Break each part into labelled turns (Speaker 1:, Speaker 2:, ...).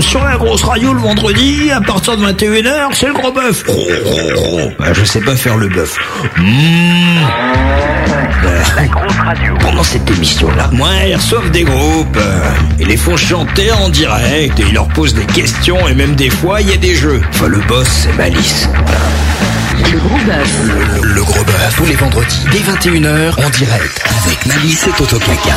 Speaker 1: sur la grosse radio le vendredi, à partir de 21h, c'est le gros bœuf. Oh, oh, oh. Bah, je sais pas faire le bœuf. Mmh.
Speaker 2: La grosse radio.
Speaker 1: Pendant cette émission-là, moi, ils reçoivent des groupes. euh, Ils les font chanter en direct et ils leur posent des questions et même des fois, il y a des jeux. Enfin, le boss, c'est Malice.
Speaker 3: Le gros bœuf.
Speaker 4: Le, le gros bœuf, tous les vendredis, dès 21h, en direct, avec Malice et Toto Kaka.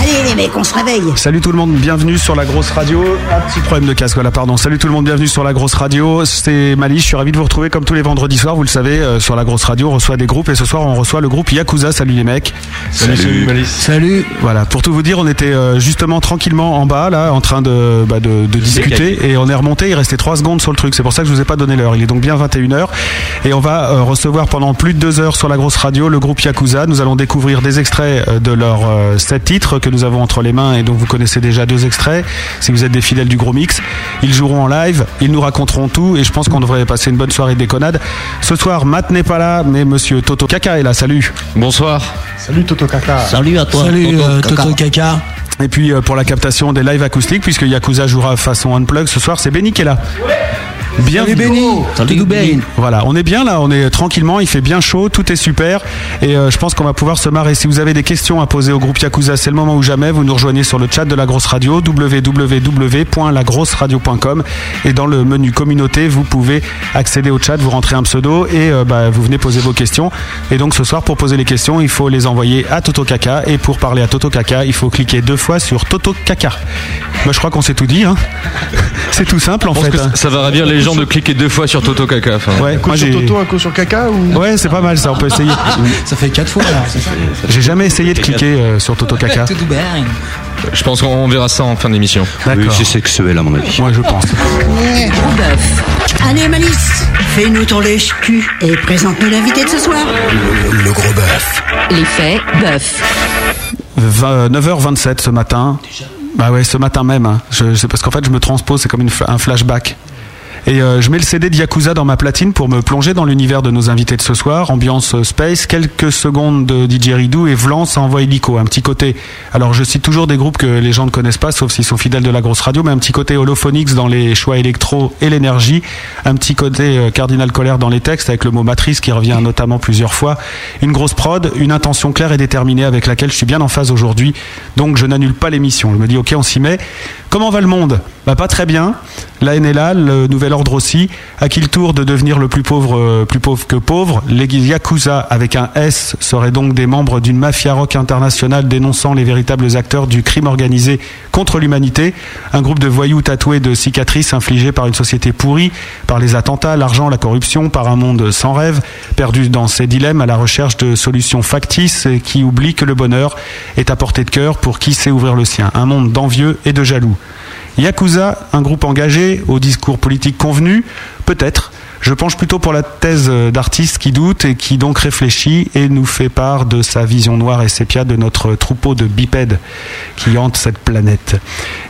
Speaker 5: Allez les mecs, on se réveille.
Speaker 6: Salut tout le monde, bienvenue sur la grosse radio. Un petit problème de casque, voilà, pardon. Salut tout le monde, bienvenue sur la grosse radio. C'est Mali, je suis ravi de vous retrouver comme tous les vendredis soirs. Vous le savez, euh, sur la grosse radio, on reçoit des groupes et ce soir, on reçoit le groupe Yakuza. Salut les mecs.
Speaker 7: Salut, salut Malice.
Speaker 6: Salut. Voilà, pour tout vous dire, on était euh, justement tranquillement en bas, là, en train de, bah, de, de discuter et on est remonté. Il restait 3 secondes sur le truc. C'est pour ça que je vous ai pas donné l'heure. Il est donc bien 21h et on va euh, recevoir pendant plus de 2 heures sur la grosse radio le groupe Yakuza. Nous allons découvrir des extraits euh, de leurs 7 titres que nous avons entre les mains et dont vous connaissez déjà deux extraits. Si vous êtes des fidèles du gros mix, ils joueront en live, ils nous raconteront tout et je pense qu'on devrait passer une bonne soirée de déconnade. Ce soir, Matt n'est pas là, mais monsieur Toto Kaka est là. Salut.
Speaker 7: Bonsoir.
Speaker 8: Salut Toto Kaka.
Speaker 1: Salut à toi.
Speaker 9: Salut euh,
Speaker 1: Toto,
Speaker 9: Toto
Speaker 1: Kaka.
Speaker 9: Kaka.
Speaker 6: Et puis euh, pour la captation des lives acoustiques, puisque Yakuza jouera façon unplug ce soir, c'est Benny qui est là. Bien
Speaker 9: Salut Benny.
Speaker 1: Oh, Salut,
Speaker 9: Tout
Speaker 1: Benny.
Speaker 9: bien.
Speaker 6: Voilà, on est bien là, on est euh, tranquillement, il fait bien chaud, tout est super et euh, je pense qu'on va pouvoir se marrer. Si vous avez des questions à poser au groupe Yakuza, c'est le moment ou jamais, vous nous rejoignez sur le chat de la grosse radio www.lagrosseradio.com et dans le menu communauté, vous pouvez accéder au chat, vous rentrez un pseudo et euh, bah, vous venez poser vos questions. Et donc ce soir pour poser les questions, il faut les envoyer à Toto Kaka et pour parler à Toto Kaka, il faut cliquer deux fois sur Toto Kaka. Bah, je crois qu'on s'est tout dit hein. C'est tout simple en
Speaker 7: Je pense
Speaker 6: fait.
Speaker 7: que ça-
Speaker 6: hein.
Speaker 7: ça va ravir les gens de cliquer deux fois sur hein. Toto Kaka. enfin.
Speaker 6: Ouais, moi,
Speaker 8: Sur
Speaker 6: j'ai-
Speaker 8: Toto, un coup sur Kaka ou
Speaker 6: Ouais, c'est pas mal ça, on peut essayer.
Speaker 9: Ça fait 4 fois là.
Speaker 6: J'ai jamais essayé de cliquer euh, sur Toto Kaka.
Speaker 9: Tout bien.
Speaker 7: Je pense qu'on verra ça en fin d'émission.
Speaker 6: D'accord.
Speaker 4: sexuel, à mon avis.
Speaker 6: Moi je pense.
Speaker 5: Le gros bœuf. Allez Malice, fais-nous ton lèche-cul et présente-nous l'invité de ce soir.
Speaker 4: Le, le gros bœuf,
Speaker 3: L'effet bœuf.
Speaker 6: 9h27 ce matin. Bah ouais, ce matin même. hein. Je, je sais parce qu'en fait je me transpose, c'est comme une fla- un flashback. Et euh, je mets le CD de Yakuza dans ma platine pour me plonger dans l'univers de nos invités de ce soir. Ambiance euh, space, quelques secondes de DJ Ridou et Vlan ça envoie illico. Un petit côté. Alors je cite toujours des groupes que les gens ne connaissent pas, sauf s'ils sont fidèles de la grosse radio, mais un petit côté holophonics dans les choix électro et l'énergie. Un petit côté euh, Cardinal Colère dans les textes avec le mot matrice qui revient notamment plusieurs fois. Une grosse prod, une intention claire et déterminée avec laquelle je suis bien en phase aujourd'hui. Donc je n'annule pas l'émission. Je me dis ok, on s'y met. Comment va le monde Bah pas très bien. La NLA, le Nouvel Ordre aussi. À qui le tour de devenir le plus pauvre, euh, plus pauvre que pauvre Les Yakuza avec un S seraient donc des membres d'une mafia rock internationale dénonçant les véritables acteurs du crime organisé contre l'humanité. Un groupe de voyous tatoués de cicatrices infligées par une société pourrie, par les attentats, l'argent, la corruption, par un monde sans rêve, perdu dans ses dilemmes à la recherche de solutions factices et qui oublie que le bonheur est à portée de cœur pour qui sait ouvrir le sien. Un monde d'envieux et de jaloux. Yakuza, un groupe engagé au discours politique convenu, peut-être. Je penche plutôt pour la thèse d'artiste qui doute et qui donc réfléchit et nous fait part de sa vision noire et sépia de notre troupeau de bipèdes qui hante cette planète.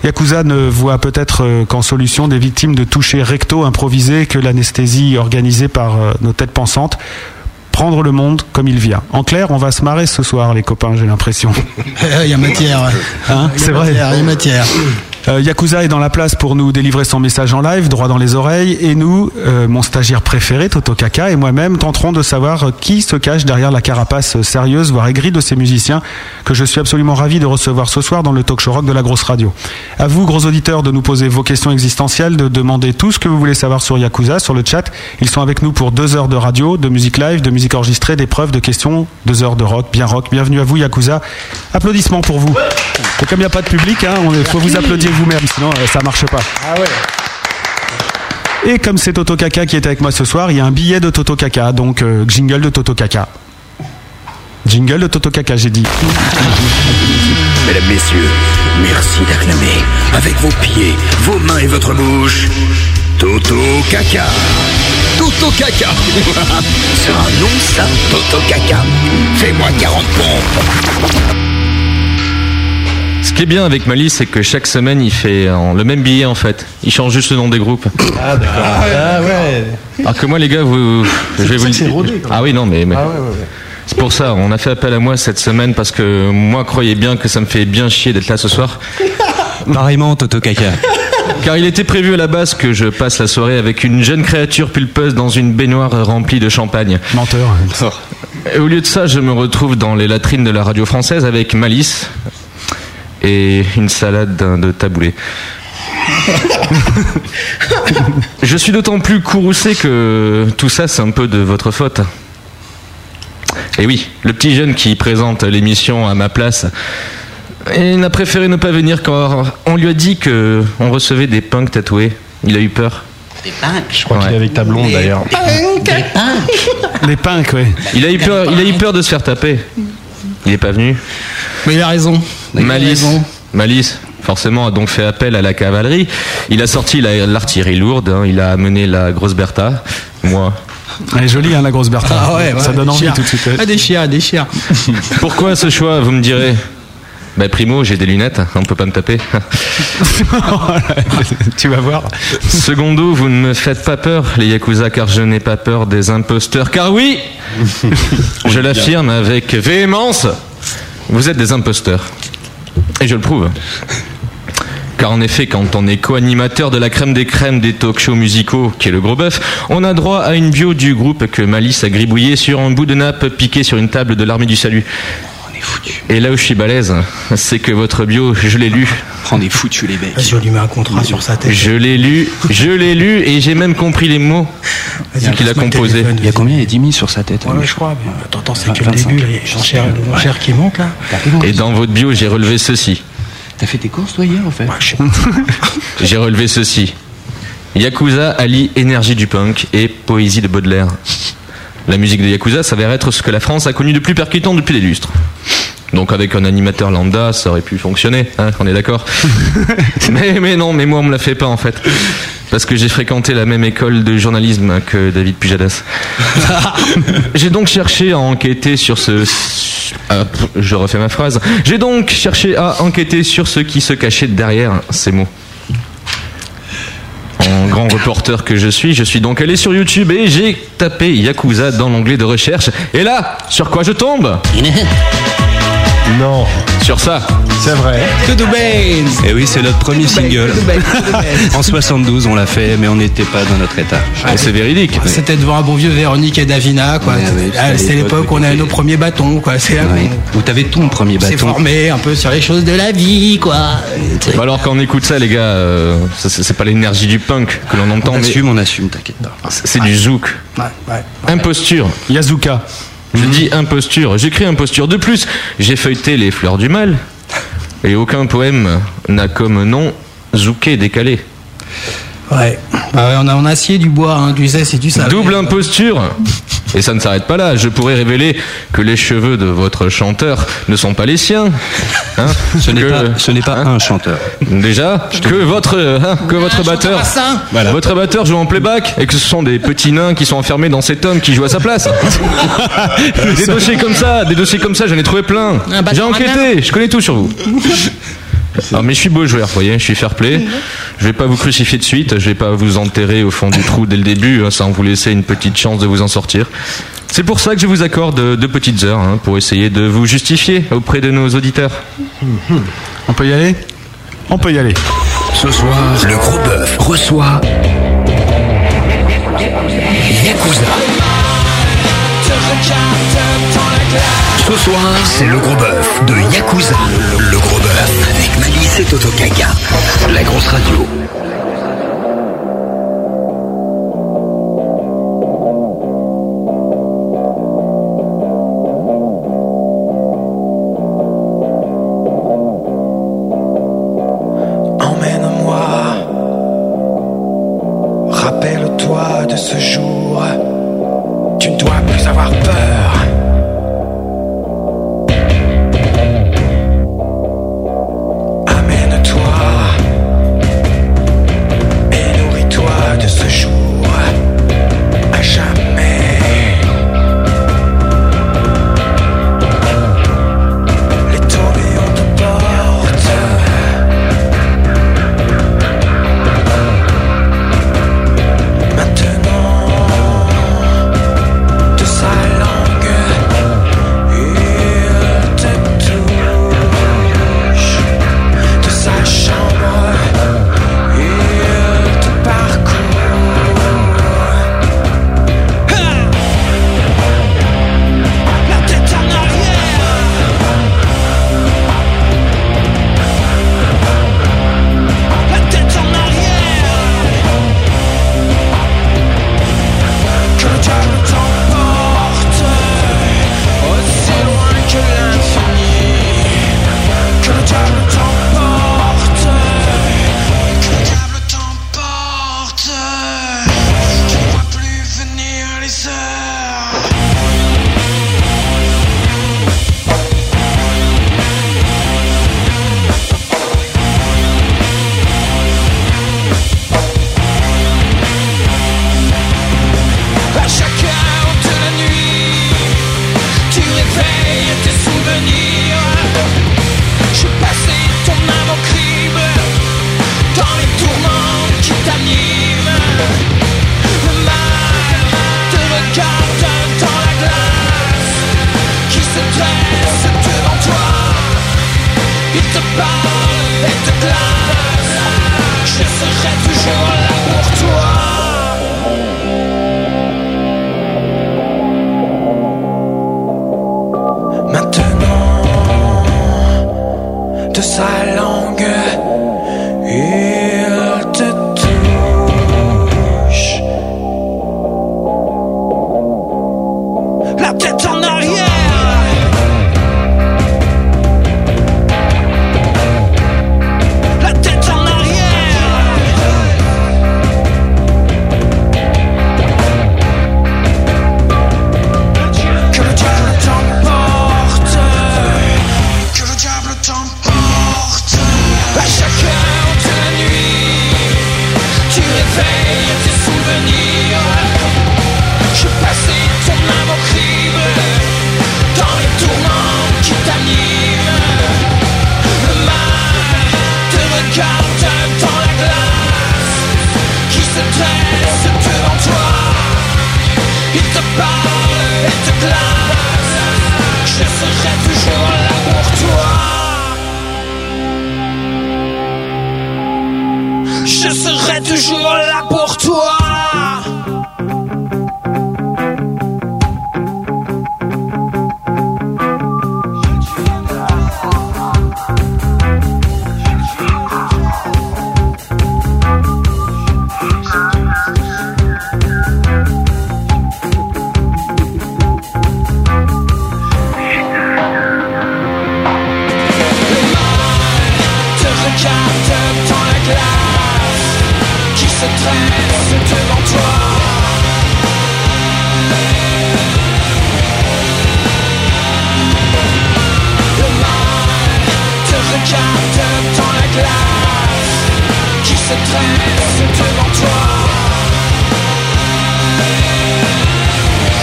Speaker 6: Yakuza ne voit peut-être euh, qu'en solution des victimes de touchés rectaux improvisés que l'anesthésie organisée par euh, nos têtes pensantes. Prendre le monde comme il vient. En clair, on va se marrer ce soir, les copains, j'ai l'impression.
Speaker 9: Il Euh, y a matière. ouais.
Speaker 6: Hein,
Speaker 9: Il y a
Speaker 6: c'est vrai.
Speaker 9: matière, Il y a matière.
Speaker 6: Euh, Yakuza est dans la place pour nous délivrer son message en live, droit dans les oreilles, et nous, euh, mon stagiaire préféré, Toto Kaka, et moi-même tenterons de savoir euh, qui se cache derrière la carapace sérieuse, voire aigrie de ces musiciens, que je suis absolument ravi de recevoir ce soir dans le talk show rock de la grosse radio. À vous, gros auditeurs, de nous poser vos questions existentielles, de demander tout ce que vous voulez savoir sur Yakuza, sur le chat. Ils sont avec nous pour deux heures de radio, de musique live, de musique enregistrée, d'épreuves, de questions, deux heures de rock, bien rock. Bienvenue à vous, Yakuza. Applaudissements pour vous. Et comme il n'y a pas de public, hein, on- faut vous applaudir vous-même, sinon euh, ça marche pas. Et comme c'est Toto Kaka qui est avec moi ce soir, il y a un billet de Toto Kaka, donc euh, jingle de Toto Kaka. Jingle de Toto Kaka, j'ai dit.
Speaker 4: mesdames, messieurs, merci d'acclamer, avec vos pieds, vos mains et votre bouche, Toto Kaka. Toto Kaka C'est un nom, ça, Toto Kaka. Fais-moi 40 pompes.
Speaker 7: Ce qui est bien avec Malice, c'est que chaque semaine, il fait euh, le même billet en fait. Il change juste le nom des groupes.
Speaker 8: Ah ouais.
Speaker 7: Alors que moi, les gars, vous. Je vais vous
Speaker 8: ça que c'est rodé, quand même.
Speaker 7: Ah oui, non, mais. mais-
Speaker 8: Ah ouais ouais. ouais.
Speaker 7: C'est pour ça, on a fait appel à moi cette semaine parce que moi, croyez bien que ça me fait bien chier d'être là ce soir.
Speaker 10: Pareillement, Toto Kaka.
Speaker 7: Car il était prévu à la base que je passe la soirée avec une jeune créature pulpeuse dans une baignoire remplie de champagne.
Speaker 6: Menteur.
Speaker 7: Et au lieu de ça, je me retrouve dans les latrines de la radio française avec Malice et une salade d'un- de taboulé. je suis d'autant plus courroucé que tout ça, c'est un peu de votre faute. Et oui, le petit jeune qui présente l'émission à ma place, il n'a préféré ne pas venir quand on lui a dit que on recevait des punks tatoués. Il a eu peur.
Speaker 5: Des punks
Speaker 7: Je crois qu'il est avec ta blonde d'ailleurs.
Speaker 6: Des punks, oui.
Speaker 7: Il a eu peur, il a eu peur de se faire taper. Il n'est pas venu.
Speaker 9: Mais il a raison. Il a
Speaker 7: Malice,
Speaker 9: raison.
Speaker 7: Malice, forcément, a donc fait appel à la cavalerie. Il a sorti la- l'artillerie lourde, hein, il a amené la grosse Bertha, moi.
Speaker 6: Elle est jolie, hein, la grosse Bertha.
Speaker 9: Ah ouais, ouais,
Speaker 6: ça donne envie
Speaker 9: déchire.
Speaker 6: tout de suite.
Speaker 9: Ah, déchire, déchire.
Speaker 7: Pourquoi ce choix, vous me direz bah primo, j'ai des lunettes, on peut pas me taper.
Speaker 6: tu vas voir.
Speaker 7: Secondo, vous ne me faites pas peur, les Yakuza, car je n'ai pas peur des imposteurs. Car oui, je l'affirme avec véhémence, vous êtes des imposteurs. Et je le prouve. Car en effet, quand on est co-animateur de la crème des crèmes des talk shows musicaux, qui est le gros bœuf, on a droit à une bio du groupe que Malice a gribouillé sur un bout de nappe piqué sur une table de l'armée du salut. Et là où je suis balèze, c'est que votre bio, je l'ai lu.
Speaker 10: On est foutus, les mecs.
Speaker 9: Vas-y, on lui met un contrat sur sa tête.
Speaker 7: Je l'ai lu, je l'ai lu et j'ai même compris les mots
Speaker 9: Vas-y,
Speaker 7: qu'il a
Speaker 9: passe-moi le
Speaker 7: composé.
Speaker 9: téléphone.
Speaker 10: Il y a combien Il y a 10 000 sur sa tête. hein,
Speaker 9: Ouais, ouais,
Speaker 10: je
Speaker 9: je crois. mais Attends, attends, c'est que le
Speaker 10: 25.
Speaker 9: début. là, il y a les enchères- les enchères qui montent, là.
Speaker 7: Et dans votre bio, j'ai relevé ceci.
Speaker 10: T'as fait tes courses, toi, hier, en fait
Speaker 9: Bah,
Speaker 7: J'ai relevé ceci. Yakuza allie énergie du punk et poésie de Baudelaire. La musique de Yakuza s'avère être ce que la France a connu de plus percutant depuis des lustres. Donc avec un animateur lambda, ça aurait pu fonctionner, hein, on est d'accord. mais, mais non, mais moi on me la fait pas en fait. Parce que j'ai fréquenté la même école de journalisme que David Pujadas. j'ai donc cherché à enquêter sur ce... Ah, pff, je refais ma phrase. J'ai donc cherché à enquêter sur ce qui se cachait derrière ces mots. En grand reporter que je suis, je suis donc allé sur YouTube et j'ai tapé Yakuza dans l'onglet de recherche. Et là, sur quoi je tombe
Speaker 11: Hein
Speaker 8: Non,
Speaker 7: Sur ça.
Speaker 8: c'est vrai.
Speaker 9: Doudou Baines.
Speaker 10: Et Eh oui, c'est notre premier single.
Speaker 9: Doudou Baines, Doudou Baines.
Speaker 10: En 72, on l'a fait, mais on n'était pas dans notre état.
Speaker 8: Ah,
Speaker 7: Et c'est véridique.
Speaker 9: Ah, C'était devant un bon vieux Véronique et Davina, quoi.
Speaker 10: Ouais, ouais,
Speaker 9: Ah,
Speaker 10: c'était
Speaker 9: c'est l'époque où on avait
Speaker 10: l'époque
Speaker 9: nos
Speaker 10: où-
Speaker 9: premiers bâtons, quoi. C'est là
Speaker 10: Ouais. Où t'avais ton premier
Speaker 9: qu'on s'est
Speaker 10: bâton.
Speaker 9: formé un peu sur les choses de la vie, quoi.
Speaker 7: Bah alors quand on écoute ça, les gars, euh, ça, c'est c'est pas l'énergie du punk que l'on entend,
Speaker 10: On
Speaker 7: mais c'est
Speaker 10: assume, on assume, t'inquiète pas.
Speaker 7: c'est du zouk.
Speaker 9: Ouais, ouais.
Speaker 7: Imposture.
Speaker 6: Yazuka.
Speaker 7: Je dis imposture. J'écris imposture. De plus, j'ai feuilleté les fleurs du mal. Et aucun poème n'a comme nom Zouké décalé.
Speaker 9: Ouais. Bah ouais, on a en acier du bois, hein, du zeste et du sable.
Speaker 7: Double imposture Et ça ne s'arrête pas là, je pourrais révéler que les cheveux de votre chanteur ne sont pas les siens. Hein
Speaker 10: Ce n'est
Speaker 7: Que- hein
Speaker 10: pas, ce n'est pas un chanteur.
Speaker 7: Déjà, que votre, hein, que votre batteur. Votre batteur joue en playback et que ce sont des petits nains qui sont enfermés dans cet homme qui joue à sa place. des dossiers comme ça, des dossiers comme ça, j'en ai trouvé plein.
Speaker 10: Bah,
Speaker 7: J'ai enquêté, je connais tout sur vous. Alors, Ah, mais je suis beau joueur, vous voyez, je suis fair play. Je vais pas vous crucifier de suite, je vais pas vous enterrer au fond du trou dès le début, hein, sans vous laisser une petite chance de vous en sortir. C'est pour ça que je vous accorde euh, deux petites heures hein, pour essayer de vous justifier auprès de nos auditeurs.
Speaker 6: On peut y aller On peut y aller.
Speaker 4: Ce soir, le gros bœuf reçoit. Yakuza. Ce soir, c'est le gros bœuf de Yakuza. Le gros bœuf avec Malice et Toto Kaka. La grosse radio.
Speaker 12: Emmène-moi. Rappelle-toi de ce jour. Tu ne dois plus avoir peur. Amène-toi. Et nourris-toi de ce jour. À jamais. Les tourbillons te portent. Maintenant, de sa langue. te place. Je serai toujours là pour toi. Maintenant, de sa langue, il te touche. La tête en arrière, la tête en arrière. Que le diable t'emporte Que le diable t'emporte À chaque heure de la nuit Tu réveilles tes souvenirs Je passais ton âme au crible Dans les tourments qui t'animent Le mal te regarde dans la glace Qui se dresse devant toi il te parle et te glace Je serai toujours là pour toi Je serai toujours là pour toi te regarde dans la glace Qui se dresse devant toi Le mal te regarde dans la glace Qui se dresse devant toi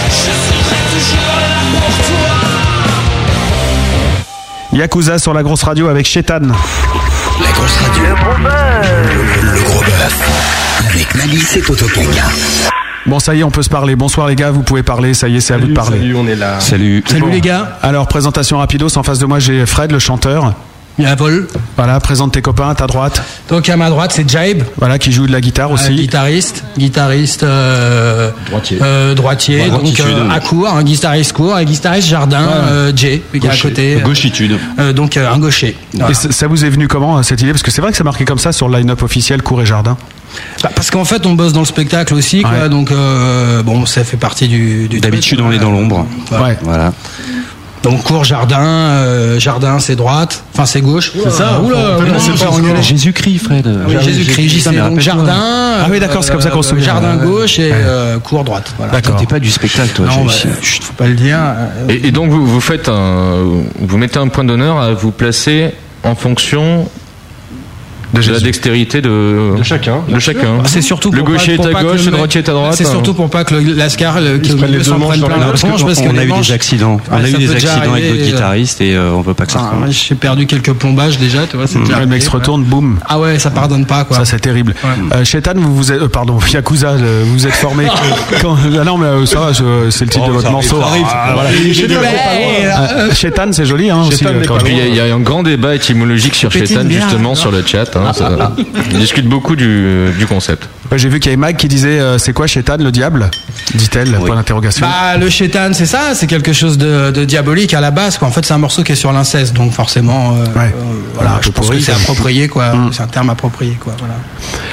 Speaker 12: Je serai toujours là pour toi
Speaker 6: Yakuza sur la grosse radio avec Shetan.
Speaker 4: La grosse radio. Le gros bœuf. Le, gros bœuf. Avec Malice et Toto Kaka.
Speaker 6: Bon, ça y est, on peut se parler. Bonsoir les gars, vous pouvez parler. Ça y est, c'est à vous de parler.
Speaker 8: salut, on est là.
Speaker 10: Salut.
Speaker 13: Salut les gars.
Speaker 6: Alors, présentation rapidos. En face de moi, j'ai Fred, le chanteur.
Speaker 13: Il y a un vol.
Speaker 6: Voilà, présente tes copains à ta droite.
Speaker 13: Donc à ma droite, c'est Jaib,
Speaker 6: Voilà, qui joue de la guitare
Speaker 13: euh,
Speaker 6: aussi.
Speaker 13: guitariste, guitariste euh,
Speaker 10: Droitier. Bah,
Speaker 13: euh, droitier, donc
Speaker 10: Droititude.
Speaker 13: euh, à court, un guitariste court, et guitariste jardin, euh, Jay, qui est à
Speaker 10: Gaucher.
Speaker 13: côté, euh,
Speaker 10: Gauchitude.
Speaker 13: euh, donc euh, un gaucher. Voilà.
Speaker 6: Et c- ça vous est venu comment euh, cette idée Parce que c'est vrai que c'est marqué comme ça sur le line-up officiel Cour et Jardin.
Speaker 13: Bah, parce qu'en fait, on bosse dans le spectacle aussi, quoi,
Speaker 6: Ouais.
Speaker 13: donc euh, bon, ça fait partie du. du
Speaker 10: D'habitude, on est dans l'ombre.
Speaker 13: Ouais.
Speaker 6: Ouais.
Speaker 10: Voilà.
Speaker 13: Donc court, jardin, euh, jardin, c'est droite, enfin c'est gauche. C'est ça. Oula, oula,
Speaker 10: C'est pas
Speaker 13: oula.
Speaker 10: Jésus-Christ, Fred.
Speaker 13: Oui, Jésus-Christ, j'y sais, donc jardin. euh,
Speaker 6: Ah oui, d'accord, c'est comme ça qu'on se souvient.
Speaker 13: Jardin
Speaker 6: Ouais, ouais.
Speaker 13: gauche et euh, court droite. Voilà.
Speaker 6: D'accord.
Speaker 10: T'es pas du spectacle, toi.
Speaker 13: Non, bah,
Speaker 10: Jésus.
Speaker 13: chut, faut pas le dire. euh,
Speaker 7: Et, et donc vous, vous faites un, vous mettez un point d'honneur à vous placer en fonction de, la dextérité de,
Speaker 8: De chacun.
Speaker 7: De chacun.
Speaker 13: C'est surtout
Speaker 7: le
Speaker 13: pour pas-
Speaker 7: gaucher
Speaker 13: pour
Speaker 7: est
Speaker 13: pas
Speaker 7: à
Speaker 13: que
Speaker 7: gauche,
Speaker 13: le
Speaker 7: le
Speaker 13: mec-
Speaker 7: droitier est à droite.
Speaker 13: C'est surtout pour pas que le- l'ascar, le, qui
Speaker 8: se prennent les deux
Speaker 13: s'en
Speaker 8: manches
Speaker 13: prenne
Speaker 8: dans
Speaker 13: plein
Speaker 8: la-
Speaker 13: la
Speaker 10: parce que
Speaker 13: tronche, parce que
Speaker 10: on
Speaker 13: les
Speaker 10: a eu
Speaker 13: manches-
Speaker 10: des accidents. on
Speaker 13: Ouais,
Speaker 10: a eu
Speaker 13: ça
Speaker 10: des
Speaker 13: peut déjà
Speaker 10: accidents avec
Speaker 13: arriver,
Speaker 10: le
Speaker 13: euh,
Speaker 10: guitariste et euh, on veut pas que ça
Speaker 13: Ah,
Speaker 10: recommence.
Speaker 13: J'ai perdu quelques plombages déjà, tu vois. c'est déjà
Speaker 6: Le mec
Speaker 13: arrivé,
Speaker 6: se
Speaker 13: ouais.
Speaker 6: retourne, boum.
Speaker 13: Ah ouais, ça pardonne pas quoi.
Speaker 6: Ça c'est terrible.
Speaker 13: Ouais.
Speaker 6: Euh, Shetan, vous vous êtes, euh, pardon, Yakuza, euh, vous vous êtes formé. quand, ah non mais euh, ça, va, je- c'est le
Speaker 13: Oh,
Speaker 6: titre de votre morceau. Ah, voilà. Euh, Shetan, c'est joli hein, aussi.
Speaker 8: Shetan
Speaker 6: euh,
Speaker 8: n'est
Speaker 6: quand
Speaker 8: pas
Speaker 6: je-
Speaker 7: Puis Il y, a- il y a un grand débat étymologique sur
Speaker 13: Pétine
Speaker 7: Chétan
Speaker 13: bien.
Speaker 7: justement sur le chat. hein, ça- on discute beaucoup du, du concept.
Speaker 6: Ouais, J'ai vu qu'il y avait Mag qui disait euh, c'est quoi Shetan le diable Dit-elle. Point d'interrogation.
Speaker 13: Bah, le chétan, c'est ça, c'est quelque chose de, de diabolique à la base. Quoi. En fait, c'est un morceau qui est sur l'inceste, donc forcément, euh,
Speaker 6: Ouais.
Speaker 13: euh, voilà,
Speaker 6: Un peu
Speaker 13: je pense
Speaker 6: pourri,
Speaker 13: que c'est
Speaker 6: ça.
Speaker 13: approprié, quoi. C'est un terme approprié, quoi. Voilà.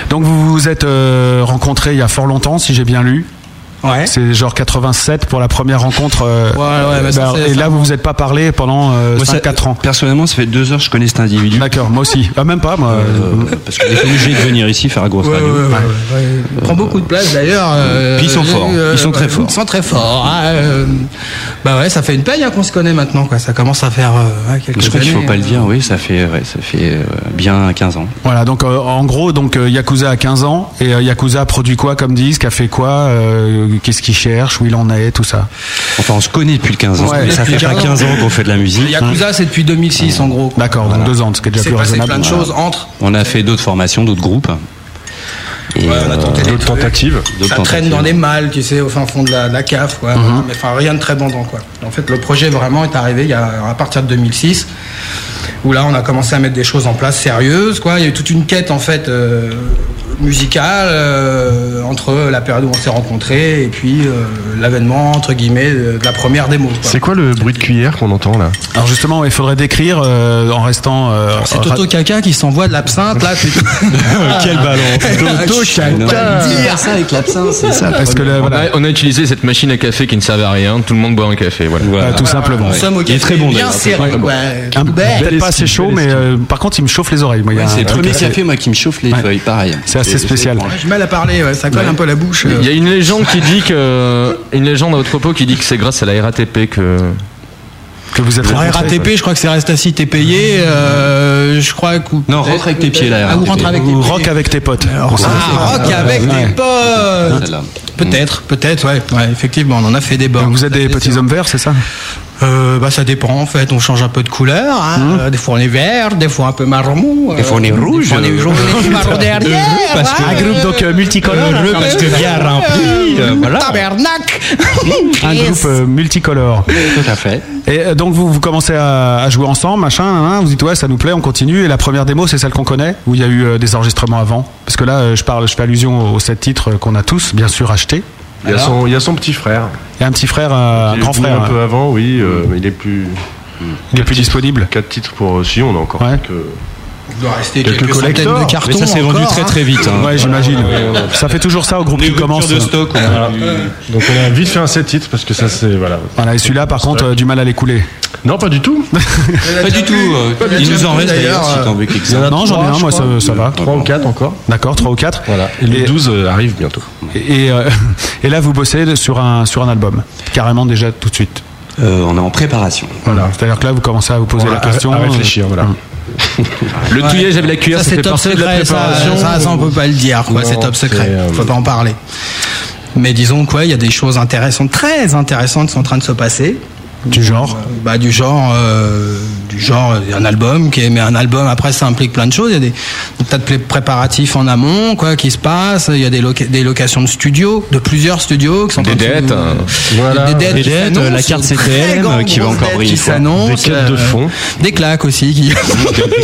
Speaker 6: Donc vous vous êtes euh, rencontrés il y a fort longtemps, si j'ai bien lu.
Speaker 13: Ouais.
Speaker 6: C'est genre 87 pour la première rencontre. euh,
Speaker 13: Ouais, ouais, bah, ça, c'est-
Speaker 6: et
Speaker 13: ça,
Speaker 6: là, vous vous êtes pas parlé pendant euh,
Speaker 10: Moi, ça-
Speaker 6: 4 ans.
Speaker 10: Personnellement, ça fait deux heures que je connais cet individu.
Speaker 6: D'accord, moi aussi. Ah, même pas, moi.
Speaker 10: Euh, parce que j'ai été obligé de venir ici faire la grosse
Speaker 13: Ouais, ouais,
Speaker 10: radio.
Speaker 13: ouais, ouais, ouais. Il prend beaucoup de place d'ailleurs. euh, bah,
Speaker 10: Puis ils sont forts, ils sont très forts.
Speaker 13: Ils sont très forts. Ah, euh, bah ouais, ça fait une paye hein, qu'on se connaît maintenant, quoi. Ça commence à faire euh, ouais, quelques
Speaker 10: Je crois qu'il faut
Speaker 13: années,
Speaker 10: pas le
Speaker 13: euh.
Speaker 10: dire, oui, ça fait, ouais, ça fait euh, bien 15 ans.
Speaker 6: Voilà, donc euh, en gros, donc euh, Yakuza a 15 ans et euh, Yakuza a produit quoi comme disque, a fait quoi, euh, qu'est-ce qu'il cherche, où il en est, tout ça.
Speaker 10: Enfin, on se connaît depuis le 15 ans.
Speaker 6: Ouais,
Speaker 10: mais ça fait
Speaker 13: depuis
Speaker 10: pas
Speaker 13: 15 ans.
Speaker 10: 15 ans qu'on fait de la musique.
Speaker 13: Yakuza, c'est depuis 2006 en gros. quoi.
Speaker 6: D'accord, donc deux ans, ce qui est
Speaker 13: Il
Speaker 6: déjà
Speaker 13: s'est
Speaker 6: plus
Speaker 13: passé
Speaker 6: raisonnable.
Speaker 13: plein de
Speaker 6: Voilà.
Speaker 13: choses entre.
Speaker 10: On a fait d'autres formations, d'autres groupes. Et, euh,
Speaker 8: D'autres tentatives. Mhm.
Speaker 10: d'autres
Speaker 13: Ça traîne
Speaker 10: tentatives.
Speaker 13: dans des malles, tu sais, au fin fond de la, de la cave, quoi. Mais enfin, rien de très bandant, quoi. En fait, le projet vraiment est arrivé il y a, à partir de 2006. où là on a commencé à mettre des choses en place sérieuses. Quoi. Il y a eu toute une quête en fait euh, musicale euh, entre la période où on s'est rencontrés et puis euh, l'avènement entre guillemets de, de la première démo. quoi.
Speaker 8: C'est quoi le bruit de cuillère qu'on entend là
Speaker 6: Alors justement, il faudrait décrire euh, en restant. euh,
Speaker 13: C'est Toto Caca qui s'envoie de l'absinthe là.
Speaker 6: Quel ballon.
Speaker 13: Toto
Speaker 6: Non,
Speaker 13: Caca.
Speaker 6: mais
Speaker 10: dire ça avec l'absinthe, c'est ça.
Speaker 6: Parce que là,
Speaker 7: on, a, on a utilisé cette machine à café qui ne servait à rien. Tout le monde boit un café, voilà.
Speaker 6: Ah, tout simplement.
Speaker 7: Ouais. Il est très bon. d'ailleurs. Ouais, bon.
Speaker 6: Un-
Speaker 7: Belle
Speaker 6: Peut-être pas assez
Speaker 7: esquive,
Speaker 6: chaud,
Speaker 7: belle
Speaker 6: mais euh, par contre, il me chauffe les oreilles. moi, il y a
Speaker 10: Ouais, c'est
Speaker 6: un
Speaker 10: le
Speaker 6: truc
Speaker 10: premier
Speaker 6: assez-
Speaker 10: café, moi, qui me chauffe les
Speaker 6: Ouais.
Speaker 10: feuilles, pareil.
Speaker 6: C'est assez spécial.
Speaker 13: Ouais, J'ai mal à parler, ouais, ça colle un peu la bouche. euh.
Speaker 7: Il y a une légende qui dit que une légende à votre propos qui dit que c'est grâce à la RATP que
Speaker 6: que vous êtes
Speaker 13: La
Speaker 7: rencontrés.
Speaker 13: RATP, je crois que c'est reste assis, t'es payé. euh, je crois que.
Speaker 10: Non, rentre avec tes pieds, la
Speaker 13: Ah, ou
Speaker 10: RATP.
Speaker 13: rentre avec tes pieds.
Speaker 6: Rock avec tes potes.
Speaker 13: Ah, rock avec
Speaker 6: Ouais.
Speaker 13: tes potes Peut-être, peut-être, ouais. Ouais, Effectivement, on en a fait des bords.
Speaker 6: Vous êtes des petits hommes verts, c'est ça
Speaker 13: Euh, bah, ça dépend en fait, on change un peu de couleur. hein.
Speaker 6: Mmh.
Speaker 13: Euh, Des fois on est vert, des fois un peu marron. euh,
Speaker 10: Des fois, on est rouge.
Speaker 13: on est jaune, on est
Speaker 6: Euh,
Speaker 13: marron derrière. hein.
Speaker 6: Un groupe donc euh, multicolore.
Speaker 13: Heureux parce que bien
Speaker 6: rempli.
Speaker 12: Euh,
Speaker 13: Tabernacle
Speaker 6: Un groupe euh, multicolore.
Speaker 10: Tout à fait.
Speaker 6: Et euh, donc vous, vous commencez à, à jouer ensemble, machin, hein, hein, vous dites ouais ça nous plaît, on continue. Et la première démo c'est celle qu'on connaît, où il y a eu euh, des enregistrements avant. Parce que là euh, je parle, je fais allusion aux sept titres euh, qu'on a tous bien sûr achetés.
Speaker 8: Il y, a son, il y a son petit frère.
Speaker 6: Il y a un petit frère, euh, un
Speaker 8: Il est
Speaker 6: grand
Speaker 8: venu
Speaker 6: frère.
Speaker 8: Un
Speaker 6: hein.
Speaker 8: peu avant, oui, euh, mais il est plus.
Speaker 6: Il est plus disponible.
Speaker 8: Quatre titres pour. euh, Si, on a encore
Speaker 6: Ouais.
Speaker 8: quelques-
Speaker 13: Il doit rester
Speaker 8: Quelques
Speaker 13: quelques,
Speaker 8: collectors.
Speaker 13: centaines de
Speaker 8: Mais
Speaker 13: cartons.
Speaker 10: Mais ça s'est vendu
Speaker 13: encore,
Speaker 10: très
Speaker 13: hein.
Speaker 10: très vite. hein.
Speaker 6: Ouais j'imagine.
Speaker 10: ouais, ouais.
Speaker 6: Ça fait toujours ça au groupe qui commence.
Speaker 10: de stock. on a eu-
Speaker 8: Ah, Donc on a vite fait un sept titres parce que ça c'est. Voilà.
Speaker 6: Voilà et celui-là par contre euh, du mal à l'écouler.
Speaker 8: Non, pas du tout.
Speaker 10: Pas du tout. euh,
Speaker 13: Pas du
Speaker 10: Il
Speaker 13: tout,
Speaker 10: nous en reste
Speaker 13: d'ailleurs,
Speaker 10: d'ailleurs, si t'en veux quelque
Speaker 8: Il y en
Speaker 10: chose.
Speaker 8: a
Speaker 6: Non j'en ai
Speaker 8: trois,
Speaker 6: un
Speaker 8: je
Speaker 6: moi ça,
Speaker 8: crois.
Speaker 6: ça va.
Speaker 8: euh, Trois ou quatre encore.
Speaker 6: D'accord 3 ou 4
Speaker 8: Voilà. Et le
Speaker 6: Et-
Speaker 8: 12 euh, arrive bientôt.
Speaker 6: Et, euh, et là, vous bossez sur un, sur un album, carrément déjà tout de suite.
Speaker 10: Euh, On est en préparation.
Speaker 6: Voilà. C'est-à-dire que là, vous commencez à vous poser
Speaker 8: Voilà,
Speaker 6: la question. Hum.
Speaker 8: à, à réfléchir, voilà.
Speaker 7: le touillage avec la cuillère
Speaker 13: Ça,
Speaker 7: ça
Speaker 13: c'est
Speaker 7: fait
Speaker 13: top
Speaker 7: partie de la
Speaker 13: secret, ça,
Speaker 7: préparation.
Speaker 13: ça, ça, on peut pas le dire, quoi,
Speaker 8: Non,
Speaker 13: c'est top
Speaker 8: c'est,
Speaker 13: secret.
Speaker 8: euh,
Speaker 13: Faut pas en parler. Mais disons quoi, il y a des choses intéressantes, très intéressantes qui sont en train de se passer.
Speaker 6: Du genre.
Speaker 13: Bah, du genre, euh, du genre, il y a un album qui est, mais un album après ça implique plein de choses. Il y a des, des tas de pré- préparatifs en amont, quoi, qui se passent. Il y a des, loca- des locations de studios, de plusieurs studios qui sont en
Speaker 7: Des
Speaker 13: train de-
Speaker 7: dettes, hein.
Speaker 8: Voilà.
Speaker 13: Des dettes,
Speaker 10: Des
Speaker 13: qui
Speaker 10: dettes,
Speaker 6: euh,
Speaker 10: euh,
Speaker 13: s'annoncent,
Speaker 10: la carte
Speaker 13: une très
Speaker 10: CTM,
Speaker 13: grande
Speaker 10: qui va
Speaker 13: grosse
Speaker 10: encore
Speaker 13: dette
Speaker 10: briller,
Speaker 13: Qui
Speaker 10: quoi.
Speaker 13: s'annonce.
Speaker 8: Des quêtes de
Speaker 13: euh,
Speaker 8: fond.
Speaker 13: Des claques aussi, qui...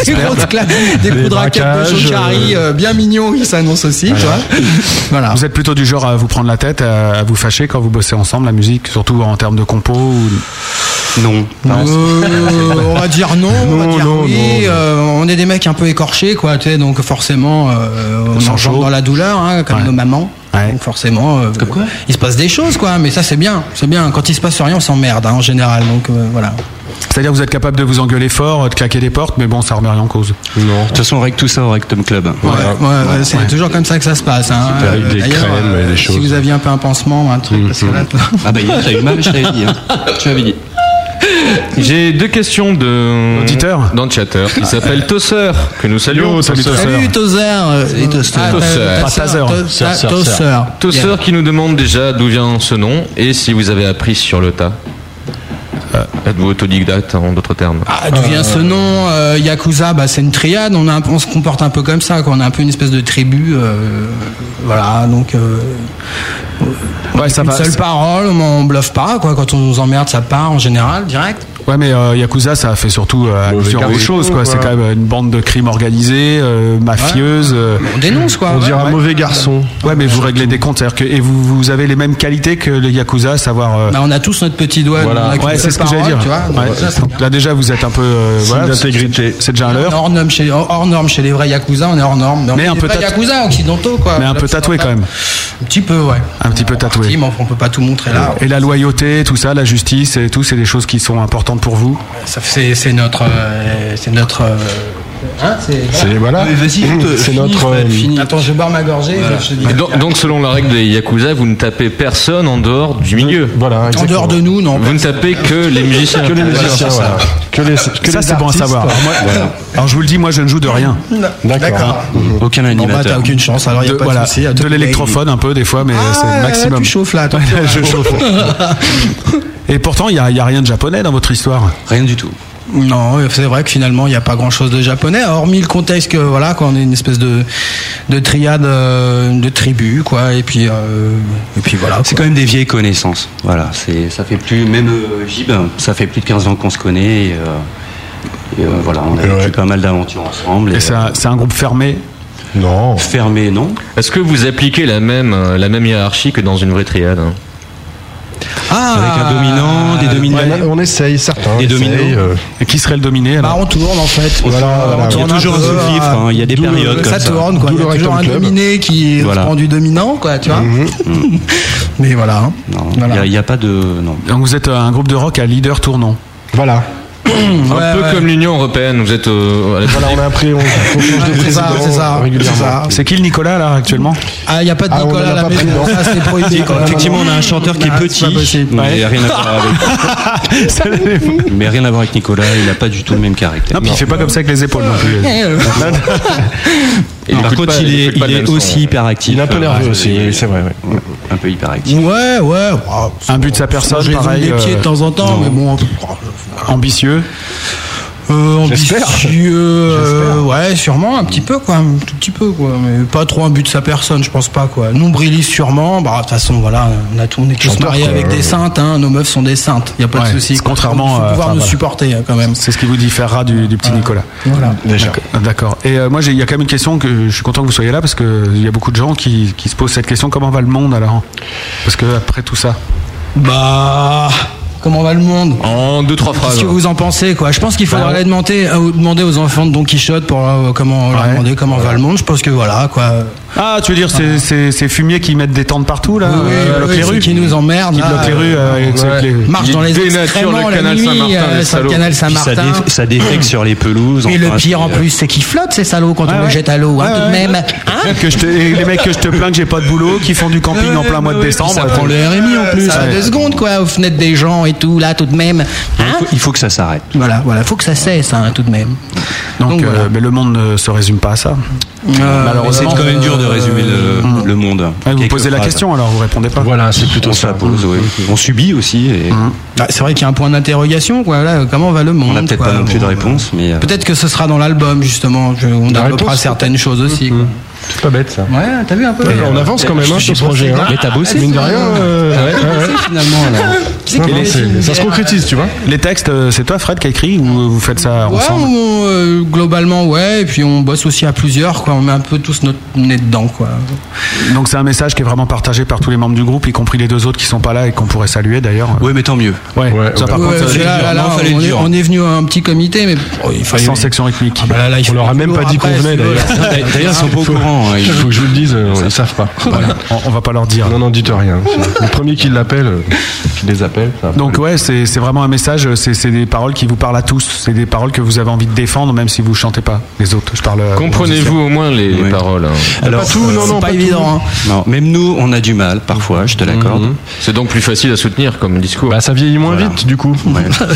Speaker 13: des grosses claques, des coups de raquettes de
Speaker 8: braquages,
Speaker 13: Chocari, euh, bien mignons qui s'annoncent aussi, tu vois. Voilà.
Speaker 6: Vous êtes plutôt du genre à vous prendre la tête, à, à vous fâcher quand vous bossez ensemble, la musique, surtout en termes de compo. ou-
Speaker 10: Non. pas-
Speaker 13: Euh, on va dire non, on va
Speaker 8: Non,
Speaker 13: dire
Speaker 8: non,
Speaker 13: oui.
Speaker 8: non, non.
Speaker 13: euh, on est des mecs un peu écorchés, quoi, tu sais, donc forcément, euh, on
Speaker 6: Sans
Speaker 13: engendre
Speaker 6: chaud.
Speaker 13: dans la douleur, hein, comme
Speaker 6: Ouais.
Speaker 13: nos mamans.
Speaker 6: Ouais.
Speaker 13: Donc forcément, euh,
Speaker 10: quoi
Speaker 13: il se passe des choses, quoi, mais ça c'est bien, c'est bien. Quand il se passe rien, on s'emmerde, hein, en général, donc euh, voilà.
Speaker 6: C'est-à-dire que vous êtes capable de vous engueuler fort, de claquer des portes, mais bon, ça remet rien en cause.
Speaker 10: De toute façon, on règle tout ça au Rectum Club.
Speaker 13: Ouais,
Speaker 6: Ah.
Speaker 13: ouais, ouais, c'est toujours comme ça que ça se passe. Hein.
Speaker 8: Il arrive des
Speaker 13: d'ailleurs, euh,
Speaker 8: crèmes et des
Speaker 13: si
Speaker 8: choses.
Speaker 13: vous aviez un peu un pansement, un truc, parce que
Speaker 6: Mhm.
Speaker 13: là,
Speaker 10: Ah bah, t'as eu mal, je t'avais dit. hein. Tu m'avais dit.
Speaker 7: J'ai deux questions de
Speaker 6: Auditeur
Speaker 7: d'un chatter qui s'appelle Tosser que nous saluons.
Speaker 8: Yo, Tosser.
Speaker 13: Salut Tozer euh, et Ah, Toaster.
Speaker 10: Ah, bah,
Speaker 7: Toaster.
Speaker 6: Pas Taser.
Speaker 13: Toaster.
Speaker 8: Toaster.
Speaker 7: Tosser euh, qui nous demande déjà d'où vient ce nom et si vous avez appris sur le tas. Euh, Êtes-vous autodidacte en d'autres termes
Speaker 13: Ah, D'où vient ce nom euh, Yakuza, bah, c'est une triade. On, a un peu- on se comporte un peu comme ça. Quoi. On est un peu une espèce de tribu. euh, voilà, donc. Euh,
Speaker 6: Ouais, ça
Speaker 13: une
Speaker 6: va.
Speaker 13: seule
Speaker 6: c'est-
Speaker 13: parole, on, on bluffe pas. Quoi. Quand on nous emmerde, ça part en général, direct.
Speaker 6: Ouais, mais euh, Yakuza, ça fait surtout euh,
Speaker 8: Mauvais
Speaker 6: allusion
Speaker 8: garçon,
Speaker 6: aux choses, quoi.
Speaker 8: quoi.
Speaker 6: C'est quand même une bande de crimes organisés, euh, mafieuses. euh,
Speaker 13: On dénonce, quoi.
Speaker 8: On
Speaker 13: ouais.
Speaker 8: dira mauvais garçon.
Speaker 6: Ouais, mais vous réglez des comptes, c'est-à-dire que et vous, vous avez les mêmes qualités que les Yakuza, à savoir. euh,
Speaker 13: Bah, on a tous notre petit doigt. on a qu'une
Speaker 6: Ouais, c'est
Speaker 13: seule
Speaker 6: ce que j'allais
Speaker 13: parole,
Speaker 6: dire.
Speaker 13: Tu vois, donc
Speaker 6: Ouais.
Speaker 13: ça, c'est bien.
Speaker 6: Là déjà, vous êtes un peu euh, voilà,
Speaker 8: d'intégrité.
Speaker 6: C'est c'est déjà
Speaker 13: On
Speaker 6: à
Speaker 13: est
Speaker 6: l'heure.
Speaker 13: hors norme chez, hors hors norme chez les vrais Yakuza, on est hors norme.
Speaker 6: Mais un peu
Speaker 13: pas
Speaker 6: tat-
Speaker 13: Yakuza occidentaux, quoi.
Speaker 6: Mais un peu
Speaker 13: L'occidental.
Speaker 6: tatoué quand même.
Speaker 13: Un petit peu, ouais.
Speaker 6: Un petit peu tatoué.
Speaker 13: Oui, mais on peut pas tout montrer là.
Speaker 6: Et la loyauté, tout ça, la justice et tout, c'est des choses qui sont importantes pour vous.
Speaker 13: Ça, C'est c'est notre. euh, c'est notre. euh, hein,
Speaker 8: C'est voilà.
Speaker 10: Mais vas-y, te-
Speaker 8: C'est
Speaker 10: finis,
Speaker 8: notre.
Speaker 10: Fred,
Speaker 8: euh,
Speaker 10: finis.
Speaker 13: Attends, je vais boire ma gorgée. je te dis-
Speaker 7: donc, donc, selon la règle des Yakuza, vous ne tapez personne en dehors du milieu.
Speaker 8: Voilà.
Speaker 13: en
Speaker 8: exactement.
Speaker 13: dehors de nous, non.
Speaker 7: Vous ne tapez que les musiciens.
Speaker 8: Que les musiciens, voilà. Que les, que
Speaker 6: ça,
Speaker 8: les
Speaker 6: c'est bon à
Speaker 8: artistes.
Speaker 6: savoir. Alors, moi- Alors je vous le dis, moi, je ne joue de rien.
Speaker 8: D'accord.
Speaker 10: Aucun
Speaker 13: Non, bah, t'as
Speaker 10: animateur.
Speaker 13: aucune chance, alors il
Speaker 6: De,
Speaker 13: a pas
Speaker 6: voilà,
Speaker 13: de souci. y a
Speaker 6: de
Speaker 13: tout-
Speaker 6: l'électrophone un peu des fois, mais
Speaker 13: Ah,
Speaker 6: c'est le maximum.
Speaker 13: Tu chauffes là. attention.
Speaker 6: Ouais, je chauffe. Et pourtant, il n'y a, il y a rien de japonais dans votre histoire.
Speaker 10: Rien du tout.
Speaker 13: Non, euh, c'est vrai que finalement, il n'y a pas grand chose de japonais, hormis le contexte que, voilà, quand on est une espèce de, de triade, euh, de tribu, quoi, et puis, euh, et puis voilà.
Speaker 10: C'est
Speaker 13: quoi.
Speaker 10: quand même des vieilles connaissances. Voilà, c'est ça fait plus même euh, Gib, ça fait plus de 15 ans qu'on se connaît. et, euh, Et, euh, voilà, on a vécu pas mal d'aventures ensemble.
Speaker 6: Et c'est un, c'est un groupe fermé
Speaker 7: Non.
Speaker 10: Fermé, non.
Speaker 7: Est-ce que vous appliquez la même, euh, la même hiérarchie que dans une vraie triade hein
Speaker 10: Avec un dominant, des dominés.
Speaker 8: Ah. on essaye, certains.
Speaker 10: Des
Speaker 8: essayent,
Speaker 10: dominés.
Speaker 8: euh,
Speaker 6: Et qui serait le dominé alors
Speaker 13: Bah, On tourne en fait.
Speaker 8: Voilà, voilà,
Speaker 13: On
Speaker 8: voilà.
Speaker 13: tourne
Speaker 8: Il y a toujours
Speaker 13: peu,
Speaker 8: un sous-fifre,
Speaker 13: hein.
Speaker 8: hein, il y a des
Speaker 13: D'où le-
Speaker 8: périodes comme ça.
Speaker 13: tourne quoi.
Speaker 8: D'où
Speaker 13: Il y a
Speaker 8: le
Speaker 13: toujours un
Speaker 8: Rectum Club. Mhm.
Speaker 13: dominé qui
Speaker 10: Voilà.
Speaker 13: se prend du dominant quoi, tu vois. Mais voilà. hein.
Speaker 10: Non, Il n'y a, il y a pas de. Non.
Speaker 6: Donc vous êtes euh, un groupe de rock à leader tournant.
Speaker 8: Voilà.
Speaker 7: Un peu comme l'Union Européenne, vous êtes euh, à la-
Speaker 8: Voilà, on a appris, on, on change de
Speaker 13: C'est ça,
Speaker 8: président
Speaker 13: c'est ça. c'est ça.
Speaker 8: régulièrement.
Speaker 6: C'est qui le Nicolas là actuellement
Speaker 13: Ah, il n'y a pas de
Speaker 8: Ah, on
Speaker 13: Nicolas
Speaker 8: en a
Speaker 13: à la
Speaker 8: pas
Speaker 13: maison.
Speaker 8: pris, non.
Speaker 13: Ça, c'est prohibé. quoi.
Speaker 10: Effectivement, on a un chanteur qui est
Speaker 13: Ah, c'est
Speaker 10: petit,
Speaker 13: pas possible.
Speaker 10: mais rien à voir avec. mais rien à voir avec Nicolas, il n'a pas du tout le même caractère.
Speaker 6: Non, puis il fait pas comme ça avec les épaules non plus.
Speaker 13: Eh, euh,
Speaker 7: il
Speaker 10: Par
Speaker 7: écoute
Speaker 10: contre,
Speaker 7: pas-
Speaker 10: il
Speaker 7: il
Speaker 10: est,
Speaker 7: écoute pas
Speaker 10: il
Speaker 7: le
Speaker 10: est
Speaker 7: même son,
Speaker 10: aussi
Speaker 7: ouais.
Speaker 10: hyperactif.
Speaker 8: Il est un peu
Speaker 10: Euh,
Speaker 8: nerveux
Speaker 10: ouais,
Speaker 8: aussi,
Speaker 10: il est-
Speaker 8: oui, c'est vrai. ouais.
Speaker 10: Un peu hyperactif.
Speaker 13: Ouais, ouais. wow.
Speaker 6: Un but de sa personne,
Speaker 13: J'ai
Speaker 6: pareil,
Speaker 13: les pieds
Speaker 6: euh,
Speaker 13: de temps en temps, mais bon.
Speaker 6: Ambitieux.
Speaker 13: Euh,
Speaker 8: J'espère.
Speaker 13: ambitieux, euh, ouais, sûrement un petit peu quoi, un tout petit peu quoi, mais pas trop un but de sa personne, je pense pas quoi. Nombriliste sûrement, bah de toute façon voilà, on a tout, on est tous
Speaker 8: Chanteur,
Speaker 13: mariés
Speaker 8: quoi,
Speaker 13: avec des saintes, hein, nos meufs sont des saintes, y a pas
Speaker 6: euh, Ouais,
Speaker 13: de souci.
Speaker 6: c'est contrairement,
Speaker 13: faut
Speaker 6: euh,
Speaker 13: pouvoir
Speaker 6: enfin,
Speaker 13: nous
Speaker 6: voilà.
Speaker 13: supporter hein, quand même.
Speaker 6: C'est ce qui vous différera du, du petit Nicolas.
Speaker 13: Voilà.
Speaker 8: Déjà.
Speaker 6: Ah, D'accord. Et euh, moi, j'ai- il y a quand même une question que je suis content que vous soyez là parce qu'il y a beaucoup de gens qui, qui se posent cette question comment va le monde alors Parce que après tout ça.
Speaker 13: Bah comment va le monde
Speaker 7: En deux, trois phrases. Bah,
Speaker 13: Qu'est-ce que vous en pensez quoi Je pense qu'il faudra aller demander, euh, demander aux enfants de Don Quichotte pour euh, comment leur
Speaker 6: Ouais.
Speaker 13: demander comment va le monde. Je pense que voilà quoi.
Speaker 6: Ah, tu veux dire ces, ces- ces fumiers qui mettent des tentes partout là
Speaker 13: Oui,
Speaker 6: euh,
Speaker 13: oui,
Speaker 6: bloquent les
Speaker 13: ceux
Speaker 6: rues
Speaker 13: qui nous emmerdent.
Speaker 6: Qui
Speaker 13: là,
Speaker 6: bloquent les rues euh, avec-
Speaker 7: ouais.
Speaker 6: avec les-
Speaker 13: marche
Speaker 7: Il
Speaker 13: dans les
Speaker 7: dénature
Speaker 13: excréments
Speaker 7: le
Speaker 13: la
Speaker 7: canal
Speaker 13: nuit,
Speaker 7: Saint-Martin,
Speaker 13: euh,
Speaker 7: les
Speaker 13: sur le
Speaker 7: salauds.
Speaker 13: canal
Speaker 10: Puis ça,
Speaker 13: Saint-Martin.
Speaker 10: dé- ça défecte sur les pelouses.
Speaker 13: Et le
Speaker 10: enfin,
Speaker 13: pire en
Speaker 10: c'est, euh,
Speaker 13: plus, c'est qu'ils flottent ces salauds quand on
Speaker 6: ouais.
Speaker 13: les jette à l'eau, hein,
Speaker 6: Ouais,
Speaker 13: tout de
Speaker 6: ouais.
Speaker 13: même.
Speaker 6: que je te- les mecs que je te plains que j'ai pas de boulot, qui font du camping en plein mois de décembre. euh,
Speaker 13: Ça prend le RMI en plus. Ça
Speaker 6: Ouais.
Speaker 13: va deux secondes quoi, aux fenêtres des gens et tout, là tout de même.
Speaker 10: il,
Speaker 13: Hein
Speaker 10: faut, il faut que ça s'arrête.
Speaker 13: voilà, voilà, faut que ça cesse hein, tout de même.
Speaker 6: Donc,
Speaker 13: Donc,
Speaker 6: euh,
Speaker 13: voilà.
Speaker 6: mais le monde ne se résume pas à ça. mm.
Speaker 13: Euh,
Speaker 10: Mais C'est quand même dur de résumer le, le monde.
Speaker 6: Ouais, vous
Speaker 10: Quelques
Speaker 6: posez la
Speaker 10: phrases.
Speaker 6: question alors, vous répondez pas.
Speaker 8: Voilà, c'est
Speaker 10: On
Speaker 8: plutôt
Speaker 10: se la
Speaker 8: ça.
Speaker 10: pose, ouais. On subit aussi et
Speaker 6: Mm.
Speaker 13: Ah, c'est vrai qu'il y a un point d'interrogation quoi, là, comment va le
Speaker 10: euh,
Speaker 13: monde
Speaker 10: on n'a peut-être
Speaker 13: quoi.
Speaker 10: pas non plus de
Speaker 13: Bon,
Speaker 10: réponse, mais. euh,
Speaker 13: Peut-être que ce sera dans l'album justement, Je- on
Speaker 8: La
Speaker 13: développera
Speaker 8: réponse,
Speaker 13: certaines choses aussi. quoi.
Speaker 8: C'est pas bête ça.
Speaker 13: Ouais, t'as vu un peu
Speaker 8: on avance quand même hein, sur ce projet. Hein.
Speaker 10: Mais t'as bossé.
Speaker 8: Mine de rien. euh, ouais, ouais, ouais.
Speaker 13: finalement là.
Speaker 8: Non, non, c'est-
Speaker 13: hein.
Speaker 8: Ça se concrétise, tu vois.
Speaker 6: Les textes, euh, c'est toi Fred qui a écrit ou vous faites ça
Speaker 13: Ouais,
Speaker 6: ensemble
Speaker 13: on, euh, globalement, ouais. Et puis on bosse aussi à plusieurs, quoi. On met un peu tous notre nez dedans, quoi.
Speaker 6: Donc c'est un message qui est vraiment partagé par tous les membres du groupe, y compris les deux autres qui sont pas là et qu'on pourrait saluer d'ailleurs.
Speaker 10: Ouais, mais tant mieux.
Speaker 6: Ouais,
Speaker 8: Ouais,
Speaker 6: ça
Speaker 8: ouais.
Speaker 6: par
Speaker 13: Ouais,
Speaker 6: contre,
Speaker 13: parce que
Speaker 6: euh,
Speaker 13: là,
Speaker 10: dur.
Speaker 13: là, là,
Speaker 10: Non, fallait
Speaker 13: on,
Speaker 10: le
Speaker 13: est,
Speaker 10: dur.
Speaker 13: on est venu à un petit comité, mais oh, il fallait.
Speaker 6: sans section rythmique.
Speaker 13: Ah bah là, là, il
Speaker 8: On
Speaker 13: faut
Speaker 8: leur a
Speaker 13: du
Speaker 8: même
Speaker 13: lourd
Speaker 8: pas dit
Speaker 13: après,
Speaker 8: qu'on venait
Speaker 13: du lourd.
Speaker 8: d'ailleurs.
Speaker 10: D'ailleurs, ils sont pas au courant. hein,
Speaker 8: Il
Speaker 10: ils-
Speaker 8: faut que je vous le dise, euh, ils savent pas. Voilà.
Speaker 6: On, on va pas leur dire.
Speaker 8: Non, non, dites rien. Le premier qui l'appelle, euh, qui les appelle. ça va.
Speaker 6: Donc ouais, c'est c'est vraiment un message, euh, c'est c'est des paroles qui vous parlent à tous, c'est des paroles que vous avez envie de défendre même si vous chantez pas les autres. Je parle. euh,
Speaker 7: Comprenez-vous au moins les
Speaker 10: Ouais.
Speaker 7: paroles. hein.
Speaker 10: Alors, euh,
Speaker 8: pas tout, non,
Speaker 13: C'est
Speaker 8: non,
Speaker 13: pas,
Speaker 8: pas
Speaker 13: évident. hein.
Speaker 10: non, même nous, on a du mal parfois, je te l'accorde.
Speaker 7: C'est donc plus facile à soutenir comme discours.
Speaker 8: Bah, ça vieillit moins
Speaker 10: Voilà.
Speaker 8: vite, du coup.
Speaker 7: C'est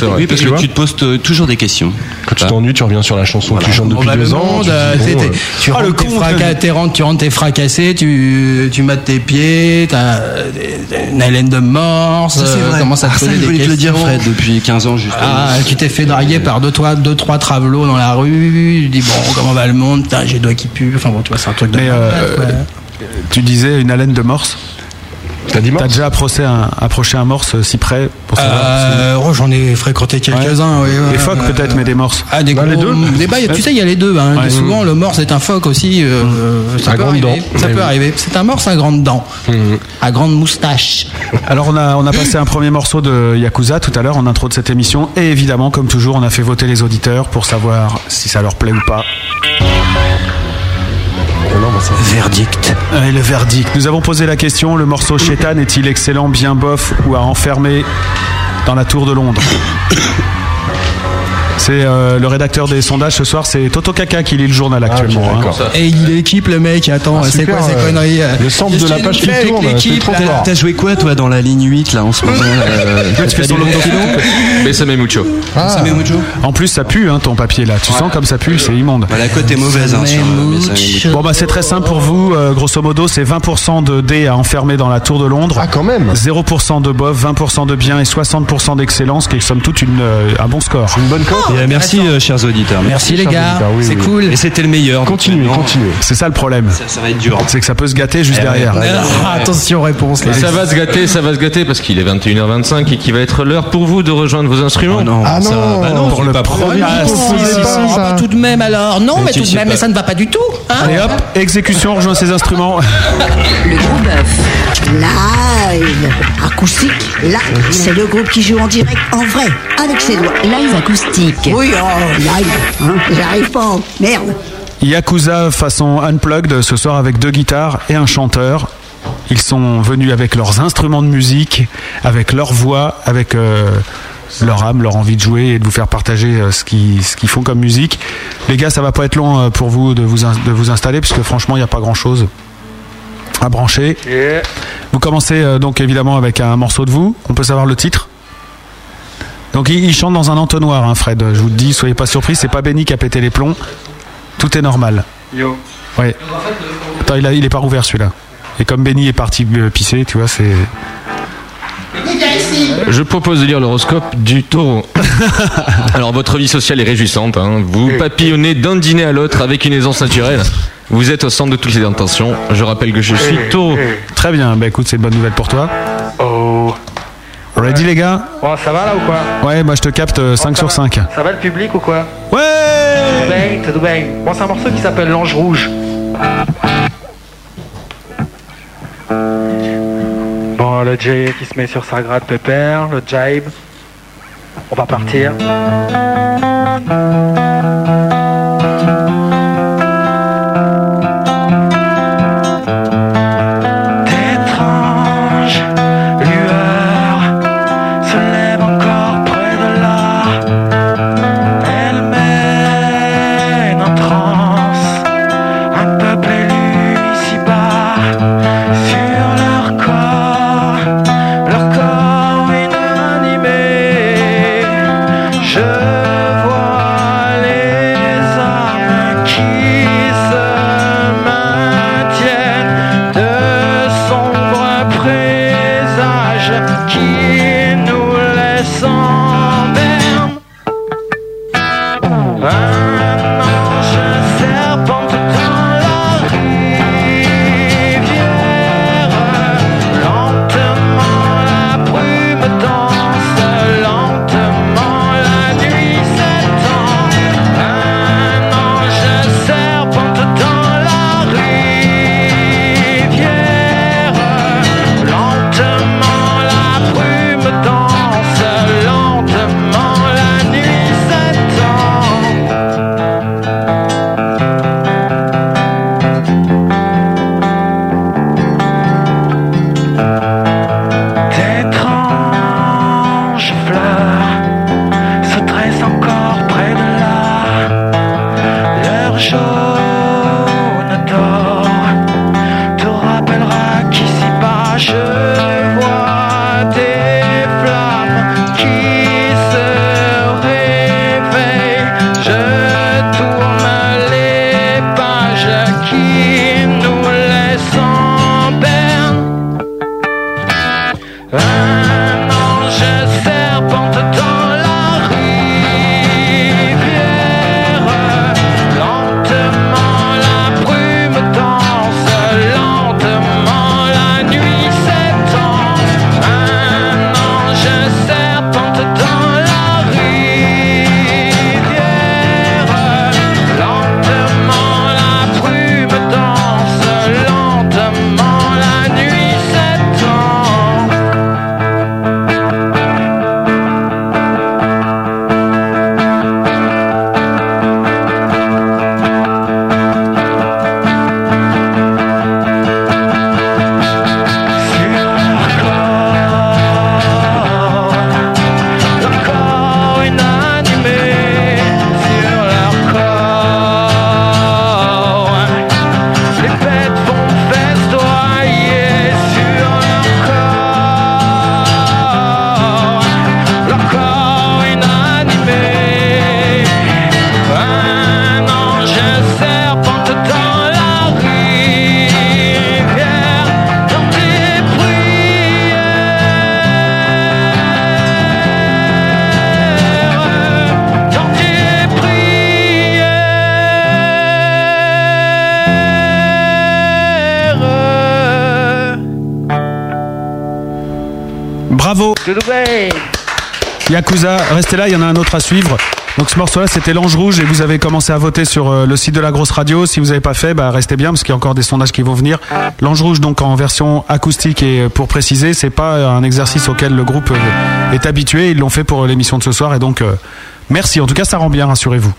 Speaker 7: vrai.
Speaker 10: Oui, parce
Speaker 8: Tu
Speaker 10: que
Speaker 8: vois
Speaker 10: tu te poses euh, toujours des questions.
Speaker 8: Quand tu
Speaker 10: Bah,
Speaker 8: t'ennuies, tu reviens sur la chanson que tu chantes depuis
Speaker 13: On va le
Speaker 8: deux ans.
Speaker 13: monde,
Speaker 8: tu te dis,
Speaker 13: euh,
Speaker 8: bon,
Speaker 13: t'es-
Speaker 8: euh,
Speaker 13: t'es- Tu
Speaker 6: Ah, le
Speaker 13: rentres, t'es
Speaker 6: con,
Speaker 13: fracas-
Speaker 6: t'as-
Speaker 13: t'es rentres, tu rentres, t'es fracassé, tu, tu mates tes pieds, t'as t'as une haleine de morse, euh, commences à te
Speaker 10: Ah, ça,
Speaker 13: poser
Speaker 10: je
Speaker 13: des
Speaker 10: voulais te le dire,
Speaker 13: questions.
Speaker 10: Fred, depuis 15 ans, justement.
Speaker 13: Ah, tu t'es fait draguer par deux, trois, deux, trois travelots dans la rue. Je dis, bon, comment va le monde Putain, j'ai les doigts qui puent. Enfin bon, tu vois, c'est un truc de.
Speaker 6: Mais, euh,
Speaker 13: Ouais.
Speaker 6: Tu disais une haleine de morse.
Speaker 8: T'as dit
Speaker 6: T'as
Speaker 8: mort
Speaker 6: déjà approché un, approché un morse euh, si près pour savoir
Speaker 13: Euh, oh, j'en ai fréquenté quelques-uns.
Speaker 6: Ouais.
Speaker 13: oui, ouais,
Speaker 6: Des phoques,
Speaker 13: ouais.
Speaker 6: peut-être, mais des morses.
Speaker 13: Ah, des
Speaker 8: Bah, les
Speaker 13: gros-
Speaker 8: deux.
Speaker 13: des bah, y a- tu sais, il y a les deux. hein.
Speaker 6: Ouais.
Speaker 13: Souvent, le morse est un phoque aussi. euh, ça
Speaker 8: À
Speaker 13: peut
Speaker 8: grandes
Speaker 13: arriver.
Speaker 8: dents.
Speaker 13: Ça
Speaker 8: Ouais,
Speaker 13: peut
Speaker 8: oui. Mm.
Speaker 13: arriver. C'est un morse à grandes dents, à grande moustache.
Speaker 6: Alors on a, on a passé un premier morceau de Yakuza tout à l'heure en intro de cette émission et évidemment comme toujours on a fait voter les auditeurs pour savoir si ça leur plaît ou pas.
Speaker 10: Verdict.
Speaker 6: Euh, Et le verdict. Nous avons posé la question, le morceau Chétan est-il excellent, bien bof ou à enfermer dans la tour de Londres C'est euh, le rédacteur des sondages ce soir, c'est Toto Kaka qui lit le journal actuellement. hein.
Speaker 8: d'accord.
Speaker 13: Et il équipe le mec. Attends,
Speaker 8: Ah,
Speaker 13: c'est
Speaker 8: super,
Speaker 13: quoi ces
Speaker 8: euh,
Speaker 13: conneries euh
Speaker 8: le centre de la
Speaker 13: Qu'est-ce
Speaker 8: page
Speaker 13: qu'il
Speaker 8: qui
Speaker 13: fait avec
Speaker 8: tourne, c'est
Speaker 13: l'équipe,
Speaker 8: trop
Speaker 13: là
Speaker 8: fort.
Speaker 10: T'as joué quoi, toi, dans la ligne 8, là, en ce moment là, euh,
Speaker 6: Là, tu fais sur le
Speaker 7: Mais ça met mucho.
Speaker 8: Ah,
Speaker 10: Mais Mojo
Speaker 6: En plus ça pue hein, ton papier là, tu sens comme ça pue, c'est immonde.
Speaker 10: Bah, La cote est mauvaise, hein, sur euh, mais ça-
Speaker 6: Bon bah c'est très simple pour vous, euh, grosso modo c'est 20% de dés à enfermer dans la tour de Londres.
Speaker 8: Ah, quand même
Speaker 6: 0% de bof, 20% de bien et 60% d'excellence, qui est somme toute une, euh, un bon score.
Speaker 13: Ah,
Speaker 8: Une bonne cote
Speaker 10: Et, euh, merci, euh, chers auditeurs.
Speaker 6: Merci, les
Speaker 10: chers
Speaker 6: gars.
Speaker 10: auditeurs.
Speaker 6: C'est cool.
Speaker 10: Et c'était le
Speaker 13: Ah,
Speaker 10: meilleur. Continuez, continuez.
Speaker 6: C'est ça le problème.
Speaker 10: Ça, ça va être dur.
Speaker 6: C'est que ça peut se gâter juste
Speaker 10: Eh ouais.
Speaker 6: derrière.
Speaker 10: Ouais.
Speaker 8: Attention, réponse.
Speaker 7: Et ça va se gâter, ça va se gâter parce qu'il est 21h25 et qu'il va être l'heure pour vous de rejoindre vos instruments. non,
Speaker 10: Ah ça- non. bah non,
Speaker 7: pour le
Speaker 10: premier.
Speaker 7: Ah, si, si, si.
Speaker 13: Ah, bah, tout de même alors. Non,
Speaker 6: Mais
Speaker 13: mais,
Speaker 6: tu
Speaker 13: tout de
Speaker 6: sais
Speaker 13: même,
Speaker 6: pas.
Speaker 13: mais ça ne va pas du tout. hein.
Speaker 6: Allez hop, exécution, rejoins ses instruments.
Speaker 5: Le gros bœuf. Live. Acoustique. Là, c'est le groupe qui joue en direct, en vrai, avec ses doigts. Live acoustique. Oui, oh, live. hein, J'arrive pas. Merde.
Speaker 6: Yakuza façon unplugged ce soir avec deux guitares et un chanteur. Ils sont venus avec leurs instruments de musique, avec leur voix, avec euh, leur âme, leur envie de jouer et de vous faire partager euh, ce qu'ils ce qu'ils font comme musique. Les gars, ça va pas être long euh, pour vous de vous, in- de vous installer puisque franchement, il n'y a pas grand chose à brancher. Vous commencez euh, donc évidemment avec un morceau de vous. On peut savoir le titre donc il, il chante dans un entonnoir, hein, Fred. Je vous le dis, soyez pas surpris, c'est pas Benny qui a pété les plombs. Tout est normal.
Speaker 12: Yo.
Speaker 6: Ouais. Attends, il, a- il est pas rouvert celui-là. Et comme Benny est parti euh, pisser, tu vois, c'est.
Speaker 7: Je propose de lire l'horoscope du taureau. Alors, votre vie sociale est réjouissante. hein. Vous papillonnez d'un dîner à l'autre avec une aisance naturelle. Vous êtes au centre de toutes les intentions. Je rappelle que je suis taureau.
Speaker 6: Très bien, bah écoute, c'est une bonne nouvelle pour toi.
Speaker 12: Oh.
Speaker 6: Ready les gars
Speaker 12: Bon, ça va là ou quoi
Speaker 6: Ouais, moi je te capte euh, 5 sur 5.
Speaker 12: Ça va le public ou quoi
Speaker 6: Ouais
Speaker 12: Tout bang, tout bang. Bon, c'est un morceau qui s'appelle L'Ange Rouge. Bon, le Jay qui se met sur sa grade pépère, le jibe. On va partir. D'étranges lueurs se lèvent encore près de là. Elle mène en transe un peuple élu ici-bas sur leur corps, leur corps inanimé. Je vois les
Speaker 14: de Dubaï.
Speaker 6: Yakuza, restez là, il y en a un autre à suivre. Donc ce morceau-là, c'était L'Ange Rouge et vous avez commencé à voter sur euh, le site de la grosse radio. Si vous n'avez pas fait, bah, restez bien parce qu'il y a encore des sondages qui vont venir. L'Ange Rouge, donc en version acoustique et euh, pour préciser, c'est pas euh, un exercice auquel le groupe euh, est habitué. Ils l'ont fait pour euh, l'émission de ce soir et donc euh, merci. En tout cas, ça rend bien, rassurez-vous.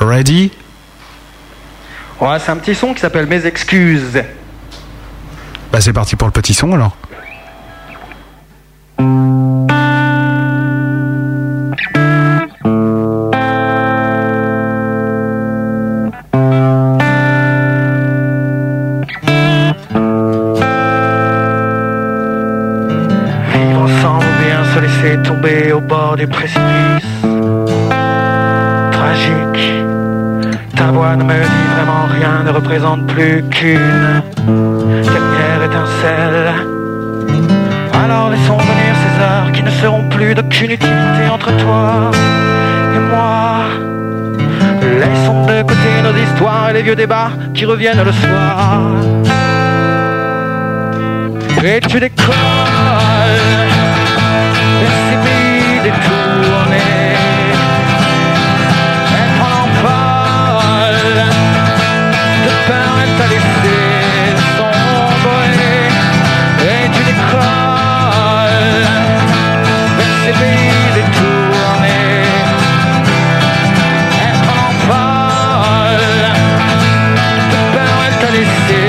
Speaker 6: Ready
Speaker 14: Ouais, c'est un petit son qui s'appelle Mes excuses.
Speaker 6: Bah c'est parti pour le petit son alors.
Speaker 14: Vivre ensemble ou bien se laisser tomber au bord du précipice. Tragique, ta voix ne me dit vraiment rien, ne représente plus qu'une dernière étincelle. Alors laissons venir ces heures qui ne seront plus d'aucune utilité entre toi et moi. Laissons de côté nos histoires et les vieux débats qui reviennent le soir. Et tu décolles Laisse les pays
Speaker 12: eh?
Speaker 14: détourner Elle prend l'envol De peur elle t'a laissé sombrer Et tu décolles Laisse les pays détourner
Speaker 12: eh?
Speaker 14: Elle prend l'envol de peur elle t'a laissé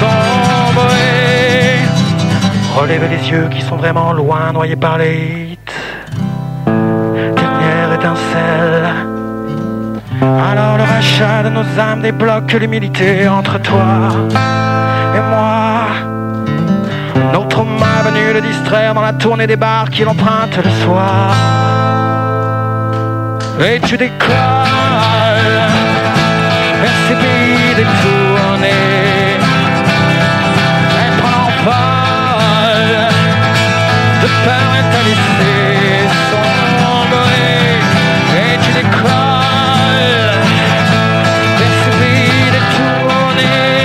Speaker 14: sombrer Relève les yeux qui sont vraiment loin, noyés par les hits. Dernière étincelle. Alors le rachat de nos âmes débloque l'humilité entre toi et moi. Notre homme venu le distraire dans la tournée des bars qu'il emprunte le soir. Et tu décolles, merci pays détourné. Elle prend l'envol de peur et t'a laissé sombrer Et tu décolles Laisse vie détourner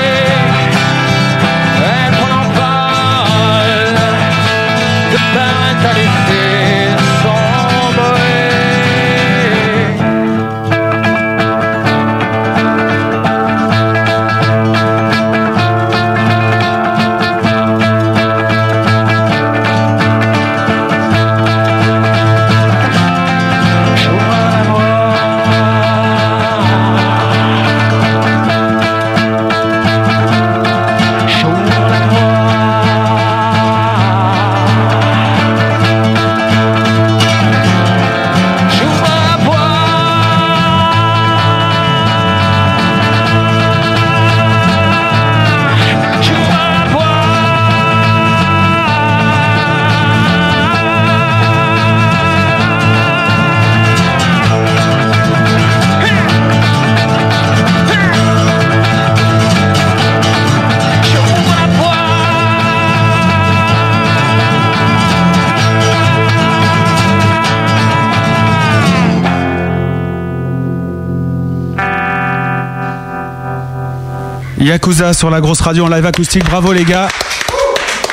Speaker 14: Elle prend l'envol de peur et t'a laissé sombrer
Speaker 6: Yakuza sur la grosse radio en live acoustique. Bravo les gars.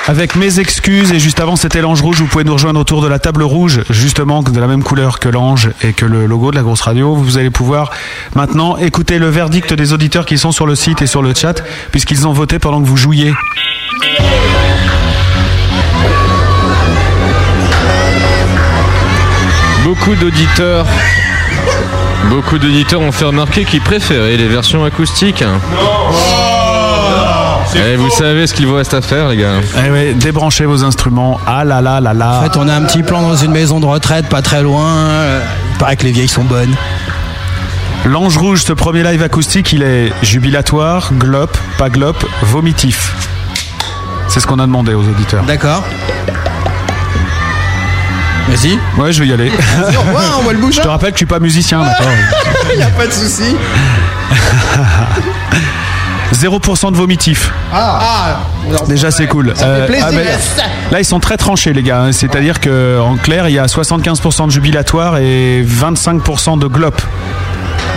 Speaker 6: Avec mes excuses et juste avant c'était l'ange rouge, vous pouvez nous rejoindre autour de la table rouge, justement de la même couleur que l'ange et que le logo de la grosse radio. Vous allez pouvoir maintenant écouter le verdict des auditeurs qui sont sur le site et sur le chat, puisqu'ils ont voté pendant que vous jouiez.
Speaker 7: Beaucoup d'auditeurs. Beaucoup d'auditeurs ont fait remarquer qu'ils préféraient les versions acoustiques. Et vous savez ce qu'il vous reste à faire, les gars.
Speaker 6: Eh ouais, débranchez vos instruments. Ah là là là là.
Speaker 13: En fait, on a un petit plan dans une maison de retraite, pas très loin. euh, Il paraît que les vieilles sont bonnes.
Speaker 6: L'ange rouge, ce premier live acoustique, il est jubilatoire, glop, pas glop, vomitif. C'est ce qu'on a demandé aux auditeurs.
Speaker 13: D'accord. Vas-y.
Speaker 6: Ouais, je vais y aller.
Speaker 13: Vas-y, au revoir, on voit le bouchon.
Speaker 6: Je te rappelle que je suis pas musicien, d'accord
Speaker 13: Il n'y a pas de souci.
Speaker 6: 0% de vomitif.
Speaker 13: Ah,
Speaker 6: Déjà, c'est cool. Euh, ah,
Speaker 13: Ça fait plaisir.
Speaker 6: là, ils sont très tranchés, les gars. hein. C'est-à-dire que en clair, il y a 75% de jubilatoire et 25% de glop.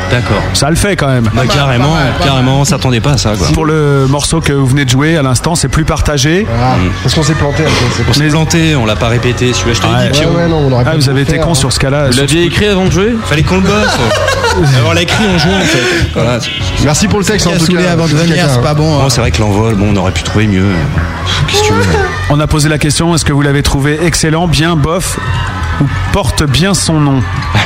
Speaker 10: D'accord.
Speaker 6: Ça le fait quand même.
Speaker 10: Bah, carrément, carrément, on s'attendait pas à ça. Quoi.
Speaker 6: Pour le morceau que vous venez de jouer à l'instant, c'est plus partagé.
Speaker 10: Parce qu'on s'est planté On s'est planté, on l'a pas répété. Celui-là, je te
Speaker 6: Ouais.
Speaker 10: le dis, Pierrot.
Speaker 6: Ouais, ouais, non, on aurait Ah, pas vous dû avez le été faire, con hein. sur ce cas-là.
Speaker 10: Vous
Speaker 6: Sur
Speaker 10: l'aviez écrit avant de jouer Fallait qu'on le bosse. Alors, on l'a écrit en jouant, en fait. Voilà.
Speaker 8: Merci pour le texte, en tout
Speaker 6: hein,
Speaker 8: cas. Merci, Kaka.
Speaker 10: Non, c'est vrai que l'envol, bon, on aurait pu trouver mieux. Pff, Qu'est-ce que tu veux
Speaker 6: On a posé la question est-ce que vous l'avez trouvé excellent, bien, bof ou porte bien son nom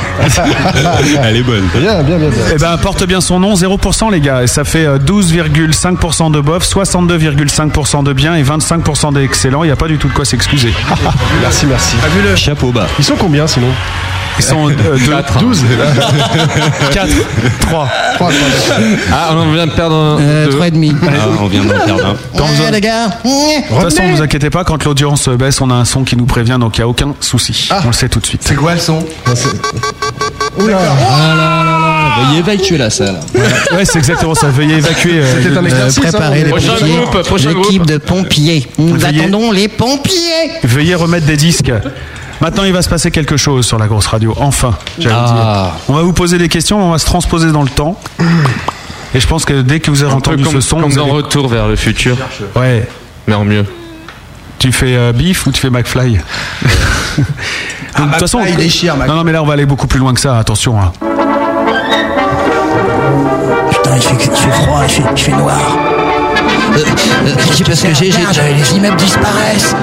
Speaker 10: Elle est bonne.
Speaker 8: Bien, bien, bien.
Speaker 6: Eh ben, porte bien son nom, 0% les gars, et ça fait euh, 12,5% de bof, 62,5% de bien et 25% d'excellent. Il n'y a pas du tout de quoi s'excuser.
Speaker 8: merci, merci.
Speaker 10: Chapeau bas.
Speaker 8: Ils sont combien sinon
Speaker 6: Ils sont
Speaker 8: 12
Speaker 6: 4, 3.
Speaker 10: Ah, on vient de perdre un.
Speaker 13: Euh,
Speaker 10: deux. Ah, on vient de perdre un.
Speaker 6: Quand vous en-
Speaker 13: les gars
Speaker 6: De toute façon, vous inquiétez pas, quand l'audience baisse, on a un son qui nous prévient, donc il n'y a aucun souci. On le sait tout de suite.
Speaker 13: Ah. C'est quoi le son
Speaker 8: Oula
Speaker 10: Oh Veuillez évacuer la salle.
Speaker 6: Ouais, c'est exactement ça. Veuillez évacuer. euh,
Speaker 8: C'était un
Speaker 6: le-
Speaker 8: exercice, hein,
Speaker 6: préparer les pompiers.
Speaker 13: L'équipe de pompiers. Nous
Speaker 6: Veuillez-
Speaker 13: attendons les pompiers.
Speaker 6: Veuillez remettre des disques. Maintenant, il va se passer quelque chose sur la grosse radio. Enfin, j'allais
Speaker 10: Ah.
Speaker 6: dire. On va vous poser des questions, on va se transposer dans le temps. Et je pense que dès que vous aurez
Speaker 7: Un peu
Speaker 6: entendu
Speaker 7: comme,
Speaker 6: ce son,
Speaker 7: comme
Speaker 6: vous
Speaker 7: dans
Speaker 6: allez-
Speaker 7: Retour vers le futur.
Speaker 6: ouais.
Speaker 7: Mais en mieux.
Speaker 6: Tu fais euh, Biff ou tu fais McFly Donc,
Speaker 13: Ah,
Speaker 6: De toute façon,
Speaker 15: McFly déchire,
Speaker 6: non, non, mais là, on va aller beaucoup plus loin que ça. Attention. hein.
Speaker 4: Putain, il fait, il fait froid, il fait, il fait noir.
Speaker 13: Euh, euh, j'ai parce que j'ai. j'ai-
Speaker 4: Merde, les immeubles disparaissent.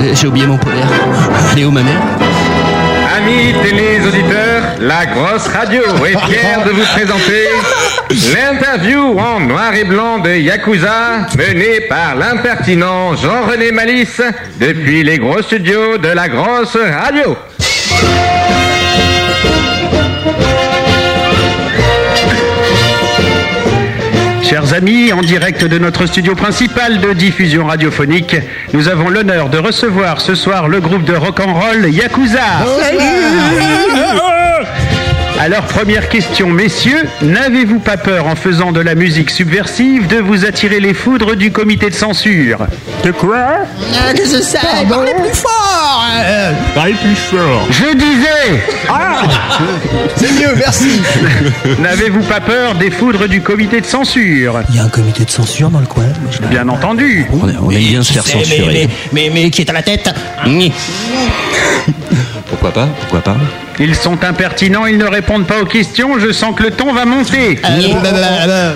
Speaker 13: euh, J'ai oublié mon polaire. Léo, ma mère
Speaker 16: Amis téléauditeurs, la grosse radio est fière de vous présenter l'interview en noir et blanc de Yakuza menée par l'impertinent Jean-René Malice depuis les gros studios de la grosse radio. Chers amis, en direct de notre studio principal de diffusion radiophonique, nous avons l'honneur de recevoir ce soir le groupe de rock and roll Yakuza. Alors première question, messieurs, n'avez-vous pas peur en faisant de la musique subversive de vous attirer les foudres du comité de censure De quoi
Speaker 13: Ah, que je sais, parlez plus fort euh,
Speaker 16: Parlez plus fort. Je disais.
Speaker 13: Ah.
Speaker 16: C'est mieux, merci. N'avez-vous pas peur des foudres du comité de censure
Speaker 13: Il y a un comité de censure dans le coin.
Speaker 16: Bien entendu.
Speaker 10: On aime bien se faire
Speaker 13: C'est- mais-
Speaker 10: censurer.
Speaker 13: Mais, mais, mais qui est à la tête Ni.
Speaker 10: Pourquoi pas Pourquoi pas
Speaker 16: Ils sont impertinents, ils ne répondent pas aux questions, je sens que le ton va monter.
Speaker 13: Euh, blablabla.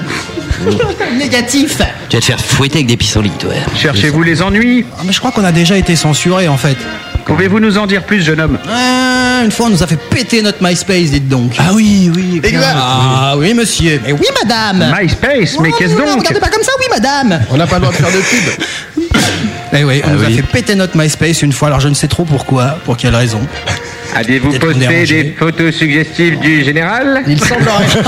Speaker 13: Négatif Tu vas te faire fouetter avec des pissenlits, toi.
Speaker 16: Cherchez-vous les ennuis
Speaker 13: Ah, mais Je crois qu'on a déjà été censuré en fait.
Speaker 16: Pouvez-vous nous en dire plus, jeune homme
Speaker 13: Ah, une fois, on nous a fait péter notre MySpace, dites donc. Ah oui, oui. Ah oui, monsieur. Mais oui, madame.
Speaker 16: MySpace, mais
Speaker 13: Oh,
Speaker 16: qu'est-ce
Speaker 13: non, non,
Speaker 16: donc
Speaker 13: Regardez pas comme ça, oui, madame.
Speaker 8: On n'a pas le droit de faire de pub.
Speaker 13: Eh
Speaker 16: Ah
Speaker 13: oui, on nous
Speaker 10: oui.
Speaker 13: a fait péter notre MySpace une fois, alors je ne sais trop pourquoi, pour quelle raison.
Speaker 16: Avez-vous
Speaker 13: Peut-être qu'on est
Speaker 16: posté
Speaker 13: arrangé.
Speaker 16: des photos suggestives du général
Speaker 13: Il semblerait.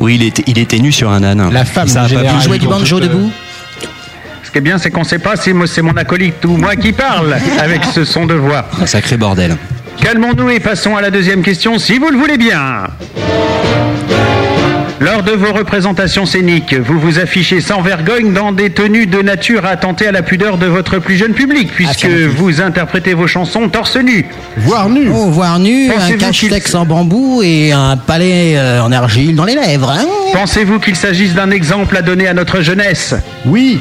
Speaker 10: Oui, il était, il était nu sur un âne. La femme, ça a pas
Speaker 13: Vous
Speaker 10: pu
Speaker 13: jouez du banjo debout
Speaker 16: Ce qui est bien, c'est qu'on ne sait pas si mo- c'est mon acolyte ou moi qui parle avec ce son de voix.
Speaker 10: Un sacré bordel.
Speaker 16: Calmons-nous et passons à la deuxième question, si vous le voulez bien. Lors de vos représentations scéniques, vous vous affichez sans vergogne dans des tenues de nature à attenter à la pudeur de votre plus jeune public,
Speaker 10: Ah,
Speaker 16: puisque vous interprétez vos chansons torse nu.
Speaker 8: Voir nu.
Speaker 13: Oh, voir nu, un
Speaker 16: Pensez-vous qu'il-
Speaker 13: cache-sexe en bambou et un palais euh, en argile dans les lèvres. hein.
Speaker 16: Pensez-vous qu'il s'agisse d'un exemple à donner à notre jeunesse
Speaker 8: Oui.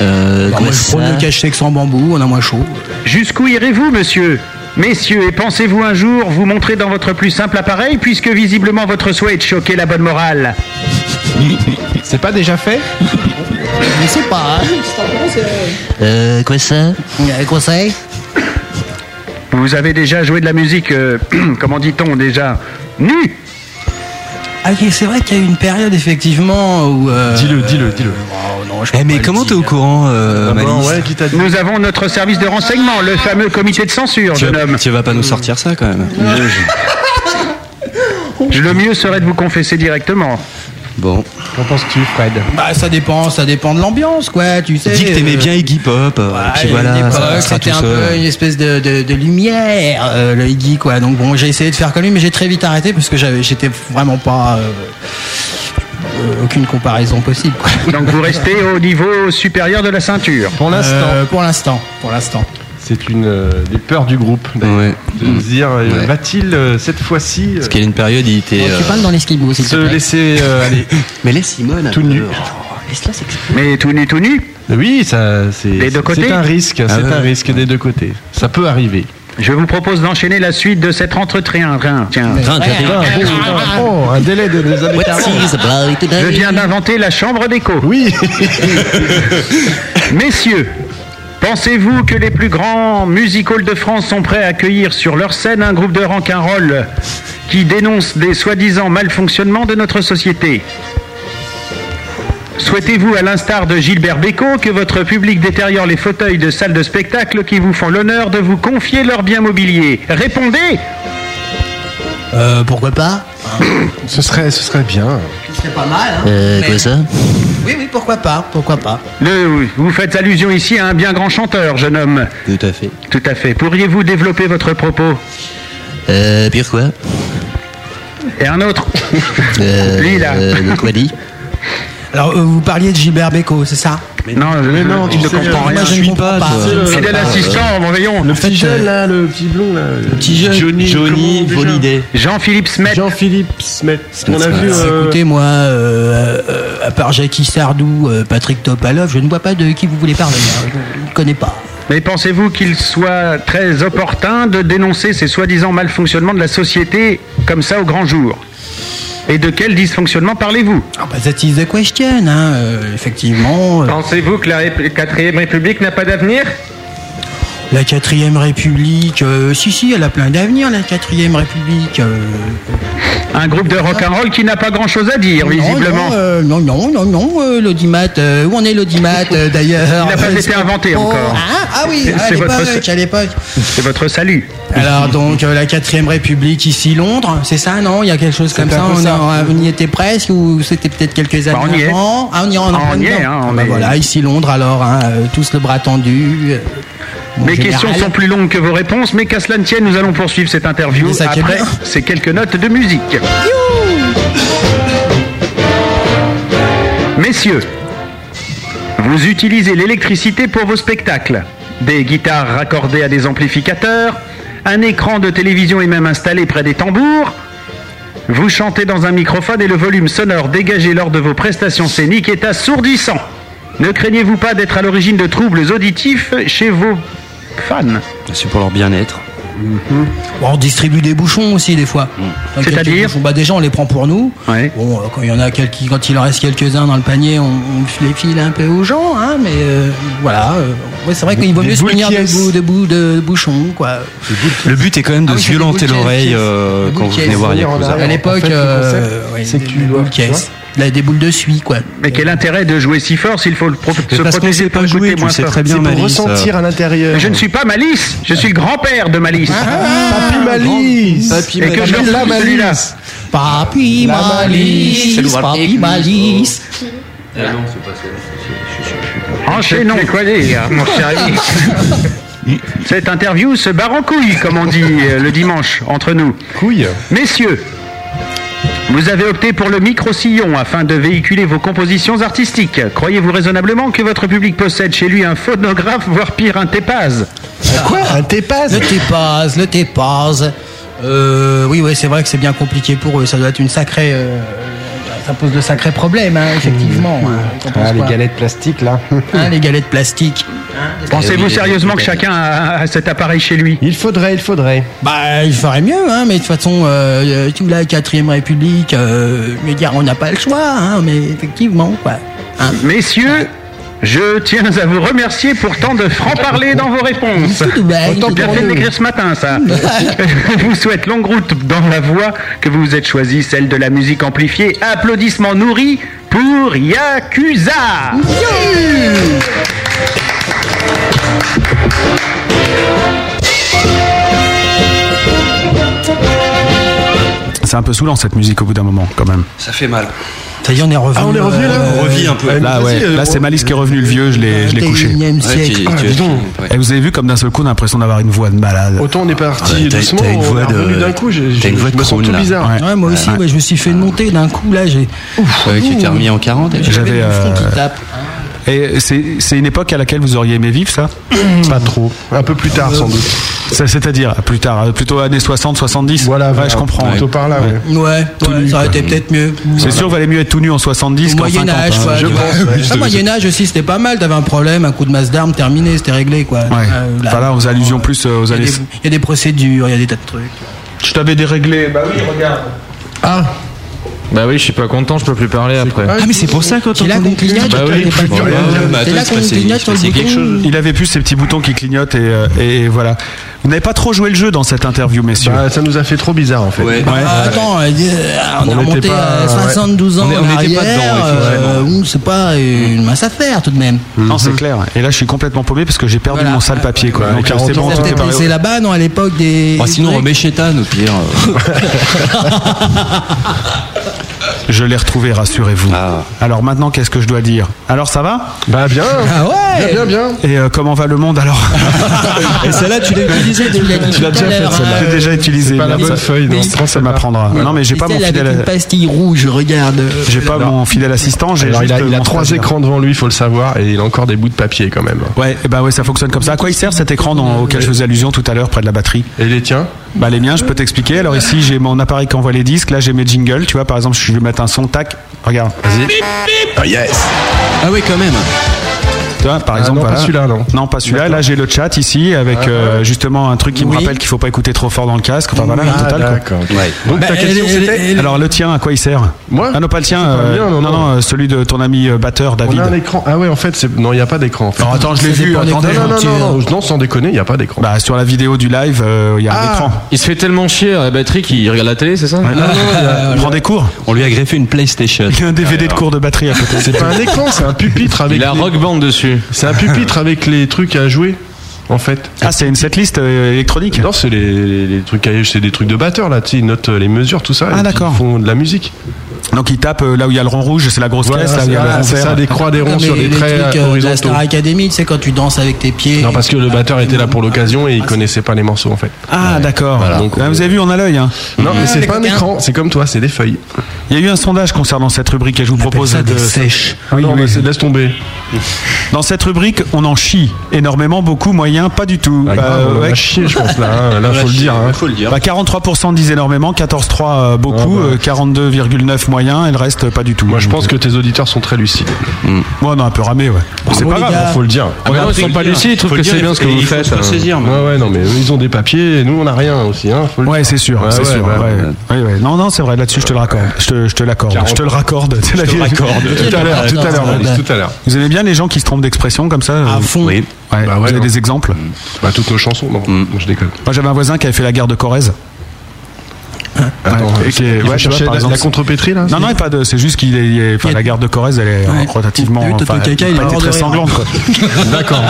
Speaker 10: Euh,
Speaker 13: Bah,
Speaker 10: quoi
Speaker 13: moi, je
Speaker 10: ça
Speaker 13: prends le cache-sexe en bambou, on a moins chaud.
Speaker 16: Jusqu'où irez-vous, monsieur Messieurs, et pensez-vous un jour vous montrer dans votre plus simple appareil, puisque visiblement votre souhait est de choquer la bonne morale
Speaker 8: C'est pas déjà fait
Speaker 13: Je ne sais pas. hein. Euh, quoi ça Conseil
Speaker 16: Vous avez déjà joué de la musique, euh, comment dit-on déjà Nu
Speaker 13: Ah oui, c'est vrai qu'il y a eu une période effectivement où. euh,
Speaker 8: Dis-le, dis-le, dis-le.
Speaker 13: oh, non, je
Speaker 10: Eh,
Speaker 13: peux
Speaker 10: mais
Speaker 13: pas le
Speaker 10: comment t'es
Speaker 13: dire.
Speaker 10: au courant, euh, Malice
Speaker 8: ouais, qui t'a dit
Speaker 16: Nous avons notre service de renseignement, le fameux comité de censure,
Speaker 10: tu,
Speaker 16: jeune homme.
Speaker 10: vas, tu vas pas nous sortir ça quand même.
Speaker 16: Le mieux serait de vous confesser directement.
Speaker 10: Bon.
Speaker 8: Qu'en penses-tu, Fred
Speaker 13: Bah ça dépend, ça dépend de l'ambiance quoi, tu sais.
Speaker 10: Dis que t'aimais
Speaker 13: euh,
Speaker 10: bien Iggy Pop. euh,
Speaker 13: ouais,
Speaker 10: et puis
Speaker 13: il y a une
Speaker 10: voilà, ça sera
Speaker 13: époque, c'était
Speaker 10: tout
Speaker 13: un peu
Speaker 10: seul.
Speaker 13: une espèce de, de- de lumière, euh, le Iggy quoi. Donc bon, j'ai essayé de faire comme lui, mais j'ai très vite arrêté parce que j'avais, j'étais vraiment pas euh, euh, aucune comparaison possible quoi.
Speaker 16: Donc vous restez au niveau supérieur de la ceinture.
Speaker 8: Pour l'instant.
Speaker 13: Euh, pour l'instant, pour l'instant.
Speaker 8: c'est une euh, des peurs du groupe. d'ailleurs, De se dire, euh,
Speaker 10: Ouais.
Speaker 8: va-t-il euh, cette fois-ci euh,
Speaker 10: Parce qu'il y a une période, il était.
Speaker 8: Bon, Oh, tu
Speaker 10: euh,
Speaker 8: parles dans l'esquimau, s'il te Se plaît. laisser, euh, aller.
Speaker 10: Mais laisse Simone.
Speaker 8: Tout nu.
Speaker 10: Laisse-la s'exprimer.
Speaker 8: Mais tout nu, tout nu Oui, ça,
Speaker 16: Des
Speaker 8: c'est
Speaker 16: deux côtés
Speaker 8: c'est un risque,
Speaker 16: Ah
Speaker 8: c'est
Speaker 16: ouais.
Speaker 8: un risque des deux côtés. Ça peut arriver.
Speaker 16: Je vous propose d'enchaîner la suite de cet entretien. Rien, tiens. Ah,
Speaker 8: Rien, tiens. Oh, un délai de deux années.
Speaker 16: Je viens d'inventer la chambre d'écho.
Speaker 8: Oui.
Speaker 16: Messieurs, pensez-vous que les plus grands musicals de France sont prêts à accueillir sur leur scène un groupe de rock'n'roll qui dénonce des soi-disant malfonctionnements de notre société Souhaitez-vous, à l'instar de Gilbert Bécaud, que votre public détériore les fauteuils de salles de spectacle qui vous font l'honneur de vous confier leurs biens mobiliers Répondez
Speaker 13: Euh, pourquoi pas
Speaker 8: Ce serait, ce serait bien.
Speaker 13: C'est pas mal, hein
Speaker 16: Euh, quoi ça
Speaker 13: Oui, oui, pourquoi pas Pourquoi pas
Speaker 16: Le- vous faites allusion ici à un bien grand chanteur, jeune homme.
Speaker 10: Tout à fait.
Speaker 16: Tout à fait. Pourriez-vous développer votre propos
Speaker 10: Euh, pire quoi
Speaker 16: Et un autre
Speaker 10: euh,
Speaker 16: Lui, là.
Speaker 10: euh, donc, quoi dit
Speaker 13: Alors, euh, vous parliez de Gilbert Bécaud, c'est ça
Speaker 16: Non, je,
Speaker 13: Mais non,
Speaker 16: je
Speaker 13: tu
Speaker 16: ne
Speaker 13: sais,
Speaker 16: comprends
Speaker 13: moi,
Speaker 16: rien.
Speaker 13: je ne comprends pas, toi.
Speaker 16: C'est le-
Speaker 13: C'est
Speaker 16: Fidèle
Speaker 13: pas,
Speaker 16: assistant, mon veillon.
Speaker 8: Le petit jeune
Speaker 10: Ah,
Speaker 8: là, le petit blond là. Le
Speaker 13: petit jeune.
Speaker 8: Johnny,
Speaker 13: Johnny
Speaker 8: comment, déjà
Speaker 13: Voliday.
Speaker 16: Jean-Philippe Smet.
Speaker 8: Jean-Philippe Smet. On a
Speaker 13: Bah,
Speaker 8: vu. euh,
Speaker 13: Écoutez, moi, euh, euh, à part Jackie Sardou, euh, Patrick Topalov, je ne vois pas de qui vous voulez parler. hein. Je ne connais pas.
Speaker 16: Mais pensez-vous qu'il soit très opportun de dénoncer ces soi-disant malfonctionnements de la société comme ça au grand jour Et de quel dysfonctionnement parlez-vous
Speaker 13: Bah, that is the question, hein, euh, effectivement. euh,
Speaker 17: Pensez-vous que la Rép- quatrième République n'a pas d'avenir
Speaker 13: La quatrième République, euh, si si, elle a plein d'avenir la quatrième République. euh.
Speaker 16: Un groupe de rock'n'roll qui n'a pas grand-chose à dire,
Speaker 13: Non,
Speaker 16: visiblement.
Speaker 13: Non, euh, non, non, non, non, euh, l'audimat. euh, où en est l'audimat euh, d'ailleurs
Speaker 16: Il n'a pas
Speaker 13: Euh,
Speaker 16: été inventé
Speaker 13: oh,
Speaker 16: encore.
Speaker 13: hein, ah oui,
Speaker 16: C'est-
Speaker 13: à
Speaker 16: c'est votre-
Speaker 13: l'époque, à l'époque.
Speaker 16: C'est votre salut.
Speaker 13: Alors donc euh, la quatrième République ici Londres, c'est ça non Il y a quelque chose comme
Speaker 16: C'est
Speaker 13: ça.
Speaker 16: un peu
Speaker 13: On,
Speaker 16: ça.
Speaker 13: a- on y était presque ou c'était peut-être quelques années
Speaker 16: Bah, on y est.
Speaker 13: avant. Ah on y est, on,
Speaker 16: Ah, on y
Speaker 13: dedans.
Speaker 16: est, hein, on
Speaker 13: Ah, bah,
Speaker 16: est-
Speaker 13: Voilà ici Londres alors, hein, euh, tous le bras tendu. euh, en
Speaker 16: Mes
Speaker 13: général.
Speaker 16: questions sont plus longues que vos réponses, mais qu'à cela ne tienne, nous allons poursuivre cette interview
Speaker 13: Mais ça, c'est
Speaker 16: après
Speaker 13: bien.
Speaker 16: ces quelques notes de musique. Messieurs, vous utilisez l'électricité pour vos spectacles. Des guitares raccordées à des amplificateurs, un écran de télévision est même installé près des tambours. Vous chantez dans un microphone et le volume sonore dégagé lors de vos prestations scéniques est assourdissant. Ne craignez-vous pas d'être à l'origine de troubles auditifs chez vos fans
Speaker 10: C'est pour leur bien-être.
Speaker 13: Bon, on distribue des bouchons aussi des fois. Donc,
Speaker 16: Mm. C'est-à-dire
Speaker 13: quelques bouchons. bah, Déjà on les prend pour nous. Bon, euh, quand il y en a quelques, quand il en reste quelques-uns dans le panier, on, on les file un peu aux gens, hein, mais euh, voilà. euh, ouais, c'est vrai qu'il vaut
Speaker 10: Des
Speaker 13: mieux se
Speaker 10: boules
Speaker 13: tenir
Speaker 10: qui
Speaker 13: debout, debout de bouchons, quoi.
Speaker 10: Le but est quand même de
Speaker 13: Ah oui,
Speaker 10: se
Speaker 13: c'est des
Speaker 10: violenter
Speaker 13: boules qui-
Speaker 10: l'oreille
Speaker 13: qui-
Speaker 10: euh,
Speaker 13: des
Speaker 10: quand
Speaker 13: boules
Speaker 10: vous
Speaker 13: qui-
Speaker 10: venez voir Yakuza.
Speaker 13: À l'époque, euh, ouais, des- des boules qui- là, des boules de suie, quoi.
Speaker 16: Mais quel intérêt de jouer si fort s'il faut le pro- se
Speaker 10: parce qu'on
Speaker 16: protéger
Speaker 10: sait
Speaker 16: pour
Speaker 10: pas
Speaker 16: écouter
Speaker 10: jouer, tu
Speaker 16: moins
Speaker 10: le sais
Speaker 16: fort.
Speaker 10: très bien, C'est pour Malice, ressentir euh. à
Speaker 8: l'intérieur.
Speaker 16: Je ne suis pas Malice, je suis le grand-père de Malice.
Speaker 10: Ah,
Speaker 8: Papy Malice.
Speaker 16: Papy Et que je
Speaker 8: La
Speaker 16: refuse celui-là.
Speaker 8: Malice.
Speaker 13: Papy
Speaker 8: La Malice.
Speaker 13: Malice,
Speaker 8: C'est le Warpix.
Speaker 13: Papy Malice.
Speaker 10: non, c'est pas
Speaker 16: Enchaînons. quoi dire, mon cher ami Cette interview se barre en couille, comme on dit euh, le dimanche, entre nous.
Speaker 8: Couille
Speaker 16: Messieurs, vous avez opté pour le micro-sillon afin de véhiculer vos compositions artistiques. Croyez-vous raisonnablement que votre public possède chez lui un phonographe, voire pire, un tépaz
Speaker 13: Quoi Un tépaz Le tépaz, le tépaz. Euh, oui, ouais, c'est vrai que c'est bien compliqué pour eux. Ça doit être une sacrée. euh, ça pose de sacrés problèmes, hein, effectivement. hein. T'en penses
Speaker 8: Ah, les
Speaker 13: quoi
Speaker 8: galettes plastiques là.
Speaker 13: Hein, les galettes plastiques. Eh
Speaker 16: Pensez-vous sérieusement que chacun a, a cet appareil chez lui
Speaker 8: Il faudrait, il faudrait.
Speaker 13: Bah, il ferait mieux, hein, mais de toute façon, euh, tout la quatrième République, euh, je veux dire, on n'a pas le choix, hein, mais effectivement, quoi. Hein.
Speaker 16: Messieurs, je tiens à vous remercier pour tant de franc-parler dans vos réponses.
Speaker 13: Tout de même, tout de
Speaker 16: bien fait de
Speaker 13: même.
Speaker 16: l'écrire ce matin, ça. je vous souhaite longue route dans la voie que vous vous êtes choisie, celle de la musique amplifiée. Applaudissements nourris pour Yakuza
Speaker 6: C'est un peu saoulant cette musique au bout d'un moment quand même.
Speaker 10: Ça fait mal.
Speaker 13: Ça y est, on est revenu.
Speaker 8: Ah, on est revenu, là
Speaker 13: euh,
Speaker 8: On revit un peu.
Speaker 6: Là,
Speaker 8: Vas-y,
Speaker 6: ouais.
Speaker 8: euh,
Speaker 6: Là, c'est Malice qui est revenu le vieux, je l'ai je l'ai couché.
Speaker 13: 21e siècle.
Speaker 10: tu-
Speaker 8: Ah,
Speaker 10: tu-
Speaker 6: dis donc. Et vous avez vu comme d'un seul coup, on a l'impression d'avoir une voix de malade.
Speaker 8: Autant on est parti
Speaker 6: Ouais, t'as-
Speaker 8: doucement,
Speaker 6: t'as une
Speaker 8: on
Speaker 6: voix
Speaker 8: est revenu
Speaker 6: de-
Speaker 8: d'un coup. Je, je-
Speaker 6: t'as une voix
Speaker 8: je
Speaker 6: de
Speaker 8: me sens
Speaker 6: crone,
Speaker 8: tout
Speaker 6: là.
Speaker 8: bizarre.
Speaker 6: Ouais.
Speaker 13: Ouais, moi aussi, ouais, je me suis fait monter d'un coup, là, j'ai. Ouf,
Speaker 10: Ouais, tu t'es
Speaker 13: ouh.
Speaker 10: remis en 40 et
Speaker 13: J'avais
Speaker 6: J'avais,
Speaker 13: le front
Speaker 6: euh,
Speaker 13: qui tape. hein.
Speaker 6: Et c'est c'est une époque à laquelle vous auriez aimé vivre, ça Pas trop. Un peu plus tard, sans doute. C'est-à-dire, plus tard, euh, plutôt années 60, 70 Voilà,
Speaker 8: voilà,
Speaker 6: je comprends.
Speaker 8: plutôt par là, ouais.
Speaker 13: Ouais, ouais, ça aurait été peut-être mieux.
Speaker 6: C'est sûr, valait mieux être tout nu en 70
Speaker 13: Au
Speaker 6: qu'en
Speaker 13: Moyen
Speaker 6: 50.
Speaker 13: Âge,
Speaker 6: hein.
Speaker 13: quoi, tu vois. Ah, Moyen Âge aussi, c'était pas mal. T'avais un problème, un coup de masse d'armes, terminé, c'était réglé, quoi. Euh, là,
Speaker 6: Voilà, aux allusions plus euh, aux
Speaker 13: il y a
Speaker 6: années.
Speaker 13: des- il y a des procédures, il y a des tas de trucs.
Speaker 6: Je t'avais déréglé. Bah oui, regarde.
Speaker 13: Ah,
Speaker 7: Bah oui, je suis pas content, je peux plus parler après.
Speaker 13: Ah, mais c'est pour ça quand on là qu'on clignote.
Speaker 7: Bah oui,
Speaker 13: pas
Speaker 7: bon, bah, bah, attends, il se passait- il se passait quelque chose.
Speaker 6: Il avait plus ces petits boutons qui clignotent et, euh, et voilà. Vous n'avez pas trop joué le jeu dans cette interview, messieurs. Bah, ça nous a fait trop bizarre en fait.
Speaker 13: Ah, attends, euh, on, est
Speaker 6: Ah, On était
Speaker 13: remonté
Speaker 6: pas-
Speaker 13: à 72
Speaker 6: ouais.
Speaker 13: ans
Speaker 6: On est-
Speaker 13: en
Speaker 6: on était
Speaker 13: arrière.
Speaker 6: pas dedans, effectivement.
Speaker 13: euh, ouh, c'est pas une mince affaire tout de même.
Speaker 6: Non, c'est clair. Et là, je suis complètement paumé parce que j'ai perdu mon sale papier. Quoi. Donc, euh, c'est bon, tout est pareil.
Speaker 13: C'est là-bas, non, à l'époque des.
Speaker 10: Bon,
Speaker 6: Bah,
Speaker 10: Ah, sinon, on remet Chétan au pire. euh.
Speaker 6: Je l'ai retrouvé, rassurez-vous.
Speaker 10: Ah.
Speaker 6: Alors maintenant, qu'est-ce que je dois dire Alors ça va Bah bien.
Speaker 13: Ah ouais
Speaker 8: Bien, bien, bien.
Speaker 6: Et euh, comment va le monde alors
Speaker 8: Et celle-là, tu l'as utilisée, tu l'as dit
Speaker 6: Tu l'as
Speaker 8: tout
Speaker 6: déjà
Speaker 8: à
Speaker 6: fait
Speaker 8: l'heure,
Speaker 6: celle-là.
Speaker 8: hein.
Speaker 6: J'ai déjà utilisé.
Speaker 8: C'est pas la
Speaker 6: merde,
Speaker 8: bonne
Speaker 6: ça-
Speaker 8: feuille, non,
Speaker 6: Mais-
Speaker 8: prends
Speaker 6: ça m'apprendra. Non, mais j'ai
Speaker 13: C'est
Speaker 6: pas mon
Speaker 13: celle
Speaker 6: fidèle.
Speaker 13: Avec une pastille rouge, regarde. euh,
Speaker 6: J'ai pas mon fidèle assistant. J'ai
Speaker 8: Alors, il a,
Speaker 6: juste
Speaker 8: il a
Speaker 6: mon
Speaker 8: trois
Speaker 6: stagiaire.
Speaker 8: écrans devant lui, il faut le savoir, et il a encore des bouts de papier quand même.
Speaker 6: Ouais, et bah ouais, ça fonctionne comme ça. À quoi il sert cet écran dans- auquel je faisais allusion tout à l'heure près de la batterie
Speaker 8: Et les tiens
Speaker 6: Bah les miens, je peux t'expliquer. Alors ici, j'ai mon appareil qui envoie les disques. Là, j'ai mes jingles. Tu vois, par exemple, je vais mettre un son tac. Regarde. Vas-y.
Speaker 8: Ah yes
Speaker 10: Ah oui, quand même.
Speaker 6: Tu vois, par
Speaker 8: Ah
Speaker 6: exemple,
Speaker 8: non, pas
Speaker 6: voilà.
Speaker 8: celui-là, non.
Speaker 6: pas celui-là. Là, j'ai le chat ici avec
Speaker 8: Ah,
Speaker 6: euh,
Speaker 8: ouais.
Speaker 6: justement un truc qui me
Speaker 8: Oui.
Speaker 6: rappelle qu'il faut pas écouter trop fort dans le casque. Enfin voilà,
Speaker 8: Oui.
Speaker 6: la
Speaker 8: Ah,
Speaker 6: totale, quoi.
Speaker 8: d'accord, ok. Ouais. Donc, ta Bah, question, elle- c'était elle- elle-
Speaker 6: Alors le tien, à quoi il sert Moi Ah non, pas le tien.
Speaker 8: pas le
Speaker 6: euh,
Speaker 8: mien,
Speaker 6: non,
Speaker 8: non,
Speaker 6: non,
Speaker 8: non.
Speaker 6: euh, celui de ton ami euh, batteur
Speaker 8: On
Speaker 6: David.
Speaker 8: a un écran. Ah ouais, en fait, c'est- non, il n'y a pas d'écran. en fait.
Speaker 6: Non, attends, je l'ai
Speaker 8: Ça
Speaker 6: vu,
Speaker 8: dépend des
Speaker 6: attendez,
Speaker 8: plans.
Speaker 6: hein,
Speaker 8: Non, non,
Speaker 6: tu-
Speaker 8: non, non, non, sans déconner, il n'y a pas d'écran.
Speaker 6: Bah sur la vidéo du live, euh, il y a un écran.
Speaker 7: Il se fait tellement chier à la batterie qu'il regarde la télé, c'est ça
Speaker 6: Prends des cours.
Speaker 10: On lui a greffé une PlayStation.
Speaker 6: Il y a un DVD de cours de batterie à côté.
Speaker 8: C'est pas un écran, c'est un pupitre avec.
Speaker 7: Il a
Speaker 8: les-
Speaker 7: rock band dessus.
Speaker 8: C'est un pupitre avec les trucs à jouer, en fait.
Speaker 6: Ah, c'est une setlist euh, électronique
Speaker 8: Non, c'est les, les- les trucs à c'est des trucs de batteur là, tu sais, ils notent euh, les mesures, tout ça.
Speaker 6: Ah,
Speaker 8: et
Speaker 6: d'accord.
Speaker 8: Ils font de la musique.
Speaker 6: Donc il tape euh, là où il y a le rond rouge, c'est la grosse
Speaker 8: Voilà,
Speaker 6: caisse. Là où il y
Speaker 8: c'est-
Speaker 6: a le
Speaker 8: voilà,
Speaker 6: rond
Speaker 8: c'est
Speaker 6: vert.
Speaker 8: ça, des croix, des ronds
Speaker 13: mais
Speaker 8: sur des
Speaker 13: les trucs,
Speaker 8: traits euh,
Speaker 13: euh, de la
Speaker 8: horizontaux.
Speaker 13: Star Academy, tu sais, quand tu danses avec tes pieds. Ah,
Speaker 8: Non, parce que le batteur était là pour l'occasion et il connaissait pas les morceaux en fait.
Speaker 6: Ah d'accord. Donc, vous avez vu, on a l'œil. hein.
Speaker 8: Non, mais c'est pas un écran, c'est comme toi, c'est des feuilles.
Speaker 6: Il y a eu un sondage concernant cette rubrique et je vous propose
Speaker 8: ça
Speaker 6: de.
Speaker 8: des sèches. Non, mais c'est- laisse tomber.
Speaker 6: Dans cette rubrique, on en chie énormément, beaucoup, moyen, pas du tout. Bah,
Speaker 8: Ah, grave, on en a chié, je pense, là, hein. Là,
Speaker 6: On
Speaker 8: faut
Speaker 6: a
Speaker 8: le
Speaker 6: chié,
Speaker 8: dire, hein.
Speaker 6: faut le dire. Bah, 43% disent énormément, 14,3 euh, beaucoup, euh, 42,9 moyen et le reste euh, pas du tout.
Speaker 8: Ah,
Speaker 6: Moi,
Speaker 8: bah. Je pense que tes auditeurs sont très lucides.
Speaker 6: Moi, on a un peu ramé, ouais.
Speaker 8: C'est pas grave, faut le dire.
Speaker 7: Ah, mais non, ils sont pas lucides, ils trouvent que c'est bien ce que vous faites. hein.
Speaker 8: Ouais, ouais, non, mais eux, ils ont des papiers et nous, on a rien aussi. Hein, faut le
Speaker 6: Ouais,
Speaker 8: dire.
Speaker 6: c'est sûr,
Speaker 8: Ouais,
Speaker 6: c'est
Speaker 8: ouais,
Speaker 6: sûr.
Speaker 8: bah,
Speaker 6: ouais. Oui, oui. Non, non, c'est vrai. Là-dessus, je te le raccorde. Je te, je te l'accorde. Je te le raccorde. C'est la
Speaker 8: te
Speaker 6: vie.
Speaker 8: raccorde. Tout à l'heure, tout à l'heure, Maurice, tout à l'heure.
Speaker 6: Vous aimez bien les gens qui se trompent d'expression comme ça À
Speaker 13: fond.
Speaker 6: Oui. Ouais.
Speaker 8: Bah ouais,
Speaker 6: vous avez
Speaker 8: non.
Speaker 6: des exemples
Speaker 8: Bah, toutes nos chansons, non, je déconne.
Speaker 6: Moi, j'avais un voisin qui avait fait la guerre de Corrèze.
Speaker 8: Attends, euh,
Speaker 6: Ouais, et qui est-
Speaker 8: il
Speaker 6: ouais,
Speaker 8: faut
Speaker 6: je sais pas,
Speaker 8: chercher
Speaker 6: par
Speaker 8: la-
Speaker 6: exemple,
Speaker 8: la contrepétrie, là
Speaker 6: Non, non, et pas de. C'est juste qu'il est. il est- Enfin, la guerre de Corrèze, elle est euh, relativement.
Speaker 13: Putain,
Speaker 6: enfin,
Speaker 13: ton caca,
Speaker 6: elle
Speaker 13: il
Speaker 6: a
Speaker 13: est
Speaker 6: été
Speaker 13: mort de
Speaker 6: très
Speaker 13: rire.
Speaker 6: sanglante, quoi. D'accord.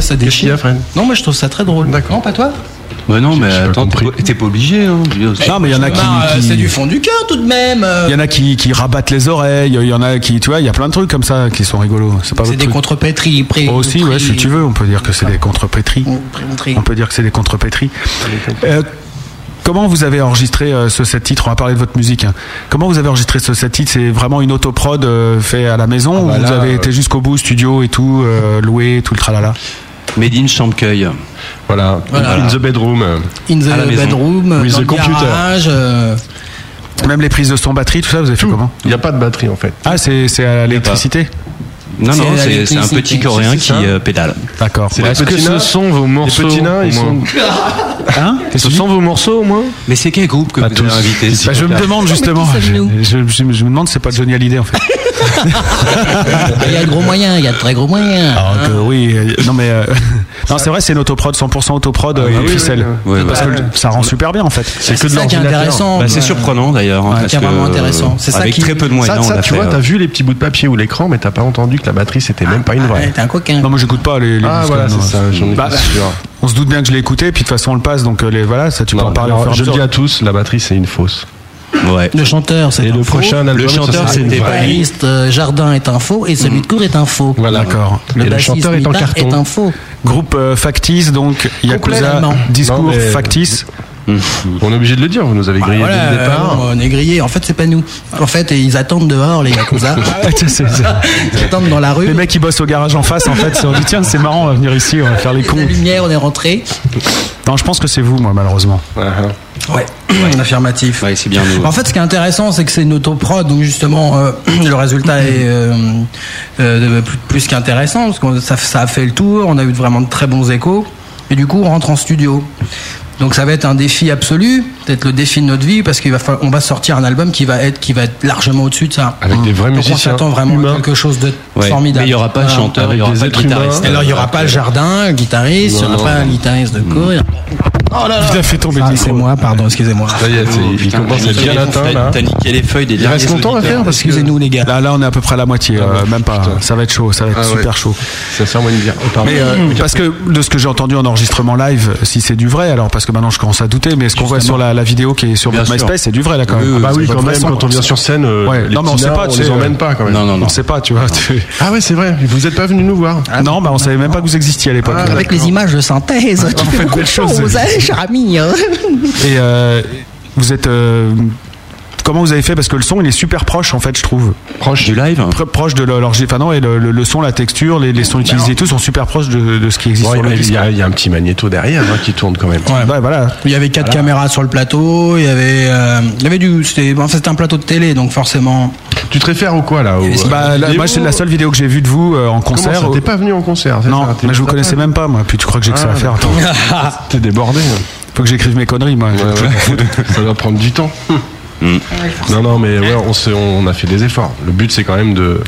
Speaker 13: Ça déchire. Non, moi je trouve ça très drôle. D'accord. Non, pas toi
Speaker 10: Bah non, mais attends, t'es pas- t'es pas obligé. Hein.
Speaker 6: Non, mais il y en a qui.
Speaker 13: Ah, euh,
Speaker 6: qui-
Speaker 13: C'est du fond du cœur tout de même. euh.
Speaker 6: Il y en a qui, qui rabattent les oreilles, il y en a qui, tu vois, il y a plein de trucs comme ça qui sont rigolos. C'est pas
Speaker 13: C'est des contrepétries. pré- Oh,
Speaker 6: Moi aussi, ouais, si tu veux, on peut dire que c'est des contrepétries. On peut dire que c'est des contrepétries. Euh, comment vous avez enregistré euh, ce set titre On va parler de votre musique. hein. Comment vous avez enregistré ce set titre C'est vraiment une autoprod euh, fait à la
Speaker 13: Ah,
Speaker 6: maison
Speaker 10: bah
Speaker 6: ou vous
Speaker 10: là,
Speaker 6: avez
Speaker 10: euh,
Speaker 6: été jusqu'au bout, studio et tout, euh, loué, tout le tralala
Speaker 10: Made in Champcueil.
Speaker 8: Voilà.
Speaker 10: Voilà.
Speaker 8: In the bedroom. euh,
Speaker 13: In
Speaker 10: à la
Speaker 13: the
Speaker 10: maison.
Speaker 13: bedroom, euh,
Speaker 8: With
Speaker 13: dans
Speaker 8: the
Speaker 13: le
Speaker 8: computer.
Speaker 13: garage. euh,
Speaker 6: Même les prises de son batterie, tout ça, vous avez fait comment
Speaker 8: Il n'y a pas de batterie, en fait.
Speaker 6: Ah, c'est c'est à l'électricité
Speaker 10: Non,
Speaker 6: C'est
Speaker 10: non,
Speaker 6: la
Speaker 10: c'est c'est un
Speaker 6: technicité.
Speaker 10: petit coréen
Speaker 6: C'est
Speaker 10: qui
Speaker 6: ça
Speaker 10: euh, pédale.
Speaker 6: D'accord.
Speaker 8: C'est les
Speaker 7: Bah, Est-ce que
Speaker 8: petits
Speaker 7: ce
Speaker 8: nains-
Speaker 7: sont vos morceaux
Speaker 8: Les petits nains, ils
Speaker 7: au moins
Speaker 8: sont.
Speaker 6: Hein
Speaker 7: Ce sont vos morceaux au moins
Speaker 10: Mais c'est quel groupe que vous avez invité
Speaker 6: Bah, je me
Speaker 13: Ah,
Speaker 6: demande justement, je, je- je- je me demande si c'est pas Johnny Hallyday en fait.
Speaker 13: Il y a de gros moyens, il y a de très gros hein. moyens.
Speaker 6: Alors que oui, euh, non mais euh, non c'est vrai c'est une autoprod 100% autoprod euh, comme
Speaker 10: Ah, oui,
Speaker 6: ficelle
Speaker 10: oui, bah, oui.
Speaker 6: parce
Speaker 10: Ouais,
Speaker 6: que
Speaker 10: ouais.
Speaker 6: ça rend super bien en fait.
Speaker 10: C'est
Speaker 13: que de ça qui est l'ordinateur. intéressant.
Speaker 10: Bah, c'est
Speaker 13: Ouais.
Speaker 10: surprenant d'ailleurs. hein,
Speaker 13: Ouais,
Speaker 10: parce
Speaker 13: c'est
Speaker 10: que,
Speaker 13: vraiment
Speaker 10: euh,
Speaker 13: intéressant. C'est ça
Speaker 10: Avec
Speaker 13: qui-
Speaker 10: très peu de moyens,
Speaker 8: Ça,
Speaker 10: on
Speaker 8: ça,
Speaker 10: l'a
Speaker 8: tu
Speaker 10: fait.
Speaker 8: vois,
Speaker 10: euh,
Speaker 8: t'as vu les petits bouts de papier ou l'écran, mais t'as pas entendu que la batterie, c'était même pas une vraie.
Speaker 13: Ouais, T'es un coquin.
Speaker 6: Non moi j'écoute pas les, les
Speaker 8: Ah,
Speaker 6: disques,
Speaker 8: voilà,
Speaker 6: non.
Speaker 8: c'est ça, j'en ai
Speaker 6: Bah,
Speaker 8: pas sûr.
Speaker 6: On se doute bien que je l'ai écouté puis de toute façon on le passe donc euh, les voilà ça tu peux en parler
Speaker 8: Alors,
Speaker 6: en
Speaker 8: je le dis à tous, la batterie, c'est une fausse.
Speaker 10: Ouais.
Speaker 13: Le chanteur, c'est
Speaker 8: Et
Speaker 13: un
Speaker 8: le
Speaker 13: faux.
Speaker 8: prochain album,
Speaker 10: Le
Speaker 8: ça
Speaker 10: chanteur,
Speaker 8: sera une
Speaker 10: c'était
Speaker 8: vraie.
Speaker 10: pas lui.
Speaker 13: Guitariste, euh, Jardin est un faux et celui de cour est un faux.
Speaker 8: Voilà.
Speaker 6: D'accord.
Speaker 13: Le
Speaker 8: Et le
Speaker 13: bassiste
Speaker 8: chanteur est en
Speaker 13: Mita
Speaker 8: carton.
Speaker 13: un faux.
Speaker 6: Groupe euh, Factice donc Yakuza
Speaker 13: Complètement.
Speaker 6: discours
Speaker 8: Non, mais-
Speaker 6: Factice
Speaker 8: On est obligé de le dire, vous nous avez grillé
Speaker 13: Voilà,
Speaker 8: dès le départ.
Speaker 13: euh, on est grillé. En fait, c'est pas nous. En fait, ils attendent dehors, les Yakuza. ils attendent dans la rue.
Speaker 6: Les mecs qui bossent au garage en face, en fait, se sont dit tiens, c'est marrant, on va venir ici, on va faire les cons.
Speaker 13: lumière, on est rentré.
Speaker 6: Non, je pense que c'est vous, moi, malheureusement.
Speaker 8: Uh-huh.
Speaker 13: Ouais, affirmatif.
Speaker 10: Ouais, c'est bien nous.
Speaker 13: En fait, ce qui est intéressant, c'est que c'est une autoprod, donc justement, euh, le résultat est euh, euh, de- plus, plus qu'intéressant, parce que ça, ça a fait le tour, on a eu vraiment de très bons échos, et du coup, on rentre en studio. Donc ça va être un défi absolu, peut-être le défi de notre vie, parce qu'on va, fa- on va sortir un album qui va être, qui va être largement au-dessus de ça.
Speaker 8: Avec des vrais
Speaker 13: Donc
Speaker 8: musiciens
Speaker 13: On s'attend vraiment à quelque chose de
Speaker 10: Ouais,
Speaker 13: formidable.
Speaker 10: mais il y aura pas de
Speaker 13: Voilà.
Speaker 10: chanteur, Avec il y aura des pas de êtres guitariste. humains.
Speaker 13: Et Alors il n'y aura pas le jardin, le guitariste, il n'y
Speaker 10: Non,
Speaker 13: aura
Speaker 10: non,
Speaker 13: pas
Speaker 10: non.
Speaker 13: un guitariste de cours. il y aura- Oh là là
Speaker 6: Il a fait tomber
Speaker 13: ah, C'est moi, pardon, excusez-moi.
Speaker 8: Ça y est, c'est- il
Speaker 10: putain,
Speaker 8: commence
Speaker 10: j'ai
Speaker 8: à bien
Speaker 10: niqué les-
Speaker 8: atteindre, là.
Speaker 10: T'as niqué les feuilles des
Speaker 8: Il reste
Speaker 10: derniers
Speaker 8: longtemps à
Speaker 10: auditeurs.
Speaker 8: faire parce que
Speaker 13: Excusez-nous les gars.
Speaker 6: Là, là, on est à peu près à la moitié, euh, même pas. Ça va être chaud, ça va être
Speaker 8: Ah ouais.
Speaker 6: super chaud.
Speaker 8: ça sert moi une bière. Oh, pardon.
Speaker 6: Mais euh, parce que de ce que j'ai entendu en enregistrement live, si c'est du vrai, alors parce que maintenant je commence à douter, mais ce qu'on voit sur la, la vidéo qui est sur
Speaker 8: Bien
Speaker 6: votre
Speaker 8: sûr.
Speaker 6: MySpace, c'est du vrai là quand
Speaker 8: Oui,
Speaker 6: même.
Speaker 8: bah oui,
Speaker 6: Ah
Speaker 8: parce
Speaker 6: oui,
Speaker 8: que quand
Speaker 6: votre
Speaker 8: même,
Speaker 6: façon.
Speaker 8: quand on vient sur scène, euh,
Speaker 6: Ouais.
Speaker 8: les
Speaker 6: non mais on
Speaker 8: petits
Speaker 6: sait
Speaker 8: nains,
Speaker 6: pas,
Speaker 8: on
Speaker 6: tu sais,
Speaker 8: les
Speaker 6: euh,
Speaker 8: emmène pas, quand même.
Speaker 10: Non, non, non.
Speaker 6: On sait pas, tu vois. tu-
Speaker 8: Ah ouais, c'est vrai, vous n'êtes pas venu nous voir.
Speaker 6: non, bah on savait même pas que vous existiez à l'époque.
Speaker 8: Ah,
Speaker 13: Avec les images de synthèse, tu fais
Speaker 6: faites
Speaker 13: beaucoup
Speaker 6: belle
Speaker 13: de
Speaker 6: chose.
Speaker 13: choses, hein, cher ami. hein.
Speaker 6: Et euh, vous êtes. euh, comment vous avez fait Parce que le son, il est super proche, en fait, je trouve.
Speaker 8: Proche
Speaker 10: du live
Speaker 6: Pro- Proche de l'orgie. Enfin, non, et le, le- le son, la texture, les, les sons
Speaker 8: Bah,
Speaker 6: utilisés, et tout sont super proches de, de ce qui existe
Speaker 8: Bon,
Speaker 6: sur
Speaker 8: il
Speaker 6: le
Speaker 8: y,
Speaker 6: disque.
Speaker 8: a- il y a un petit magnéto derrière hein, qui tourne quand même.
Speaker 6: Ouais, voilà.
Speaker 13: Il y avait quatre caméras sur le plateau, il y avait, euh, il y avait du, c'était, bon, c'était un plateau de télé, donc forcément.
Speaker 8: Tu te réfères ou quoi là au-
Speaker 6: Bah, là,
Speaker 8: vidéo
Speaker 6: moi, c'est la seule vidéo que j'ai vue de vous euh, en
Speaker 8: Comment
Speaker 6: concert.
Speaker 8: ça, T'es pas venu en concert c'est
Speaker 6: non,
Speaker 8: ça T'es-
Speaker 6: mais je vous connaissais même pas, moi. Puis tu crois que j'ai que ça
Speaker 8: Ah,
Speaker 6: à faire. Attends,
Speaker 8: T'es débordé.
Speaker 6: faut que j'écrive mes conneries, moi. Hmm.
Speaker 8: Ouais, ouais. ça doit prendre du temps. Non, non, mais ouais, on, s'est- on a fait des efforts. Le but, c'est quand même de,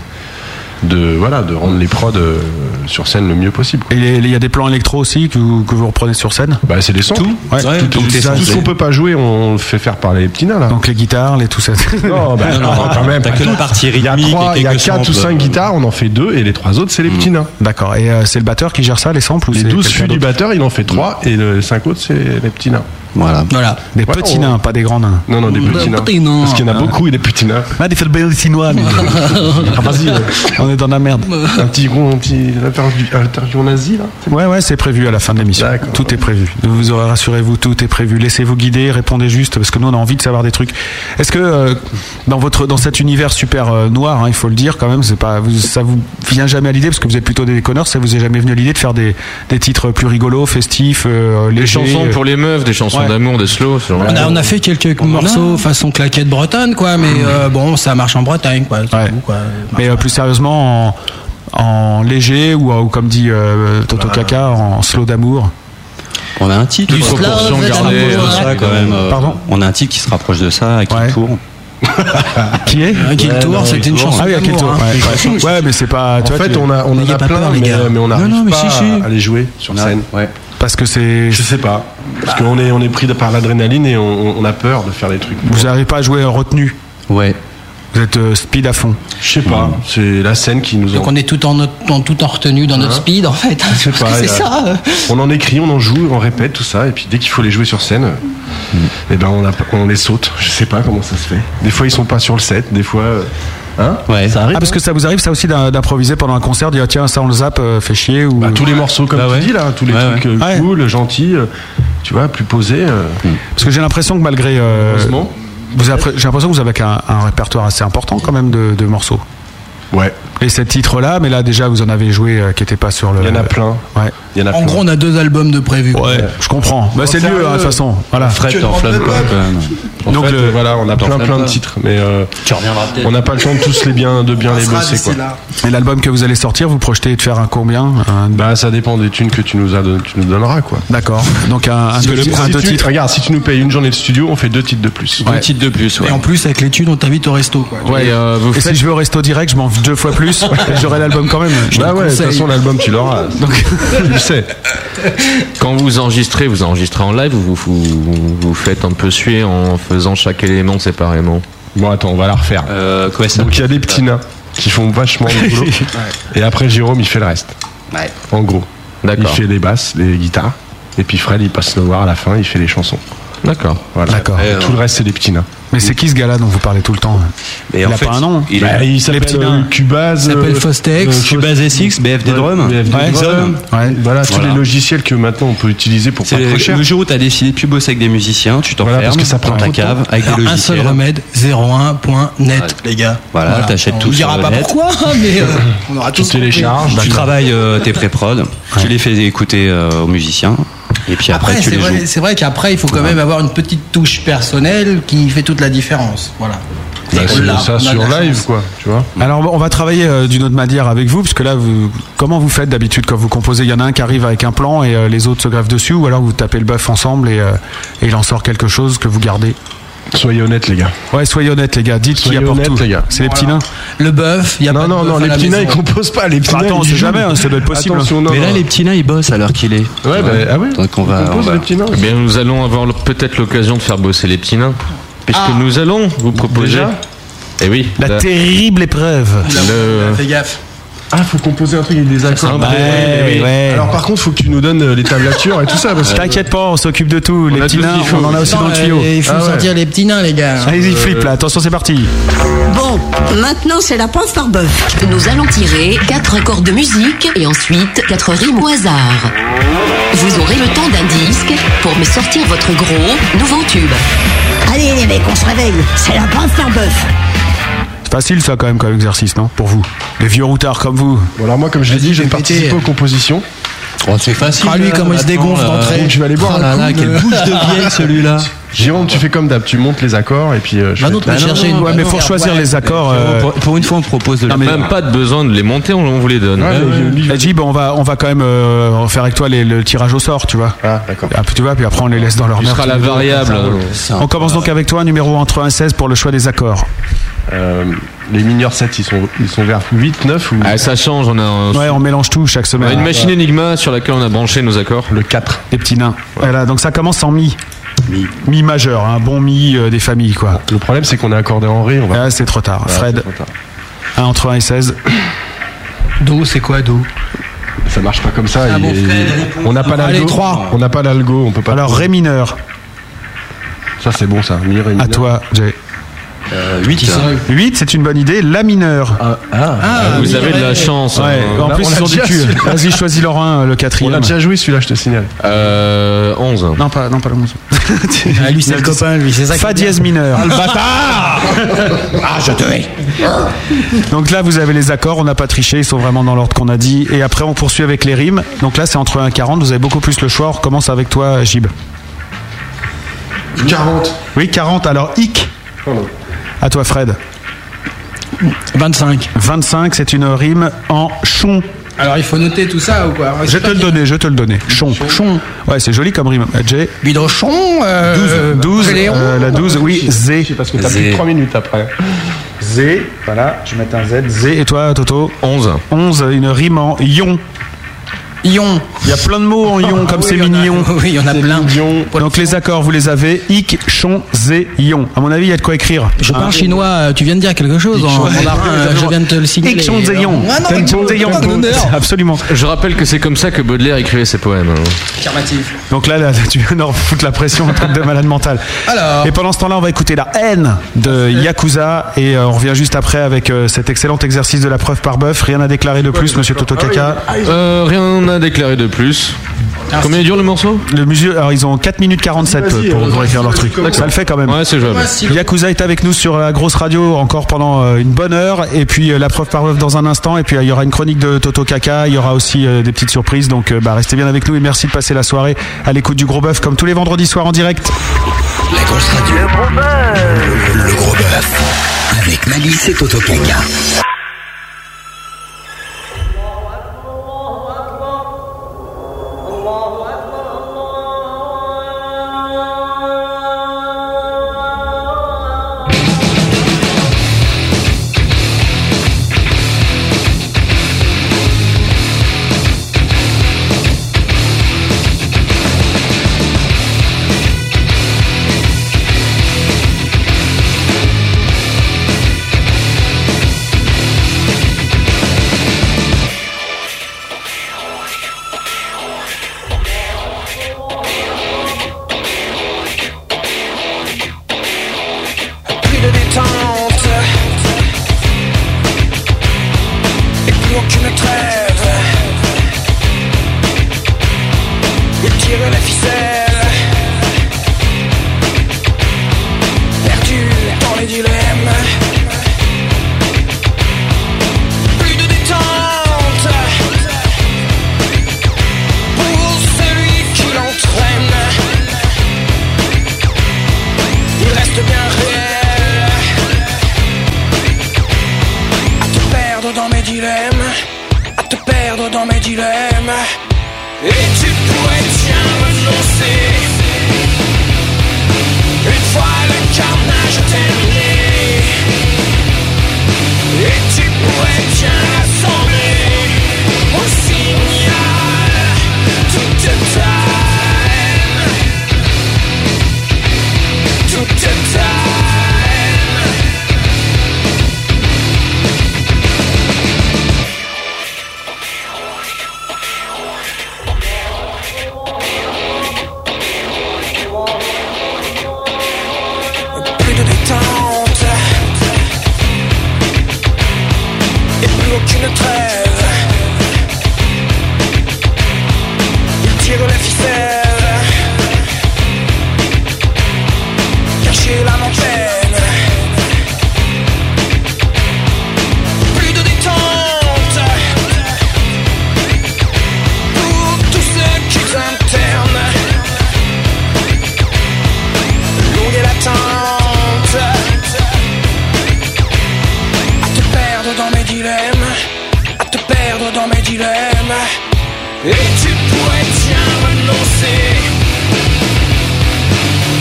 Speaker 8: de, voilà, de rendre les prods euh, sur scène le mieux possible. quoi.
Speaker 6: Et les- les- il y a des plans électro aussi que vous, que vous reprenez sur scène.
Speaker 8: Bah, c'est des sons. Tout,
Speaker 6: Ouais.
Speaker 10: Ouais,
Speaker 6: Tout-
Speaker 10: donc
Speaker 6: tout
Speaker 10: t'es
Speaker 6: ça,
Speaker 8: tout ce
Speaker 6: c'est-
Speaker 8: qu'on peut pas jouer, on le fait faire par les petits nains, là.
Speaker 6: Donc les guitares, les tout ça.
Speaker 8: Non, bah, non, quand même.
Speaker 10: T'as
Speaker 8: pas
Speaker 10: que la
Speaker 8: toutes.
Speaker 10: partie
Speaker 8: Il y a
Speaker 10: rythmique.
Speaker 8: trois-
Speaker 10: et
Speaker 8: il y a
Speaker 10: quelques
Speaker 8: quatre ou
Speaker 10: samples. Mm.
Speaker 8: cinq guitares, on en fait deux, et les trois autres, c'est les petits nains.
Speaker 6: D'accord. Et euh, c'est le batteur qui gère ça, les samples ou
Speaker 8: Les
Speaker 6: c'est
Speaker 8: 12
Speaker 6: quelqu'un
Speaker 8: fûts du
Speaker 6: d'autre
Speaker 8: batteur, il en fait trois, et les cinq autres, c'est les petits nains.
Speaker 10: Mm. Voilà.
Speaker 13: Voilà.
Speaker 6: Des
Speaker 8: Ouais,
Speaker 6: petits
Speaker 8: on-
Speaker 6: nains, pas des grands nains.
Speaker 8: Bah, Non, non, des
Speaker 13: Des
Speaker 8: petits nains.
Speaker 13: petits nains.
Speaker 8: Parce qu'il y en a beaucoup, et des petits nains.
Speaker 6: Ah, des chinois.
Speaker 8: Ah, vas-y, euh,
Speaker 6: On est dans la merde.
Speaker 8: un petit gros, un petit interview, interview nazi, là.
Speaker 6: Ouais, ouais, c'est prévu à la fin de l'émission.
Speaker 8: D'accord.
Speaker 6: Tout est prévu. Vous vous aurez, rassurez-vous, tout est prévu. Laissez-vous guider, répondez juste, parce que nous, on a envie de savoir des trucs. Est-ce que euh, dans votre, dans cet univers super euh, noir, hein, il faut le dire quand même, c'est pas, vous, ça vous vient jamais à l'idée, parce que vous êtes plutôt des déconneurs, ça vous est jamais venu à l'idée de faire des, des titres plus rigolos, festifs, euh,
Speaker 7: Des
Speaker 6: légers.
Speaker 7: chansons
Speaker 6: euh,
Speaker 7: pour les meufs, des chansons
Speaker 6: Ouais.
Speaker 7: d'amour, des slow. ce genre
Speaker 13: On
Speaker 7: de-
Speaker 13: a, on a fait quelques morceaux façon claquette bretonne, quoi, mais euh, bon, ça marche en Bretagne, quoi. c'est
Speaker 6: Mmh. Ouais.
Speaker 13: tout, quoi.
Speaker 6: Mais euh, plus sérieusement, en, en léger ou, ou comme dit euh, Toto Kaka, en slow d'amour.
Speaker 10: On a un titre.
Speaker 7: Du
Speaker 10: qui se
Speaker 7: slow,
Speaker 10: rapproche
Speaker 7: de
Speaker 10: de
Speaker 7: l'amour.
Speaker 10: ça, quand même, euh,
Speaker 6: Pardon
Speaker 10: On a un titre qui se rapproche de ça, et qui
Speaker 6: Ouais.
Speaker 10: tourne.
Speaker 6: Qui est
Speaker 13: Un Kill Tour, c'était une chanson.
Speaker 6: Ah oui, à quel
Speaker 13: d'amour,
Speaker 6: tour
Speaker 13: hein.
Speaker 6: ouais, ouais. Ouais, mais c'est pas. tu
Speaker 8: En
Speaker 6: vois,
Speaker 8: fait,
Speaker 6: tu-
Speaker 8: on, a, on en
Speaker 13: N'ayez
Speaker 8: a
Speaker 13: pas
Speaker 8: plein,
Speaker 13: peur, les
Speaker 8: mais,
Speaker 13: gars.
Speaker 8: mais on n'arrive
Speaker 13: non, mais
Speaker 8: pas
Speaker 13: si, si.
Speaker 8: à les jouer sur scène.
Speaker 10: Ouais.
Speaker 6: Parce que c'est.
Speaker 8: Je sais pas. Parce qu'on est, on est pris de- par l'adrénaline et on, on a peur de faire des trucs.
Speaker 6: Vous n'arrivez pas à jouer en retenue.
Speaker 10: Ouais.
Speaker 6: Vous êtes euh, speed à fond.
Speaker 8: Je sais pas. C'est la scène qui nous
Speaker 13: Donc
Speaker 8: en...
Speaker 13: on est tout en, notre- en- tout en retenue dans notre speed, en fait.
Speaker 8: Je sais
Speaker 13: Parce que
Speaker 8: pas,
Speaker 13: c'est
Speaker 8: il y a-
Speaker 13: ça. euh.
Speaker 8: On en écrit, on en joue, on répète tout ça. Et puis dès qu'il faut les jouer sur scène,
Speaker 13: Mm.
Speaker 8: eh ben on, a- on les saute. Je sais pas comment ça se fait. Des fois, ils sont pas sur le set. Des fois. euh, Hein
Speaker 10: Ouais.
Speaker 8: Ça arrive.
Speaker 6: Ah, parce que ça vous arrive, ça aussi, d'im- d'improviser pendant un concert, dire ah, tiens, ça on le zappe, euh, fait chier. Ou...
Speaker 8: Bah, tous les morceaux, comme
Speaker 10: Bah ouais.
Speaker 8: tu dis là. Tous les
Speaker 10: Ouais,
Speaker 8: trucs euh,
Speaker 6: Ouais.
Speaker 8: cool, gentils. euh, tu vois, plus posés. euh,
Speaker 10: Hmm.
Speaker 6: Parce que j'ai l'impression que malgré. euh,
Speaker 8: Heureusement.
Speaker 6: vous appré- J'ai l'impression que vous avez un, un répertoire assez important quand même de, de morceaux.
Speaker 8: Ouais.
Speaker 6: Et ces titres-là, mais là déjà vous en avez joué euh, qui n'étaient pas sur le.
Speaker 8: Il y en a plein.
Speaker 6: Ouais.
Speaker 8: Il y en a
Speaker 13: En
Speaker 8: plein.
Speaker 13: gros, on a deux albums de prévu.
Speaker 6: Ouais, je comprends. Bah, c'est
Speaker 8: sérieux.
Speaker 6: mieux, hein, de toute façon. Voilà.
Speaker 10: Fred, t'en flammes pas, quand même.
Speaker 8: En
Speaker 6: Donc,
Speaker 8: fait,
Speaker 6: le-
Speaker 8: euh, voilà, on a plein
Speaker 10: fais
Speaker 8: plein de
Speaker 10: pas.
Speaker 8: titres, mais euh,
Speaker 10: Tu reviendras peut-être. Ah,
Speaker 8: on n'a pas le temps de tous les bien de bien les
Speaker 9: sera
Speaker 8: bosser
Speaker 9: d'ici
Speaker 8: quoi.
Speaker 9: là.
Speaker 6: Et l'album que vous allez sortir, vous projetez de faire un combien Un-
Speaker 8: Bah ça dépend des thunes que tu nous as don- tu nous donneras quoi.
Speaker 6: D'accord. Donc un, un, deux, un deux
Speaker 8: tu-
Speaker 6: titres.
Speaker 8: Regarde, si tu nous payes une journée de studio, on fait deux titres de plus.
Speaker 10: Deux titres de plus, ouais.
Speaker 13: Et en plus, avec l'étude, on t'invite au resto, quoi.
Speaker 6: Ouais.
Speaker 7: Et, euh, vous
Speaker 6: Et si
Speaker 7: faites-
Speaker 6: je veux au resto direct, je m'en deux fois plus. et J'aurai l'album quand même.
Speaker 8: Bah ouais, de toute façon l'album tu l'auras. Donc tu le sais.
Speaker 7: Quand vous enregistrez, vous enregistrez en live ou vous, vous, vous faites un peu suer en faisant chaque élément séparément
Speaker 8: Bon attends, on va la refaire.
Speaker 10: Euh, quoi ça
Speaker 8: Donc il y a des petits nains qui font vachement le boulot. Et après Jérôme, il fait le reste.
Speaker 10: Ouais.
Speaker 8: En gros, il
Speaker 7: D'accord.
Speaker 8: fait les basses, les guitares et puis Fred, il passe le voir à la fin, il fait les chansons.
Speaker 7: D'accord.
Speaker 8: Voilà.
Speaker 6: D'accord.
Speaker 8: Tout le reste, c'est des petits nains.
Speaker 6: Mais c'est qui ce gars-là dont vous parlez tout le temps
Speaker 8: Mais
Speaker 6: Il
Speaker 8: en
Speaker 6: a
Speaker 8: fait,
Speaker 6: pas un nom
Speaker 8: il- Bah, il
Speaker 6: Les
Speaker 8: s'appelle,
Speaker 6: petits
Speaker 8: euh,
Speaker 6: nains.
Speaker 8: Cubase, Il s'appelle euh, Fostex. euh,
Speaker 10: Cubase SX, BFD Drum.
Speaker 8: Ouais, Xome. Voilà, tous les logiciels que maintenant on peut utiliser pour pas
Speaker 10: C'est
Speaker 8: trop
Speaker 10: le,
Speaker 8: cher.
Speaker 10: le jour où tu as décidé de plus bosser avec des musiciens, tu t'enfermes
Speaker 8: parce que ça prend
Speaker 10: dans ta
Speaker 8: trop de temps.
Speaker 10: cave avec
Speaker 8: Alors,
Speaker 10: des
Speaker 8: un
Speaker 10: logiciels.
Speaker 9: Un seul remède, 01.net,
Speaker 10: Ouais.
Speaker 9: les gars.
Speaker 10: Voilà, t'achètes tout
Speaker 9: On
Speaker 10: sur
Speaker 9: dira
Speaker 10: le
Speaker 9: pas
Speaker 10: net.
Speaker 9: pourquoi, mais euh, on aura tous compris.
Speaker 10: Tu travailles euh, tes pré-prod, tu les fais écouter euh, aux musiciens, et puis après,
Speaker 9: Après,
Speaker 10: tu
Speaker 9: c'est
Speaker 10: les joues.
Speaker 9: vrai, c'est vrai qu'après, il faut quand même avoir une petite touche personnelle qui fait toute la différence. Voilà.
Speaker 8: Bah,
Speaker 9: Et
Speaker 8: c'est
Speaker 9: on l'a, on
Speaker 8: ça
Speaker 9: a de
Speaker 8: sur
Speaker 9: la chance.
Speaker 8: live, quoi. Tu vois
Speaker 6: Alors on va travailler euh, d'une autre manière avec vous, parce que là, vous, comment vous faites d'habitude quand vous composez Il y en a un qui arrive avec un plan et euh, les autres se greffent dessus, ou alors vous tapez le bœuf ensemble et, euh, et il en sort quelque chose que vous gardez
Speaker 8: Soyez honnêtes, les gars.
Speaker 6: Ouais, soyez honnêtes, les gars. Dites qui
Speaker 8: Soyez
Speaker 6: apporte
Speaker 8: honnêtes,
Speaker 6: tout.
Speaker 8: les gars.
Speaker 6: C'est les
Speaker 8: Voilà.
Speaker 6: petits nains.
Speaker 9: Le bœuf, il y a pas de
Speaker 8: non,
Speaker 9: bœuf
Speaker 8: non,
Speaker 9: à
Speaker 8: les
Speaker 9: la
Speaker 8: petits nains,
Speaker 9: maison.
Speaker 8: ils composent pas. Les petits
Speaker 6: Attends,
Speaker 8: nains,
Speaker 6: on
Speaker 8: ils
Speaker 6: sait
Speaker 8: jouent.
Speaker 6: jamais, hein, euh, ça doit être possible,
Speaker 8: Attention,
Speaker 10: Mais
Speaker 8: non,
Speaker 10: là,
Speaker 8: non.
Speaker 10: les petits nains, ils bossent à l'heure qu'il est.
Speaker 8: Ouais, bah, ah oui.
Speaker 10: Donc on va.
Speaker 8: Ils
Speaker 10: on
Speaker 8: composent,
Speaker 10: va-
Speaker 8: les petits nains.
Speaker 7: Eh bien, nous allons avoir le- peut-être l'occasion de faire bosser les petits nains, puisque
Speaker 10: Ah.
Speaker 7: nous allons vous proposer.
Speaker 8: Déjà
Speaker 7: eh oui.
Speaker 6: La
Speaker 7: la-
Speaker 6: terrible épreuve.
Speaker 7: le-
Speaker 9: Fais gaffe.
Speaker 8: Ah, faut composer un truc avec des accords.
Speaker 6: bah, ouais, ouais.
Speaker 8: Alors, par contre, faut que tu nous donnes euh, les tablatures et tout ça. Parce que
Speaker 6: T'inquiète pas, on s'occupe de tout. les
Speaker 8: a
Speaker 6: petits
Speaker 8: tout ce
Speaker 6: nains,
Speaker 8: qu'il faut.
Speaker 6: on en a aussi dans le
Speaker 9: Attends,
Speaker 6: tuyau.
Speaker 9: euh, Il faut
Speaker 6: Ah ouais.
Speaker 9: sortir les petits nains, les gars.
Speaker 6: Allez-y, flip là, attention, c'est parti.
Speaker 3: Bon, maintenant c'est la preuve par bœuf. Nous allons tirer quatre accords de musique et ensuite quatre rimes au hasard. Vous aurez le temps d'un disque pour me sortir votre gros nouveau tube.
Speaker 5: Allez les mecs, on se réveille. C'est la preuve par bœuf.
Speaker 6: C'est facile ça quand même comme exercice, non Pour vous. Les vieux routards comme vous.
Speaker 8: Bon, alors, moi, comme je l'ai dit, je ne participe pas aux compositions.
Speaker 10: Oh, c'est facile.
Speaker 9: Ah, lui,
Speaker 10: là,
Speaker 9: comment il se
Speaker 10: maintenant,
Speaker 9: dégonfle
Speaker 10: euh,
Speaker 9: d'entrée.
Speaker 8: Donc, je vais aller boire
Speaker 10: Oh là
Speaker 8: un
Speaker 10: là,
Speaker 8: coup
Speaker 10: quelle
Speaker 8: de-
Speaker 10: bouche de vieille celui-là.
Speaker 8: Jérôme, tu fais comme d'hab, tu montes les accords et puis euh, je
Speaker 9: Bah
Speaker 8: fais
Speaker 9: non,
Speaker 8: tout.
Speaker 9: t'as cherché une
Speaker 6: Ouais, mais faut choisir les accords. euh,
Speaker 10: Pour, pour une fois, on propose de la
Speaker 6: mais-
Speaker 7: Même pas de besoin de les monter, on vous les donne. Ah,
Speaker 8: Ouais, mais Olivier-
Speaker 6: Bah, Jib, on va, on va quand même euh, en faire avec toi les- le tirage au sort, tu vois.
Speaker 8: Ah, d'accord.
Speaker 6: Ah, puis tu vois, puis après on les laisse dans leur
Speaker 7: Tu
Speaker 6: merde.
Speaker 7: seras la variable.
Speaker 6: On commence donc avec toi, numéro entre 1 et 16 pour le choix des accords.
Speaker 8: Euh, les mineurs 7, ils sont, ils sont vers 8, 9 ou
Speaker 7: Ah, ça change, on a, un-
Speaker 6: Ouais, on mélange tout chaque
Speaker 7: on a
Speaker 6: semaine.
Speaker 7: une machine Enigma sur laquelle on a branché nos accords.
Speaker 8: le 4.
Speaker 6: Des petits nains. Voilà, donc ça commence en mi. Mi, majeur, un bon mi euh, des familles, quoi.
Speaker 8: Le problème, c'est qu'on est accordé en Ré. On va...
Speaker 6: Ah, c'est trop tard.
Speaker 8: Voilà,
Speaker 6: Fred,
Speaker 8: c'est trop tard.
Speaker 6: 1 entre 1 et 16.
Speaker 9: Do, c'est quoi Do
Speaker 8: Ça marche pas comme ça.
Speaker 9: Ah bon,
Speaker 8: il-
Speaker 9: Fred,
Speaker 8: on n'a pas
Speaker 9: Allez,
Speaker 8: l'algo.
Speaker 9: trois.
Speaker 8: On n'a pas l'algo. On peut pas.
Speaker 6: Alors, Ré mineur,
Speaker 8: ça c'est bon ça. Mi, Ré,
Speaker 6: à
Speaker 8: mineur. Euh,
Speaker 6: toi, Jay.
Speaker 10: 8,
Speaker 6: 8, c'est une bonne idée. La mineur.
Speaker 9: Ah,
Speaker 7: vous avez de la chance.
Speaker 6: Ah, ouais,
Speaker 7: hein.
Speaker 8: Ah,
Speaker 6: en
Speaker 8: on
Speaker 6: plus,
Speaker 8: l'a
Speaker 6: ils sont du
Speaker 8: déjà
Speaker 6: cul.
Speaker 8: su.
Speaker 6: Vas-y, choisis leur 1, le
Speaker 8: On
Speaker 6: quatrième.
Speaker 8: l'a déjà joué celui-là, je te signale.
Speaker 7: Euh, 11.
Speaker 6: Non, pas, non, pas le 11.
Speaker 9: Ah, Lui, c'est le copain, lui, c'est ça.
Speaker 6: Fa dièse mineur.
Speaker 4: Ah, je te hais.
Speaker 6: Donc là, vous avez les accords, on n'a pas triché, ils sont vraiment dans l'ordre qu'on a dit. Et après, on poursuit avec les rimes. Donc là, c'est entre 1 et 40, vous avez beaucoup plus le choix. On recommence avec toi, Gib.
Speaker 8: 40.
Speaker 6: Oui, 40. Alors, hic.
Speaker 8: Pardon.
Speaker 6: À toi, Fred.
Speaker 9: 25.
Speaker 6: 25, c'est une rime en chon.
Speaker 9: Alors, il faut noter tout ça ou quoi
Speaker 6: Je te le donnais, je te le donnais. Chon.
Speaker 9: Chon.
Speaker 6: Ouais, c'est joli comme rime. Euh, Jay.
Speaker 9: Bidochon. Euh,
Speaker 6: 12.
Speaker 9: Léon.
Speaker 6: euh, la 12, oui,
Speaker 8: Je
Speaker 6: Z.
Speaker 8: sais parce que t'as plus de 3 minutes après.
Speaker 6: Z. Voilà, je vais mettre un Z. Z. Et toi, Toto
Speaker 7: 11.
Speaker 6: 11, une rime en ion.
Speaker 9: Ion. Ah
Speaker 6: Il y a plein de mots en ion, comme c'est
Speaker 9: Oui, il y en a-
Speaker 6: mignon.
Speaker 9: Oui, il y en a plein.
Speaker 6: Donc les accords, vous les avez. Hic, chon, zé, ion. À mon avis, il y a de quoi écrire. Hein?
Speaker 9: Je
Speaker 10: Ah,
Speaker 9: parle chinois, euh, tu viens de dire quelque chose en en mandarin, euh, je viens de te le signaler.
Speaker 6: Hic, chon, zé, ion.
Speaker 9: Ouais, Ah non,
Speaker 6: Ten,
Speaker 9: mais tu-
Speaker 6: chon, zé, ion.
Speaker 9: pas d'honneur.
Speaker 6: Absolument.
Speaker 7: Je rappelle que c'est comme ça que Baudelaire écrivait ses poèmes. hein.
Speaker 9: Affirmatif.
Speaker 6: Donc là, là, là, tu viens d'en foutre la pression, un truc de malade mental.
Speaker 9: Alors.
Speaker 6: Et pendant ce temps-là, on va écouter la haine de Yakuza et euh, on revient juste après avec euh, cet excellent exercice de la preuve par bœuf. Rien à déclarer de plus, monsieur
Speaker 8: Ah
Speaker 6: Totokaka.
Speaker 7: Euh, rien à déclarer de plus. Combien dure le morceau
Speaker 6: Le musée, alors ils ont 4 minutes 47
Speaker 8: Vas-y,
Speaker 6: pour,
Speaker 8: euh,
Speaker 6: pour écrire leur truc.
Speaker 8: d'accord.
Speaker 6: Ça le fait quand même.
Speaker 7: Ouais, c'est jouable.
Speaker 6: Yakuza est avec nous sur la grosse radio encore pendant euh, une bonne heure et puis euh, la preuve par preuve dans un instant et puis euh, il y aura une chronique de Toto Kaka, il y aura aussi euh, des petites surprises donc euh, bah, restez bien avec nous et merci de passer la soirée à l'écoute du gros bœuf comme tous les vendredis soirs en direct.
Speaker 4: La grosse radio. Le gros bœuf. Le, gros bœuf. Avec Malice et Toto Kaka.
Speaker 12: Thank ficelle. Perdu dans les dilemmes. Plus de détente pour celui qui l'entraîne. Il reste bien réel à te perdre dans mes dilemmes, à te perdre dans mes dilemmes. Et tu pourrais bien renoncer. Une fois le carnage terminé. Et tu pourrais bien rassembler au signal toute ta haine. Toute ta haine. plus de détente et plus aucune trêve. Il tire la ficelle, cacher la montagne. Plus de détente pour tous ceux qui internent. Longue est l'attente À te perdre dans mes dilemmes À te perdre dans mes dilemmes Et tu pourrais bien renoncer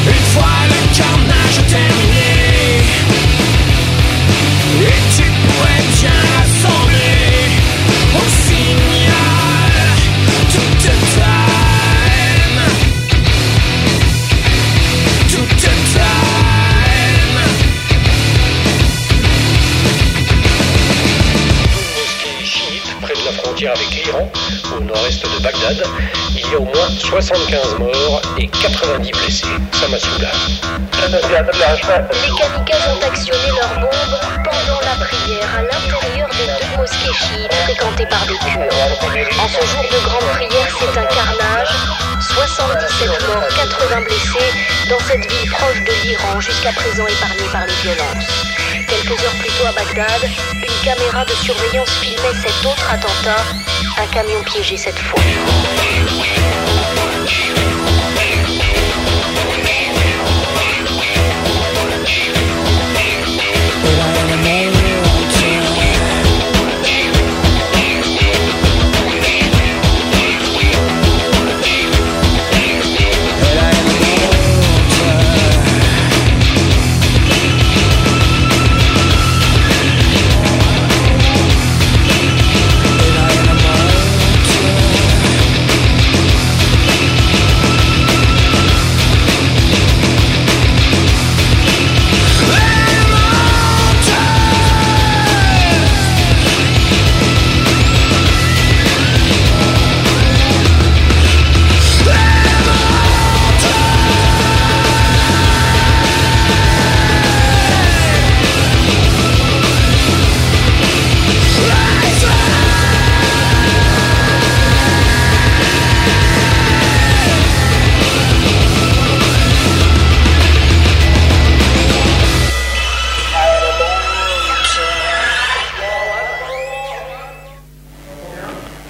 Speaker 12: Une fois le carnage terminé Et tu pourrais bien rassembler Au signal Toute ta haine toute ta haine.
Speaker 4: chiite, près de la frontière avec l'Iran, au nord-est de Bagdad, il y a au moins 75 morts et 90 blessés à Masouda.
Speaker 5: Les kamikazes ont actionné leurs bombes pendant la prière à l'intérieur des deux mosquées chiites fréquentées par des Kurdes. En ce jour de grande prière, c'est un carnage. 77 morts, 80 blessés dans cette ville proche de l'Iran, jusqu'à présent épargnée par les violences. Quelques heures plus tôt à Bagdad, une caméra de surveillance filmait cet autre attentat, un camion piégé cette fois.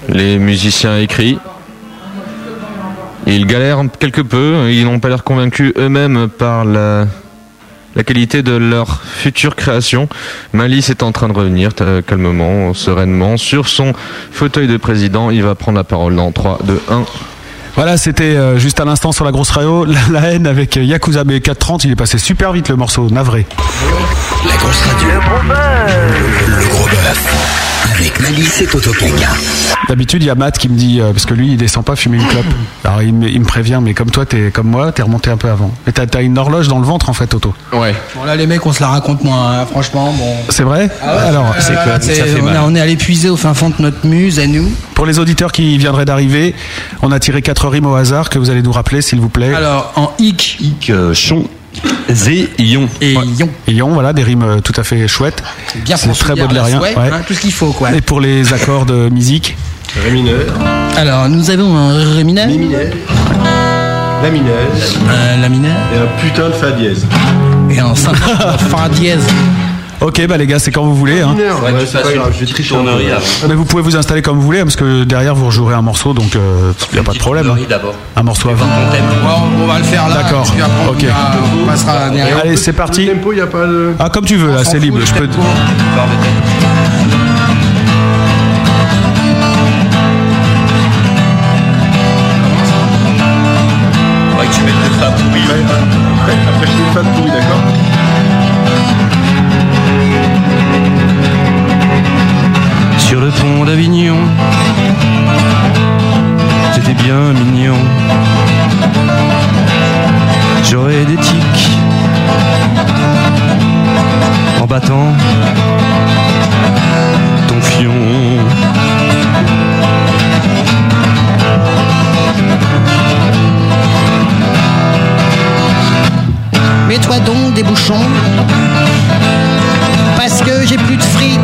Speaker 7: Les musiciens écrits. Ils galèrent quelque peu, ils n'ont pas l'air convaincus eux-mêmes par la, la qualité de leur future création. Malice est en train de revenir euh, calmement, sereinement, sur son fauteuil de président. Il va prendre la parole dans 3, 2, 1.
Speaker 6: Voilà, c'était euh, juste à l'instant sur la grosse radio, la, la haine avec euh, Yakuza B430, il est passé super vite le morceau, navré.
Speaker 18: La grosse radio. Le gros bœuf. Le, gros bœuf. Avec Malice et Toto Kaka.
Speaker 6: D'habitude, il y a Matt qui me dit, euh, parce que lui, il descend pas fumer une clope. Alors il me, il me prévient, mais comme toi, t'es comme moi, t'es remonté un peu avant. Mais t'as as une horloge dans le ventre en fait, Toto.
Speaker 7: Ouais.
Speaker 13: Bon là les mecs on se la raconte moins, hein, franchement. Bon.
Speaker 6: C'est vrai
Speaker 13: Ah ouais,
Speaker 6: Alors,
Speaker 13: euh, là, c'est- on, est- on est allé puiser au fin fond de notre muse à nous.
Speaker 6: Pour les auditeurs qui viendraient d'arriver, on a tiré quatre rimes au hasard que vous allez nous rappeler, s'il vous plaît.
Speaker 13: Alors, en hic.
Speaker 6: Hic,
Speaker 8: euh,
Speaker 6: chon, zé, ion.
Speaker 13: Et ion.
Speaker 6: voilà, des rimes euh, tout à fait chouettes.
Speaker 13: Bien
Speaker 6: C'est très
Speaker 13: conciliaire,
Speaker 6: baudelairien.
Speaker 13: ouais,
Speaker 6: ouais.
Speaker 13: hein, tout ce qu'il faut quoi.
Speaker 6: Et pour les accords de musique
Speaker 19: Ré mineur.
Speaker 13: Alors nous avons un ré mineur.
Speaker 8: La minèse.
Speaker 13: la minèse.
Speaker 8: Et un putain de fa dièse.
Speaker 13: Euh, Et un fa dièse.
Speaker 6: Ok, bah les gars, c'est quand vous voulez. hein.
Speaker 8: Mineur, ouais, c'est pas grave, je triche un peu.
Speaker 6: Mais vous pouvez vous installer comme vous voulez, hein, parce que derrière vous rejouerez un morceau, donc il n'y a pas de problème. hein. Un morceau avant.
Speaker 13: on va le faire là.
Speaker 6: D'accord. Ok.
Speaker 13: Ah, On passera derrière.
Speaker 6: Allez, c'est parti.
Speaker 8: tempo, y a pas de.
Speaker 6: Ah, comme tu veux, là, c'est libre. Je peux.
Speaker 20: Ouais, que tu mettes le fab oui.
Speaker 8: Après, je fais pas de bruit, d'accord
Speaker 10: sur le pont d'Avignon. C'était bien mignon. J'aurais des tics en battant ton fion.
Speaker 5: Mets-toi donc des bouchons. Parce que j'ai plus de fric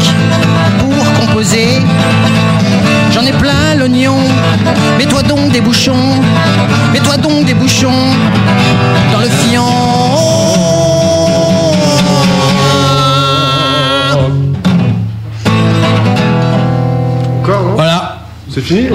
Speaker 5: pour composer. J'en ai plein l'oignon. Mets-toi donc des bouchons. Mets-toi donc des bouchons. Dans le fion.
Speaker 8: Encore, non
Speaker 13: Voilà.
Speaker 8: C'est fini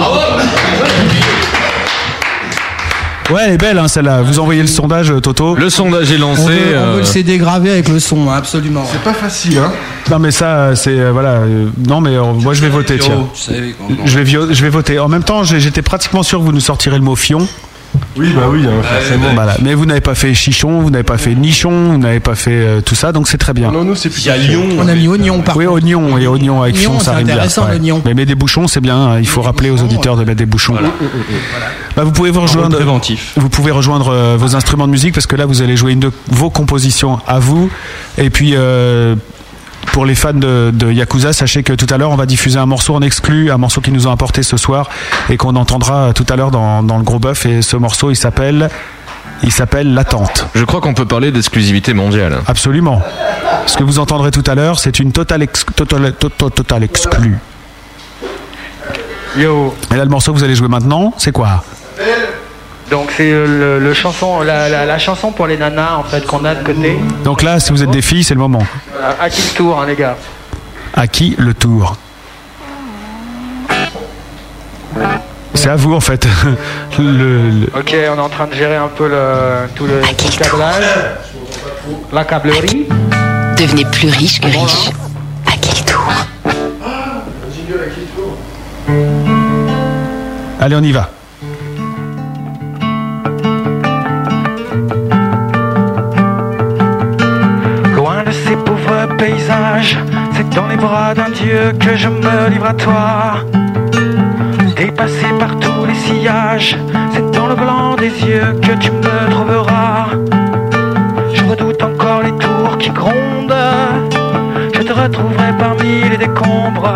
Speaker 6: Ouais, elle est belle, hein, celle-là. Vous envoyez le sondage, euh, Toto.
Speaker 7: Le sondage est euh,
Speaker 6: lancé. euh.
Speaker 13: On veut, on veut le CD gravé avec le son, hein, absolument. C'est
Speaker 8: pas facile, hein.
Speaker 6: Non mais ça euh, c'est euh, voilà euh, non mais euh, moi je vais voter
Speaker 13: Fio,
Speaker 6: tiens
Speaker 13: tu savais qu'on-
Speaker 6: je vais vio- je vais voter en même temps j'ai- j'étais pratiquement sûr que vous nous sortirez le mot fion
Speaker 8: oui bah oui forcément.
Speaker 6: voilà mais vous n'avez pas fait chichon vous n'avez pas fait nichon vous n'avez pas fait euh, tout ça donc c'est très bien
Speaker 8: non nous c'est plus
Speaker 13: On a mis oignon par
Speaker 6: oui oignon et oignon avec
Speaker 13: Oignon,
Speaker 6: fion ça
Speaker 13: c'est
Speaker 6: rime bien
Speaker 13: intéressant,
Speaker 6: ouais.
Speaker 13: l'oignon.
Speaker 6: mais mais des bouchons c'est bien hein, il faut rappeler aux auditeurs
Speaker 13: euh,
Speaker 6: de mettre des bouchons Bah, vous pouvez vous rejoindre. Vous pouvez rejoindre euh, vos instruments de musique parce que là vous allez jouer une de vos compositions à vous. Et puis euh, pour les fans de, de Yakuza, sachez que tout à l'heure on va diffuser un morceau en exclu, un morceau qu'ils nous ont apporté ce soir et qu'on entendra euh, tout à l'heure dans, dans le gros bœuf. Et ce morceau il s'appelle il s'appelle l'attente.
Speaker 7: Je crois qu'on peut parler d'exclusivité mondiale.
Speaker 6: Absolument. Ce que vous entendrez tout à l'heure, c'est une totale ex- totale, to- totale exclue. Et là, le morceau que vous allez jouer maintenant, c'est quoi
Speaker 14: Donc c'est euh, le, le chanson, la, la- la chanson pour les nanas en fait qu'on a de côté.
Speaker 6: Donc là, si vous êtes des filles, c'est le moment.
Speaker 14: À- À qui le tour hein, les gars
Speaker 6: À qui le tour C'est à vous en fait. Le- le-
Speaker 14: Ok, on est en train de gérer un peu le, tout le, tout le câblage, la câblerie.
Speaker 3: Devenez plus riche que riche. À qui le tour
Speaker 6: Allez, on y va.
Speaker 14: Loin de ces pauvres paysages, c'est dans les bras d'un Dieu que je me livre à toi. Dépassé par tous les sillages, c'est dans le blanc des yeux que tu me trouveras. Je redoute encore les tours qui grondent, je te retrouverai parmi les décombres.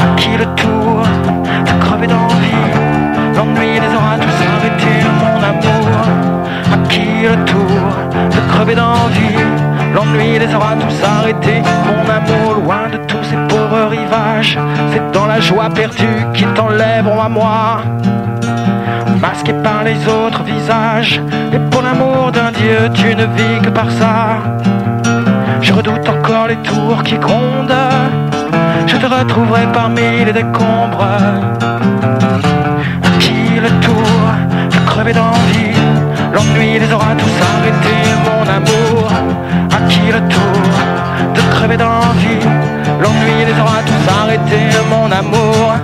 Speaker 14: À qui le tour de crever d'envie, l'ennui les aura tous arrêtés, mon amour. À qui le tour de crever d'envie L'ennui les aura tous arrêtés, mon amour, loin de tous ces pauvres rivages. C'est dans la joie perdue qu'ils t'enlèveront à moi. Masqué par les autres visages, et pour l'amour d'un Dieu, tu ne vis que par ça. Je redoute encore les tours qui grondent, je te retrouverai parmi les décombres. À qui le tour de crever d'envie L'ennui les aura tous arrêtés, mon amour. À qui le tour de crever d'envie L'ennui les aura tous arrêtés, mon amour.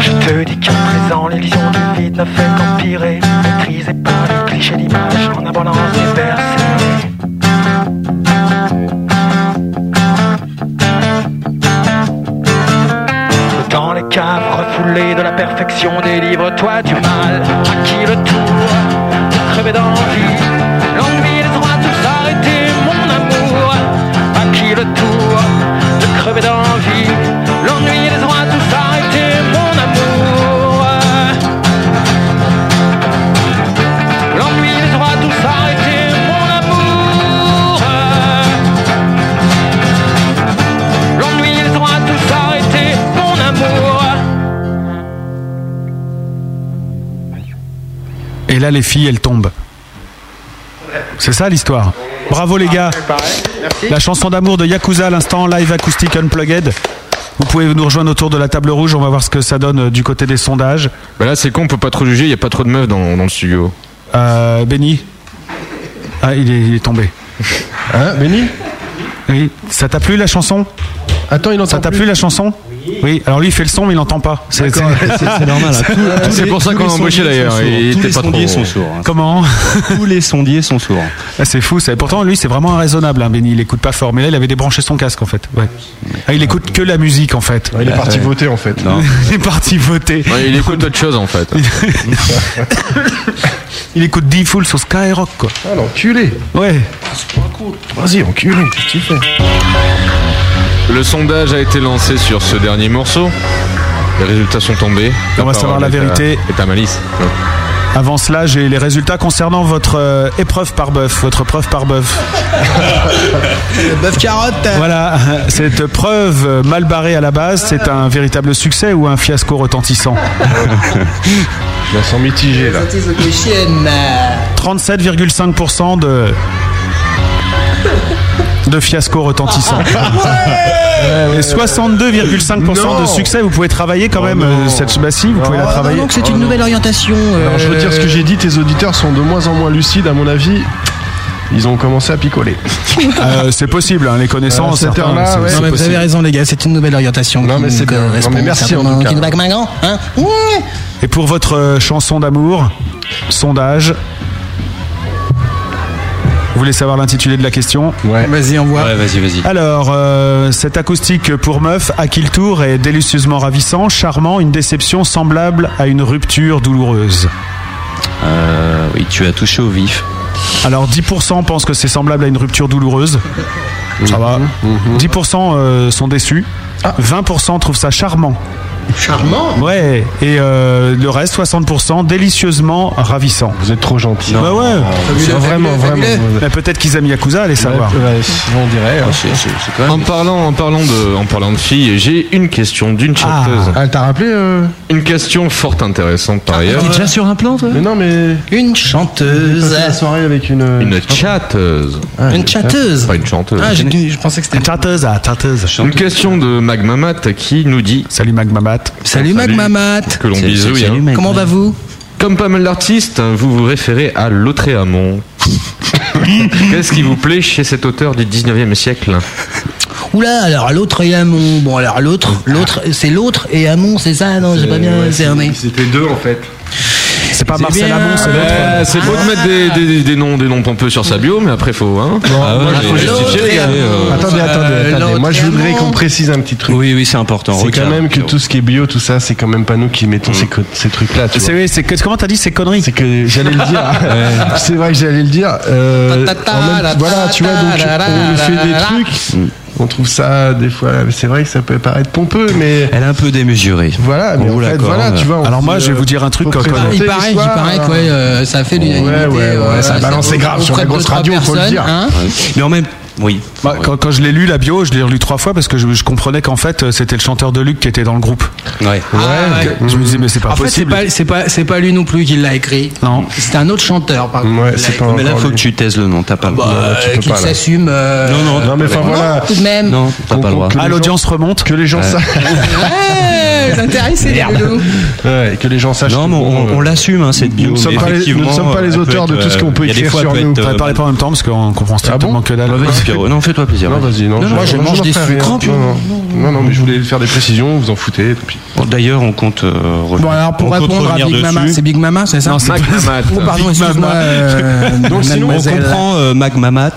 Speaker 14: Je te dis qu'à présent l'illusion du vide ne fait qu'empirer Maîtrisée par les clichés d'images en abondance déversée Dans les caves refoulées de la perfection Délivre-toi du mal, à qui le tour de crever d'envie L'ennui les aura tous arrêtés, mon amour À qui le tour de crever d'envie L'ennui les aura tous arrêtés, mon amour L'ennui les aura tous arrêtés,
Speaker 6: Et là, les filles, elles tombent. C'est ça l'histoire. Bravo les gars. La chanson d'amour de Yakuza à l'instant, live acoustique unplugged. Vous pouvez nous rejoindre autour de la table rouge, on va voir ce que ça donne euh, du côté des sondages.
Speaker 7: Bah là, c'est con, on peut pas trop juger, il y a pas trop de meufs dans, dans le studio.
Speaker 6: Euh, Benny Ah, il est, il est tombé. Hein, Benny Oui. Ça t'a plu la chanson Attends, il Ça t'a plu la chanson oui. alors lui il fait le son mais il n'entend pas. C'est
Speaker 7: D'accord, c'est- c'est normal, hein. Tous- tous C'est les- pour ça tous qu'on les l'a embauché, sondiers d'ailleurs, sont sourds. il Tous était les pas trop- sondiers sont sourds, hein.
Speaker 6: Comment Tous les sondiers sont sourds. c'est fou ça. Et pourtant lui c'est vraiment raisonnable hein, Benny, il écoute pas fort mais là il avait débranché son casque en fait. Ouais. Ah, il écoute que la musique en fait.
Speaker 8: Il est parti voter en fait.
Speaker 6: il est parti voter.
Speaker 7: Ouais, il écoute autre chose en fait.
Speaker 6: Il écoute D-Fool sur Skyrock quoi.
Speaker 8: Ah l'enculé
Speaker 6: Ouais.
Speaker 8: Vas-y, enculé, qu'est-ce que tu fais
Speaker 7: Le sondage a été lancé sur ce dernier morceau. Les résultats sont tombés.
Speaker 6: On va savoir la
Speaker 7: parole est à-
Speaker 6: vérité.
Speaker 7: est à malice.
Speaker 6: Avant cela, j'ai les résultats concernant votre euh, épreuve par bœuf, votre preuve par bœuf.
Speaker 13: Bœuf carotte.
Speaker 6: Voilà, cette preuve euh, mal barrée à la base, c'est un véritable succès ou un fiasco retentissant
Speaker 8: Je la sens mitigée là.
Speaker 6: 37,5% de de fiasco retentissant.
Speaker 13: Ah
Speaker 6: Et 62,5%
Speaker 13: Non.
Speaker 6: de succès. Vous pouvez travailler quand même euh, cette bah si, vous pouvez la travailler. Oh
Speaker 13: Donc c'est une nouvelle orientation. euh,
Speaker 8: Alors je retire ce que j'ai dit, tes auditeurs sont de moins en moins lucides à mon avis. Ils ont commencé à picoler.
Speaker 6: Euh, c'est possible, hein, les
Speaker 8: À
Speaker 6: connaissances.
Speaker 8: cette
Speaker 6: certains,
Speaker 8: heure-là,
Speaker 6: c'est-
Speaker 8: ouais.
Speaker 6: c'est
Speaker 13: Non mais vous
Speaker 6: possible.
Speaker 13: avez raison les gars, c'est une nouvelle orientation.
Speaker 8: Non,
Speaker 13: qui
Speaker 8: mais
Speaker 13: nous
Speaker 8: c'est bien. Non, mais
Speaker 13: correspond
Speaker 8: merci, en tout
Speaker 13: certainement,
Speaker 8: cas.
Speaker 13: qui nous va comme un grand, hein. Ouais.
Speaker 6: Et pour votre euh, chanson d'amour, sondage. Vous voulez savoir l'intitulé de la question
Speaker 8: Ouais.
Speaker 13: Vas-y, envoie.
Speaker 10: Ouais, vas-y, vas-y.
Speaker 6: Alors, euh, cette acoustique pour meuf, à qui le tour est délicieusement ravissant, charmant, une déception semblable à une rupture douloureuse.
Speaker 10: Euh, oui, tu as touché au vif.
Speaker 6: Alors, 10% pensent que c'est semblable à une rupture douloureuse.
Speaker 8: Mhm.
Speaker 6: Ça va. 10% euh, sont déçus.
Speaker 8: Ah.
Speaker 6: 20% trouvent ça charmant.
Speaker 13: Charmant
Speaker 6: Ouais. Et euh, le reste, 60%, délicieusement ravissant.
Speaker 8: Vous êtes trop gentil.
Speaker 6: Bah ouais.
Speaker 8: Fabuleux, Non, vraiment, fabuleux, vraiment. fabuleux.
Speaker 6: Mais peut-être qu'ils aiment Yakuza, allez savoir.
Speaker 8: on dirait.
Speaker 7: En parlant, en parlant de, en parlant de filles, j'ai une question d'une chanteuse.
Speaker 8: Ah, elle t'a rappelé Ah,
Speaker 7: Une question fort intéressante par ailleurs.
Speaker 13: sur un plan, toi
Speaker 8: euh, Mais non, mais.
Speaker 13: Une chanteuse.
Speaker 8: la soirée avec une. euh,
Speaker 7: Une chatteuse.
Speaker 13: Ah, une chatteuse.
Speaker 7: Pas une chanteuse.
Speaker 13: Ah, j'ai dit- je pensais que c'était.
Speaker 6: Chanteuse, ah, chanteuse.
Speaker 7: Une question de Magmamat qui nous dit
Speaker 6: Salut Magmamat.
Speaker 13: Salut Magmamat.
Speaker 7: Que l'on
Speaker 13: Salut,
Speaker 7: bisouille. hein.
Speaker 13: salut, Magmamat. Comment va-vous
Speaker 7: Comme pas mal d'artistes, hein, vous vous référez à l'Autréamont. Qu'est-ce qui vous plaît chez cet auteur du 19e siècle
Speaker 13: Oula, alors l'autre et Hamon. Bon, alors l'autre, l'autre, c'est l'autre et Hamon, c'est ça Non, j'ai pas bien
Speaker 8: Ouais,
Speaker 13: cerné.
Speaker 8: C'était deux en fait.
Speaker 6: C'est pas
Speaker 13: C'est Marcel bien. Ah. Amont, c'est l'autre.
Speaker 7: Ouais, Euh, C'est beau de mettre des, des- des noms, des noms pompeux sur sa bio, mais après faut. euh. Hein
Speaker 10: Ah ouais,
Speaker 7: Moi,
Speaker 10: ouais,
Speaker 7: j'ai
Speaker 10: ouais.
Speaker 7: justifié, les gars.
Speaker 8: Attendez,
Speaker 13: Euh,
Speaker 8: attendez, attendez. Moi, je voudrais qu'on précise un petit truc.
Speaker 10: Oui, oui, c'est important.
Speaker 8: C'est
Speaker 10: Recap.
Speaker 8: quand même que tout ce qui est bio, tout ça, c'est quand même pas nous qui mettons ces, co- ces trucs-là. tu vois.
Speaker 6: C'est, oui, c'est que- comment t'as dit ces conneries
Speaker 8: C'est que j'allais le dire. C'est vrai que j'allais le dire. Euh, en même- voilà, tu vois, donc on fait des trucs. On trouve ça des fois. C'est vrai que ça peut paraître pompeux, mais
Speaker 10: Elle est un peu démesurée.
Speaker 8: voilà. Mais
Speaker 10: On
Speaker 8: en
Speaker 10: vous
Speaker 8: fait,
Speaker 10: l'accorde.
Speaker 8: voilà, tu vois. on
Speaker 10: Alors moi,
Speaker 8: dit,
Speaker 10: je vais
Speaker 8: euh,
Speaker 10: vous dire un truc,
Speaker 8: faut
Speaker 10: quand- Ah quand-
Speaker 8: présenter
Speaker 13: Il paraît, il
Speaker 8: l'histoire,
Speaker 13: paraît que ouais, euh, ça fait l'unanimité.
Speaker 8: ouais,
Speaker 13: euh,
Speaker 8: ouais, ça balance, c'est grave, sur la grosse radio, faut le dire.
Speaker 13: hein.
Speaker 10: Mais en même oui.
Speaker 6: Bah, quand, quand je l'ai lu, la bio, je l'ai relu trois fois parce que je, je comprenais qu'en fait, euh, c'était le chanteur de Luc qui était dans le groupe.
Speaker 10: Ouais.
Speaker 8: Ah,
Speaker 6: Je me disais, mais c'est
Speaker 13: En
Speaker 6: pas
Speaker 13: fait, c'est
Speaker 6: possible.
Speaker 13: pas, c'est pas, c'est pas lui non plus qui l'a écrit.
Speaker 6: Non.
Speaker 13: C'est un autre chanteur, par contre. qui l'a écrit.
Speaker 10: Mais là, faut que tu taises le nom. T'as pas le
Speaker 8: Bah,
Speaker 10: droit.
Speaker 13: Euh, qu'il s'assume. euh,
Speaker 10: Non, non,
Speaker 8: Non, mais enfin voilà.
Speaker 13: Tout de même.
Speaker 10: Non, t'as pas le droit.
Speaker 6: Ah, l'audience remonte.
Speaker 8: Que les gens sachent.
Speaker 13: Ouais, vous intéressez, les loulous.
Speaker 8: Ouais, que les gens sachent.
Speaker 10: Non, mais on, on l'assume, hein, cette bio.
Speaker 8: Nous ne sommes
Speaker 10: mais
Speaker 8: pas les-
Speaker 10: effectivement,
Speaker 8: nous ne sommes pas les
Speaker 10: elle peut
Speaker 8: auteurs de
Speaker 10: être,
Speaker 8: tout ce qu'on peut
Speaker 10: euh, il y a des
Speaker 8: écrire
Speaker 10: fois,
Speaker 8: sur
Speaker 10: elle peut
Speaker 8: nous.
Speaker 10: être,
Speaker 6: Faudrait
Speaker 10: euh,
Speaker 6: parler pas en même temps parce qu'on comprend strictement que dalle.
Speaker 10: Bah, Vas-y, Spiro. Non, fais-toi plaisir.
Speaker 8: Non, vas-y, non.
Speaker 10: Non, non, je mange
Speaker 8: n'en
Speaker 10: des
Speaker 8: ferai
Speaker 10: sucres,
Speaker 8: rien.
Speaker 10: puis-
Speaker 8: Non, non. Non, non, mais je voulais faire des précisions, vous en foutez. et puis-
Speaker 10: Bon, D'ailleurs, on compte. euh, revenir-
Speaker 13: Bon, alors pour
Speaker 10: on compte
Speaker 13: répondre à
Speaker 10: revenir
Speaker 13: Big Mama,
Speaker 10: dessus.
Speaker 13: c'est Big Mama, c'est ça
Speaker 6: Non, c'est
Speaker 7: Magmamat.
Speaker 13: Oh, pardon,
Speaker 6: Big Mama.
Speaker 13: excuse-moi. euh,
Speaker 8: Donc, sinon,
Speaker 10: on
Speaker 13: mademoiselle.
Speaker 10: comprend euh, Mac Mamat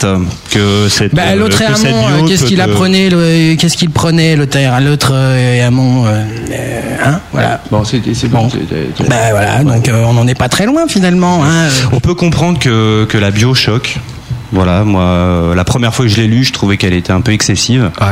Speaker 10: que cette.
Speaker 13: Bah,
Speaker 10: euh,
Speaker 13: l'autre
Speaker 10: que
Speaker 13: et
Speaker 10: cette
Speaker 13: Hamon,
Speaker 10: bio
Speaker 13: euh, qu'est-ce
Speaker 10: peut
Speaker 13: qu'il
Speaker 10: te-
Speaker 13: apprenait le- Qu'est-ce qu'il prenait, le terre L'autre euh, et Hamon, euh, euh, hein Voilà.
Speaker 10: Bon, c'est c'est bon. c'est- c'est-
Speaker 13: Bah voilà, donc euh, on n'en est pas très loin finalement. Hein.
Speaker 10: On peut comprendre que, que la bio choque. Voilà, moi, euh, la première fois que je l'ai lu, je trouvais qu'elle était un peu excessive.
Speaker 6: Ouais.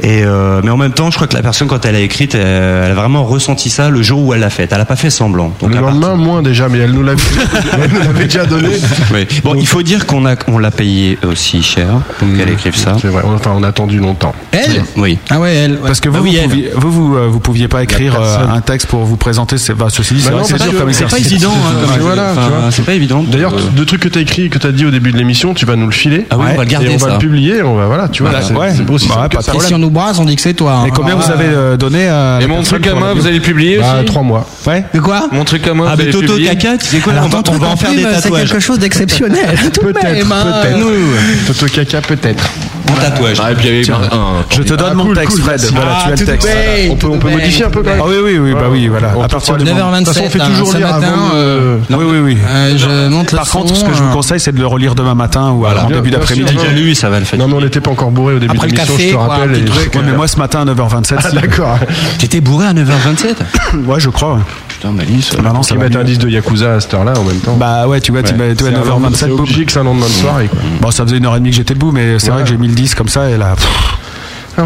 Speaker 10: Et euh, mais en même temps, je crois que la personne, quand elle a écrite, elle, elle a vraiment ressenti ça le jour où elle l'a faite. Elle n'a pas fait semblant. Donc,
Speaker 8: Le
Speaker 10: à part-
Speaker 8: lendemain, moins déjà, mais elle nous l'avait elle nous l'avait déjà donné.
Speaker 10: Oui. Bon, il faut dire qu'on a, on l'a payé aussi cher pour qu'elle écrive ça.
Speaker 8: C'est vrai. Enfin, on a attendu longtemps.
Speaker 10: Elle Oui.
Speaker 13: Ah ouais, elle.
Speaker 6: Parce que vous,
Speaker 10: Bah oui,
Speaker 6: vous,
Speaker 10: elle.
Speaker 6: pouviez, vous, vous, euh, vous pouviez pas écrire euh,
Speaker 8: personne.
Speaker 6: un texte pour vous présenter. C'est bah, ceci, dit, c'est vrai que c'est dur comme exercice.
Speaker 10: hein,
Speaker 8: Mais hein, voilà, tu vois.
Speaker 10: pas évident.
Speaker 8: D'ailleurs, t- le truc que t'as écrit, que t'as dit au début de l'émission, tu vas nous le filer.
Speaker 10: Ah oui, on
Speaker 8: Ouais.
Speaker 10: va le garder,
Speaker 8: Et on
Speaker 10: ça.
Speaker 8: va le publier. On va voilà, tu vois.
Speaker 6: Bah,
Speaker 8: c'est
Speaker 6: ouais.
Speaker 8: c'est aussi
Speaker 6: Bah,
Speaker 8: simple
Speaker 6: ouais,
Speaker 8: que
Speaker 6: pas de
Speaker 8: ça.
Speaker 13: Et si on nous brasse, on dit que c'est toi. hein.
Speaker 6: Et combien
Speaker 13: Ah,
Speaker 6: vous avez euh, donné à
Speaker 7: Et
Speaker 6: la
Speaker 7: mon
Speaker 6: personne
Speaker 7: truc
Speaker 6: pour
Speaker 7: à
Speaker 6: la
Speaker 7: moi, vous
Speaker 6: radio
Speaker 7: allez publier
Speaker 6: Bah,
Speaker 7: aussi
Speaker 6: trois mois.
Speaker 13: Ouais. De quoi
Speaker 7: Mon truc à moi,
Speaker 10: Ah,
Speaker 7: vous
Speaker 10: mais
Speaker 7: allez
Speaker 10: Toto
Speaker 7: publier
Speaker 10: Caca, tu sais quoi
Speaker 13: Alors,
Speaker 10: on va-
Speaker 13: ton
Speaker 10: on
Speaker 13: truc
Speaker 10: va en
Speaker 13: en
Speaker 10: faire des
Speaker 13: plume, c'est
Speaker 10: tatouages.
Speaker 13: quelque chose d'exceptionnel. tout de
Speaker 8: Peut-être,
Speaker 13: même, hein.
Speaker 8: peut-être. Toto Caca, peut-être.
Speaker 10: En tatouage.
Speaker 7: Ah, et puis il y avait
Speaker 6: Tiens,
Speaker 7: un-
Speaker 6: je te donne
Speaker 8: Ah,
Speaker 6: mon
Speaker 8: cool,
Speaker 6: texte,
Speaker 8: cool,
Speaker 6: Fred.
Speaker 8: merci.
Speaker 6: Voilà,
Speaker 13: Ah,
Speaker 6: tu as le
Speaker 13: tout
Speaker 6: texte.
Speaker 13: bête,
Speaker 8: On peut, on
Speaker 13: tout
Speaker 8: peut
Speaker 13: bête.
Speaker 8: modifier un peu quand même.
Speaker 6: Ah oui, oui, oui, bah oui, voilà.
Speaker 8: On
Speaker 6: À
Speaker 8: te
Speaker 6: partir
Speaker 8: fera
Speaker 6: du
Speaker 8: le-
Speaker 6: moment.
Speaker 13: 9h27,
Speaker 8: De toute façon, on fait toujours
Speaker 13: hein, ce
Speaker 8: lire
Speaker 13: matin,
Speaker 8: avant
Speaker 13: euh,
Speaker 8: de-
Speaker 6: Oui, oui, oui.
Speaker 13: euh, je monte le
Speaker 6: Par contre,
Speaker 13: son,
Speaker 6: ce que je vous
Speaker 13: hein.
Speaker 6: conseille, c'est de le relire demain matin ou alors en
Speaker 8: Bien-
Speaker 6: début
Speaker 8: bien
Speaker 6: d'après-midi.
Speaker 8: sûr,
Speaker 10: Déjà
Speaker 8: non.
Speaker 10: lui, ça va le faire.
Speaker 8: Non, mais on n'était pas encore bourré au début
Speaker 13: Après
Speaker 8: de
Speaker 13: le
Speaker 8: l'émission,
Speaker 13: café,
Speaker 8: je te
Speaker 13: quoi,
Speaker 8: rappelle.
Speaker 13: un petit
Speaker 8: et-
Speaker 13: truc.
Speaker 6: Ouais, mais moi, ce matin, à 9h27,
Speaker 8: Ah, d'accord.
Speaker 10: euh. T'étais bourré à 9h27
Speaker 6: ouais, je crois. ouais.
Speaker 10: Putain, Malice.
Speaker 6: Bah non, ça
Speaker 8: Qui
Speaker 6: va
Speaker 8: mettent
Speaker 6: mieux.
Speaker 8: un disque de Yakuza à cette heure-là en même temps.
Speaker 6: Bah ouais, tu vois, tu
Speaker 8: Ouais.
Speaker 6: tu vois,
Speaker 8: C'est un lendemain- C'est
Speaker 6: 9h27, boum. Mmh.
Speaker 8: obligé que c'est un lendemain de soirée, quoi.
Speaker 6: Bon, ça faisait une heure et demie que j'étais debout, mais c'est vrai que j'ai mis le 10 comme ça et là. pff.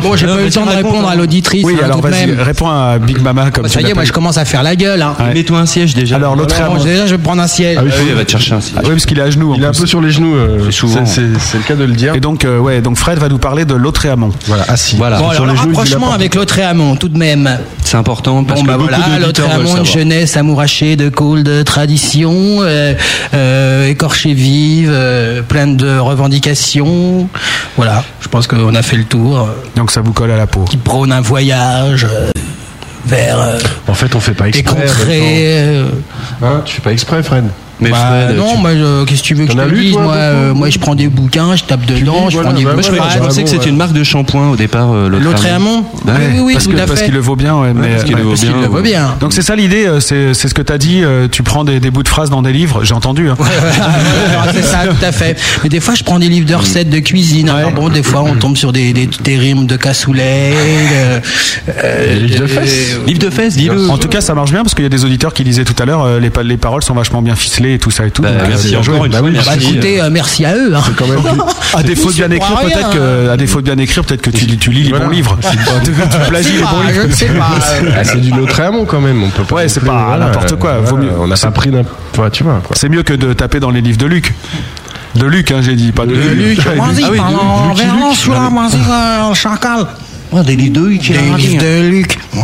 Speaker 13: Bon, j'ai
Speaker 10: Non,
Speaker 13: pas eu
Speaker 10: mais
Speaker 13: le temps de
Speaker 10: tiens, raconte,
Speaker 13: répondre
Speaker 10: hein.
Speaker 13: à l'auditrice.
Speaker 6: Oui,
Speaker 13: euh, hein,
Speaker 6: alors
Speaker 13: tout de
Speaker 6: vas-y,
Speaker 13: même.
Speaker 6: réponds à Big Mama comme
Speaker 13: Bah, Ça
Speaker 6: tu
Speaker 13: y est, moi
Speaker 6: l'appelles.
Speaker 13: je commence à faire la gueule. hein.
Speaker 10: Mets-toi un siège déjà.
Speaker 6: Alors l'autre
Speaker 13: Bon,
Speaker 6: amende.
Speaker 13: déjà, je vais prendre un siège.
Speaker 8: Ah oui,
Speaker 10: Ah oui, elle va te chercher un siège.
Speaker 6: Oui, parce qu'il est à genoux. en
Speaker 8: Il est un
Speaker 6: plus.
Speaker 8: peu sur les genoux. euh,
Speaker 10: C'est souvent.
Speaker 8: C'est c'est le cas de le dire.
Speaker 6: Et donc, euh, ouais, donc Fred va nous parler de l'autre et amont.
Speaker 8: Voilà, ah, assis.
Speaker 10: Voilà.
Speaker 13: Bon,
Speaker 8: sur
Speaker 13: alors,
Speaker 8: les genoux, il dit
Speaker 13: rapprochement
Speaker 8: la
Speaker 13: avec l'autre Amon, tout de même.
Speaker 10: C'est important parce
Speaker 13: Bon,
Speaker 10: que
Speaker 13: bah
Speaker 10: beaucoup
Speaker 13: voilà, l'autre
Speaker 10: d'auditeurs veulent
Speaker 13: Amon, une
Speaker 10: savoir.
Speaker 13: jeunesse amourachée de cool, de tradition, euh, euh, écorchée vive, euh, pleine de revendications. Voilà, je pense qu'on a fait le tour.
Speaker 6: Donc ça vous colle à la peau.
Speaker 13: Qui prône un voyage euh, vers euh,
Speaker 8: En fait, on fait pas
Speaker 13: des
Speaker 8: exprès. maintenant.
Speaker 13: contrées. euh,
Speaker 8: Hein, tu fais pas exprès, Fred.
Speaker 10: Mais
Speaker 13: bah,
Speaker 10: Fred,
Speaker 13: non,
Speaker 10: tu-
Speaker 13: moi, je- qu'est-ce que tu veux que je
Speaker 8: T'en as
Speaker 13: te
Speaker 8: lu,
Speaker 13: dise
Speaker 8: toi,
Speaker 13: moi,
Speaker 8: toi,
Speaker 13: euh,
Speaker 8: toi
Speaker 13: moi, je prends des bouquins, je tape dedans,
Speaker 8: lis,
Speaker 13: je
Speaker 8: voilà,
Speaker 13: prends des
Speaker 8: bah,
Speaker 10: Moi, je,
Speaker 8: Ouais,
Speaker 10: pensais- je
Speaker 8: ouais,
Speaker 10: pensais que
Speaker 8: ouais.
Speaker 10: c'était une marque de shampoing au départ, euh,
Speaker 13: L'autre
Speaker 10: l'autre
Speaker 13: Amont
Speaker 10: Bah ouais,
Speaker 13: Oui, oui,
Speaker 6: parce
Speaker 13: tout
Speaker 6: que-
Speaker 13: à
Speaker 6: parce
Speaker 13: fait.
Speaker 6: qu'il le vaut bien, ouais, mais- euh,
Speaker 10: parce qu'il le vaut
Speaker 13: Parce qu'il
Speaker 10: bien,
Speaker 13: le veut
Speaker 10: ouais.
Speaker 13: bien.
Speaker 6: Donc c'est ça l'idée, euh, c'est c'est ce que t'as dit, euh, tu prends des, des bouts de phrases dans des livres, j'ai entendu. hein.
Speaker 13: Alors, c'est ça, tout à fait. Mais des fois, je prends des livres de recettes de cuisine. Alors bon, des fois, on tombe sur des, des, des rimes de cassoulet. de- euh,
Speaker 8: livres de
Speaker 13: des-
Speaker 8: fesses.
Speaker 10: Livre de fesses, dis-le.
Speaker 6: En tout cas, ça marche bien parce qu'il y a des auditeurs qui disaient tout à l'heure, euh, les, pa- les paroles sont vachement bien ficelées et tout ça et tout.
Speaker 10: Bah,
Speaker 6: Donc,
Speaker 10: merci
Speaker 6: euh,
Speaker 10: encore une
Speaker 8: Bah
Speaker 10: fois.
Speaker 8: oui,
Speaker 13: Bah,
Speaker 10: merci.
Speaker 13: écoutez, euh, merci à eux. hein.
Speaker 8: Quand même, tu-
Speaker 6: À défaut de bien
Speaker 13: Ils
Speaker 6: écrire,
Speaker 13: sont
Speaker 6: peut-être
Speaker 13: rien,
Speaker 6: que, euh, à défaut de bien écrire, peut-être que tu, tu lis les
Speaker 8: Voilà.
Speaker 6: bons livres. tu, tu
Speaker 13: Je
Speaker 6: plagies
Speaker 13: sais
Speaker 6: les bons
Speaker 13: pas,
Speaker 6: livres.
Speaker 13: je ne sais pas. euh,
Speaker 8: Ah, c'est du autre amont quand même. On peut pas
Speaker 6: Ouais,
Speaker 8: non
Speaker 6: c'est
Speaker 8: plus,
Speaker 6: pas n'importe quoi, vaut mieux.
Speaker 8: On a
Speaker 6: C'est-
Speaker 8: pas pris n'importe quoi, tu vois. Quoi.
Speaker 6: C'est mieux que de taper dans les livres de Luc. De Luc, hein, j'ai dit, pas de,
Speaker 13: Luc,
Speaker 6: Ouais,
Speaker 13: moi,
Speaker 6: Luc.
Speaker 13: vas-y, parle en verlan, celui-là, moi, vas-y, euh, en chacal. Des livres de Luc, Des livres de Luc.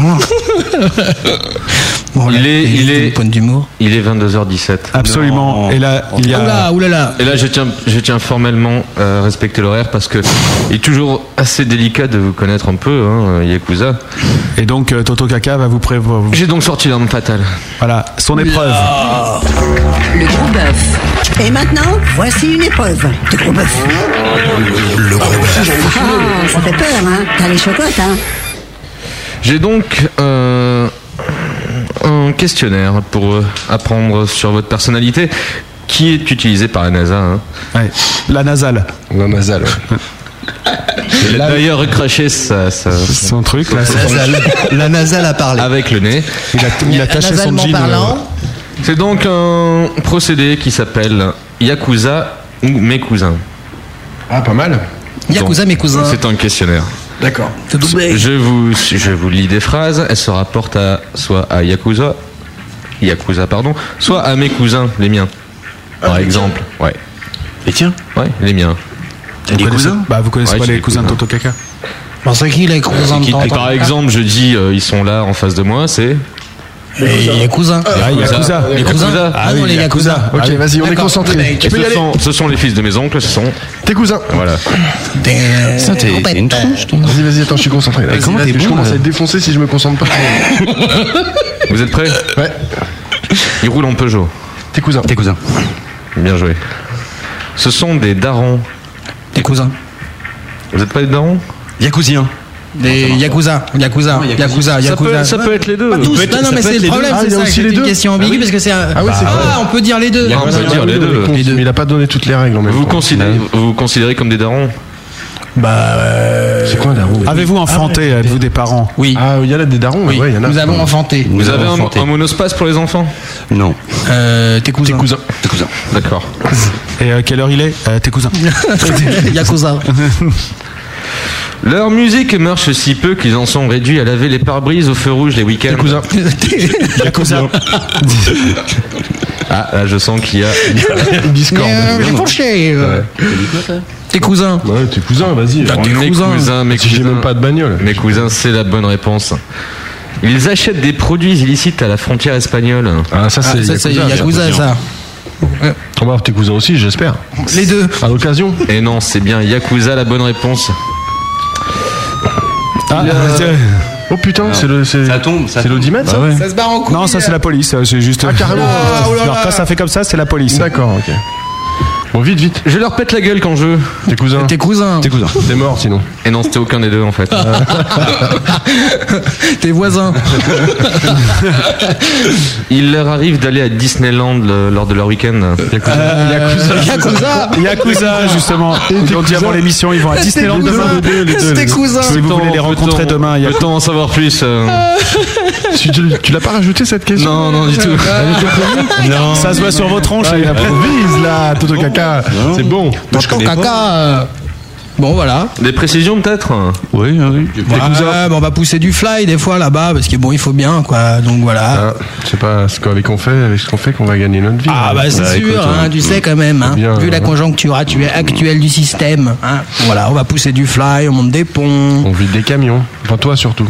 Speaker 13: Voilà. Bon,
Speaker 7: Il
Speaker 13: là,
Speaker 7: est-
Speaker 13: des-
Speaker 7: il
Speaker 13: des
Speaker 7: est-
Speaker 13: points d'humour.
Speaker 7: Il est 22h17.
Speaker 6: Absolument. Et là, il y a.
Speaker 13: Oula, oulala.
Speaker 7: Et là, je tiens, je tiens formellement à respecter l'horaire parce que il est toujours assez délicat de vous connaître un peu, hein, Yakuza.
Speaker 6: Et donc, euh, Toto Kaka va vous prévoir.
Speaker 7: J'ai donc sorti l'arme fatale.
Speaker 6: Voilà, son épreuve.
Speaker 12: Le gros bœuf.
Speaker 5: Et maintenant, voici une épreuve. De gros bœuf.
Speaker 21: Le gros bœuf.
Speaker 5: Ah, ça fait peur, hein. T'as les chocottes, hein.
Speaker 7: J'ai donc euh, un questionnaire pour euh, apprendre sur votre personnalité qui est utilisé par la NASA. hein.
Speaker 6: Ouais. La nasale.
Speaker 8: On a nasal. ouais.
Speaker 7: Il a d'ailleurs recraché sa- sa-
Speaker 6: Son truc, là. c'est-
Speaker 10: La NASA l'a parlé.
Speaker 7: avec le nez.
Speaker 6: Il a, il a taché son
Speaker 13: Nasalement
Speaker 6: jean. euh,
Speaker 13: parlant.
Speaker 7: C'est donc un procédé qui s'appelle Yakuza ou mes cousins.
Speaker 8: Ah, pas mal.
Speaker 13: Yakuza,
Speaker 7: Donc,
Speaker 13: mes cousins.
Speaker 7: C'est un questionnaire.
Speaker 13: D'accord. C'est doublé.
Speaker 7: Je vous, je vous lis des phrases, elles se rapportent à, soit à Yakuza, Yakuza pardon, soit à mes cousins, les miens. Par exemple, ouais,
Speaker 10: Et tiens,
Speaker 7: ouais, les miens.
Speaker 10: t'as des
Speaker 6: vous connaissez-
Speaker 10: cousins
Speaker 6: Bah, vous connaissez
Speaker 7: Ouais,
Speaker 6: pas
Speaker 7: j'ai
Speaker 6: les
Speaker 7: des
Speaker 6: cousins de
Speaker 7: cousins.
Speaker 6: Toto Kaka
Speaker 13: Bon, c'est qui les cousins de
Speaker 7: Qui-
Speaker 13: Tantan
Speaker 7: par exemple, je dis euh, ils sont là en face de moi, c'est
Speaker 13: Les les cousins.
Speaker 6: Ah,
Speaker 7: Yakuza.
Speaker 6: Yakuza.
Speaker 13: Les cousins. Ah non, les Yakuza.
Speaker 8: Ok, vas-y, on est
Speaker 13: D'accord.
Speaker 8: concentré.
Speaker 13: Mec,
Speaker 8: Tu
Speaker 7: Et
Speaker 8: peux y
Speaker 7: ce,
Speaker 8: aller.
Speaker 7: sont, ce sont les fils de mes oncles, ce sont
Speaker 8: Tes cousins.
Speaker 7: voilà.
Speaker 13: Des-
Speaker 10: Ça, t'es
Speaker 13: en fait,
Speaker 10: t'es une
Speaker 13: euh,
Speaker 10: tronche, toi.
Speaker 8: Vas-y, vas-y, attends, je suis concentré. Là.
Speaker 10: Mais comment
Speaker 8: Vas-y,
Speaker 10: t'es
Speaker 8: je
Speaker 10: bon,
Speaker 8: commence
Speaker 10: là
Speaker 8: à être défoncé si je me concentre pas.
Speaker 7: Vous êtes prêts
Speaker 8: Ouais.
Speaker 7: Ils roulent en Peugeot.
Speaker 8: Tes cousins.
Speaker 10: Tes cousins.
Speaker 7: Bien joué. Ce sont des darons.
Speaker 13: Des cousins.
Speaker 7: Vous n'êtes pas des darons
Speaker 10: Yakuziens.
Speaker 13: Des Yakuza. Yakuza. Yakuza.
Speaker 7: ça peut,
Speaker 13: Yakuza.
Speaker 7: ça peut être les deux.
Speaker 13: Pas tous.
Speaker 10: peut être-
Speaker 13: Non,
Speaker 10: ça
Speaker 13: non, mais
Speaker 10: peut
Speaker 13: c'est
Speaker 10: être
Speaker 13: le
Speaker 10: les
Speaker 13: problème,
Speaker 8: deux. Ah,
Speaker 13: c'est
Speaker 8: il y a
Speaker 13: ça.
Speaker 8: aussi
Speaker 13: C'est
Speaker 8: les
Speaker 13: une
Speaker 8: deux.
Speaker 13: question ambiguë parce que c'est un.
Speaker 8: Ah oui, c'est vrai.
Speaker 13: Ah, on peut dire les deux.
Speaker 7: Ah, on peut dire les deux.
Speaker 8: Mais Il a pas donné toutes les règles en même
Speaker 7: Vous vous
Speaker 8: temps.
Speaker 7: considérez, vous vous considérez comme des darons
Speaker 13: Bah,
Speaker 8: C'est quoi un daron
Speaker 6: Avez-vous enfanté, avez-vous Euh, des parents
Speaker 13: oui.
Speaker 8: Ah, il y a là des darons.
Speaker 13: Oui,
Speaker 8: ouais, il y en a.
Speaker 13: nous avons enfanté.
Speaker 7: Vous, avez un,
Speaker 10: enfanté.
Speaker 7: un monospace pour les enfants
Speaker 10: Non.
Speaker 13: Euh, Tes cousins.
Speaker 8: Cousins.
Speaker 10: Tes cousins.
Speaker 7: D'accord.
Speaker 6: Et euh, quelle heure il est Euh, Tes cousins.
Speaker 13: Yakuza.
Speaker 7: Leur musique marche si peu qu'ils en sont réduits à laver les pare-brises au feu rouge les week-ends. Yakuza. ah, là, je sens qu'il y a une
Speaker 13: Discord. J'ai fourché. euh, Tes cousins.
Speaker 8: Ouais, Bah, tes cousins, vas-y.
Speaker 7: mes cousins, mes cousins.
Speaker 8: j'ai même pas de bagnole.
Speaker 7: Mes cousins, c'est la bonne réponse. Ils achètent des produits illicites à la frontière espagnole.
Speaker 8: Ah, ça, c'est
Speaker 13: Yakuza, ça.
Speaker 8: On va voir tes cousins aussi, j'espère.
Speaker 13: Les deux.
Speaker 8: À l'occasion.
Speaker 7: Et non, c'est bien Yakuza la bonne réponse.
Speaker 8: Ah,
Speaker 7: Euh,
Speaker 8: tiens. Oh putain, c'est le. Ça tombe, C'est l'audimètre, ça
Speaker 13: se barre en couille.
Speaker 6: Bah Non, ça c'est la police. euh, J'ai juste.
Speaker 8: Ah, carrément. Ah, oh là
Speaker 6: Alors,
Speaker 8: là.
Speaker 6: quand ça fait comme ça, c'est la police.
Speaker 8: D'accord, ok. Bon, vite, vite.
Speaker 7: Je leur pète la gueule quand je.
Speaker 8: Tes cousins.
Speaker 13: Tes cousins.
Speaker 8: Tes cousins. T'es mort sinon. Ah.
Speaker 7: Et non, c'était aucun des deux en fait.
Speaker 13: Tes voisins.
Speaker 7: Il leur arrive d'aller à Disneyland le- lors de leur week-end.
Speaker 6: Euh,
Speaker 13: Yakuza.
Speaker 6: Yakuza, justement. Ils ont dit avant l'émission, ils vont à
Speaker 13: C'était
Speaker 6: Disneyland
Speaker 13: cousins.
Speaker 6: demain.
Speaker 13: C'était cousins.
Speaker 6: Si vous voulez les rencontrer demain, il y a
Speaker 7: Peut-on en savoir plus euh
Speaker 8: Tu, tu- tu l'as pas rajouté cette question
Speaker 7: Non, non, du tout.
Speaker 13: Ah,
Speaker 7: Non.
Speaker 6: Ça se voit sur vos tronches.
Speaker 8: Ah,
Speaker 13: hein.
Speaker 6: et
Speaker 8: il
Speaker 6: après-
Speaker 8: improvise là, Toto Caca. C'est bon.
Speaker 13: Dans ton caca. euh, Bon, voilà.
Speaker 7: Des précisions peut-être
Speaker 10: Oui, oui.
Speaker 13: Ouais, bah, on va pousser du fly des fois là-bas parce que bon, il faut bien quoi. Donc voilà.
Speaker 8: Ah, je sais pas ce qu'avec on fait, avec ce qu'on fait qu'on va gagner notre vie.
Speaker 13: Ah bah c'est sûr, hein, tu sais quand même, hein,
Speaker 8: Bien,
Speaker 13: vu la
Speaker 8: ouais.
Speaker 13: conjoncture actu- actuelle du système, hein, voilà, on va pousser du fly, on monte des ponts,
Speaker 8: On vide des camions. Enfin toi surtout.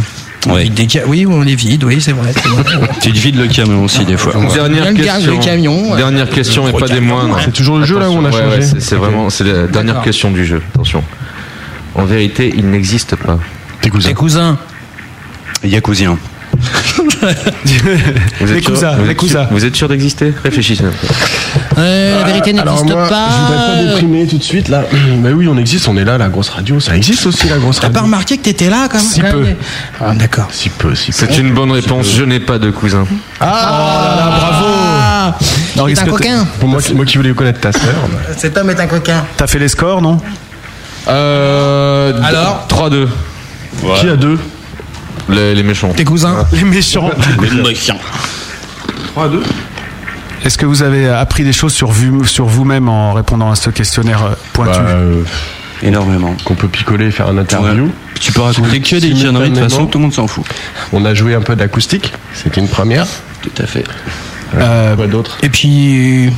Speaker 13: on vide des ca- oui, on les vide, oui c'est vrai. c'est vrai.
Speaker 10: Tu te vides le camion aussi des fois.
Speaker 13: Bien
Speaker 7: Dernière
Speaker 13: le garde,
Speaker 7: question.
Speaker 13: le camion, ouais.
Speaker 7: Dernière question et pas des moindres.
Speaker 8: C'est toujours le jeu, là, où on a
Speaker 7: Attention, ouais,
Speaker 8: changé
Speaker 7: ouais, c'est- c'est
Speaker 8: Ok.
Speaker 7: vraiment c'est la dernière question du jeu. Attention. En vérité, il n'existe pas.
Speaker 8: Tes cousins.
Speaker 13: Tes cousins,
Speaker 10: Yakuza.
Speaker 7: Vous êtes
Speaker 6: Les
Speaker 7: sûr-
Speaker 6: cousins,
Speaker 7: vous êtes
Speaker 6: les cousins.
Speaker 7: sûr- Vous êtes sûr d'exister Réfléchissez. un peu.
Speaker 13: Euh, la vérité
Speaker 8: Ah, Alors
Speaker 13: n'existe
Speaker 8: moi,
Speaker 13: pas.
Speaker 8: je voudrais pas
Speaker 13: euh,
Speaker 8: déprimer tout de suite là. Bah oui, on existe, on est là, la grosse radio. Ça existe aussi la grosse
Speaker 13: T'as pas
Speaker 8: radio.
Speaker 13: remarqué que t'étais là quand même
Speaker 8: Si
Speaker 13: quand
Speaker 8: peu.
Speaker 13: même Ah, D'accord.
Speaker 8: Si peu, si peu.
Speaker 7: C'est une bonne réponse. Je n'ai pas hein. de cousins.
Speaker 13: Ah,
Speaker 6: Non,
Speaker 13: c'est
Speaker 6: qu'est-ce
Speaker 13: un
Speaker 6: que
Speaker 13: coquin.
Speaker 8: Pour moi, qui- moi qui voulais connaître ta sœur. bah.
Speaker 13: Cet homme est un coquin.
Speaker 6: T'as fait les scores, non
Speaker 7: Euh,
Speaker 13: Alors
Speaker 7: 3-2.
Speaker 8: Qui a deux
Speaker 7: Les, les méchants.
Speaker 13: Tes cousins.
Speaker 6: Les méchants. Est-ce que vous avez appris des choses sur vous- sur vous-même en répondant à ce questionnaire euh, pointu
Speaker 8: Bah, euh,
Speaker 10: Énormément.
Speaker 8: qu'on peut picoler et faire un
Speaker 10: Ouais.
Speaker 8: interview.
Speaker 10: Tu peux raconter que des
Speaker 8: Simultanément.
Speaker 10: conneries, de toute façon, tout le monde s'en fout.
Speaker 8: On a joué un peu d'acoustique, c'était une première.
Speaker 10: Tout à fait.
Speaker 6: Euh,
Speaker 8: Pas d'autres.
Speaker 13: Et puis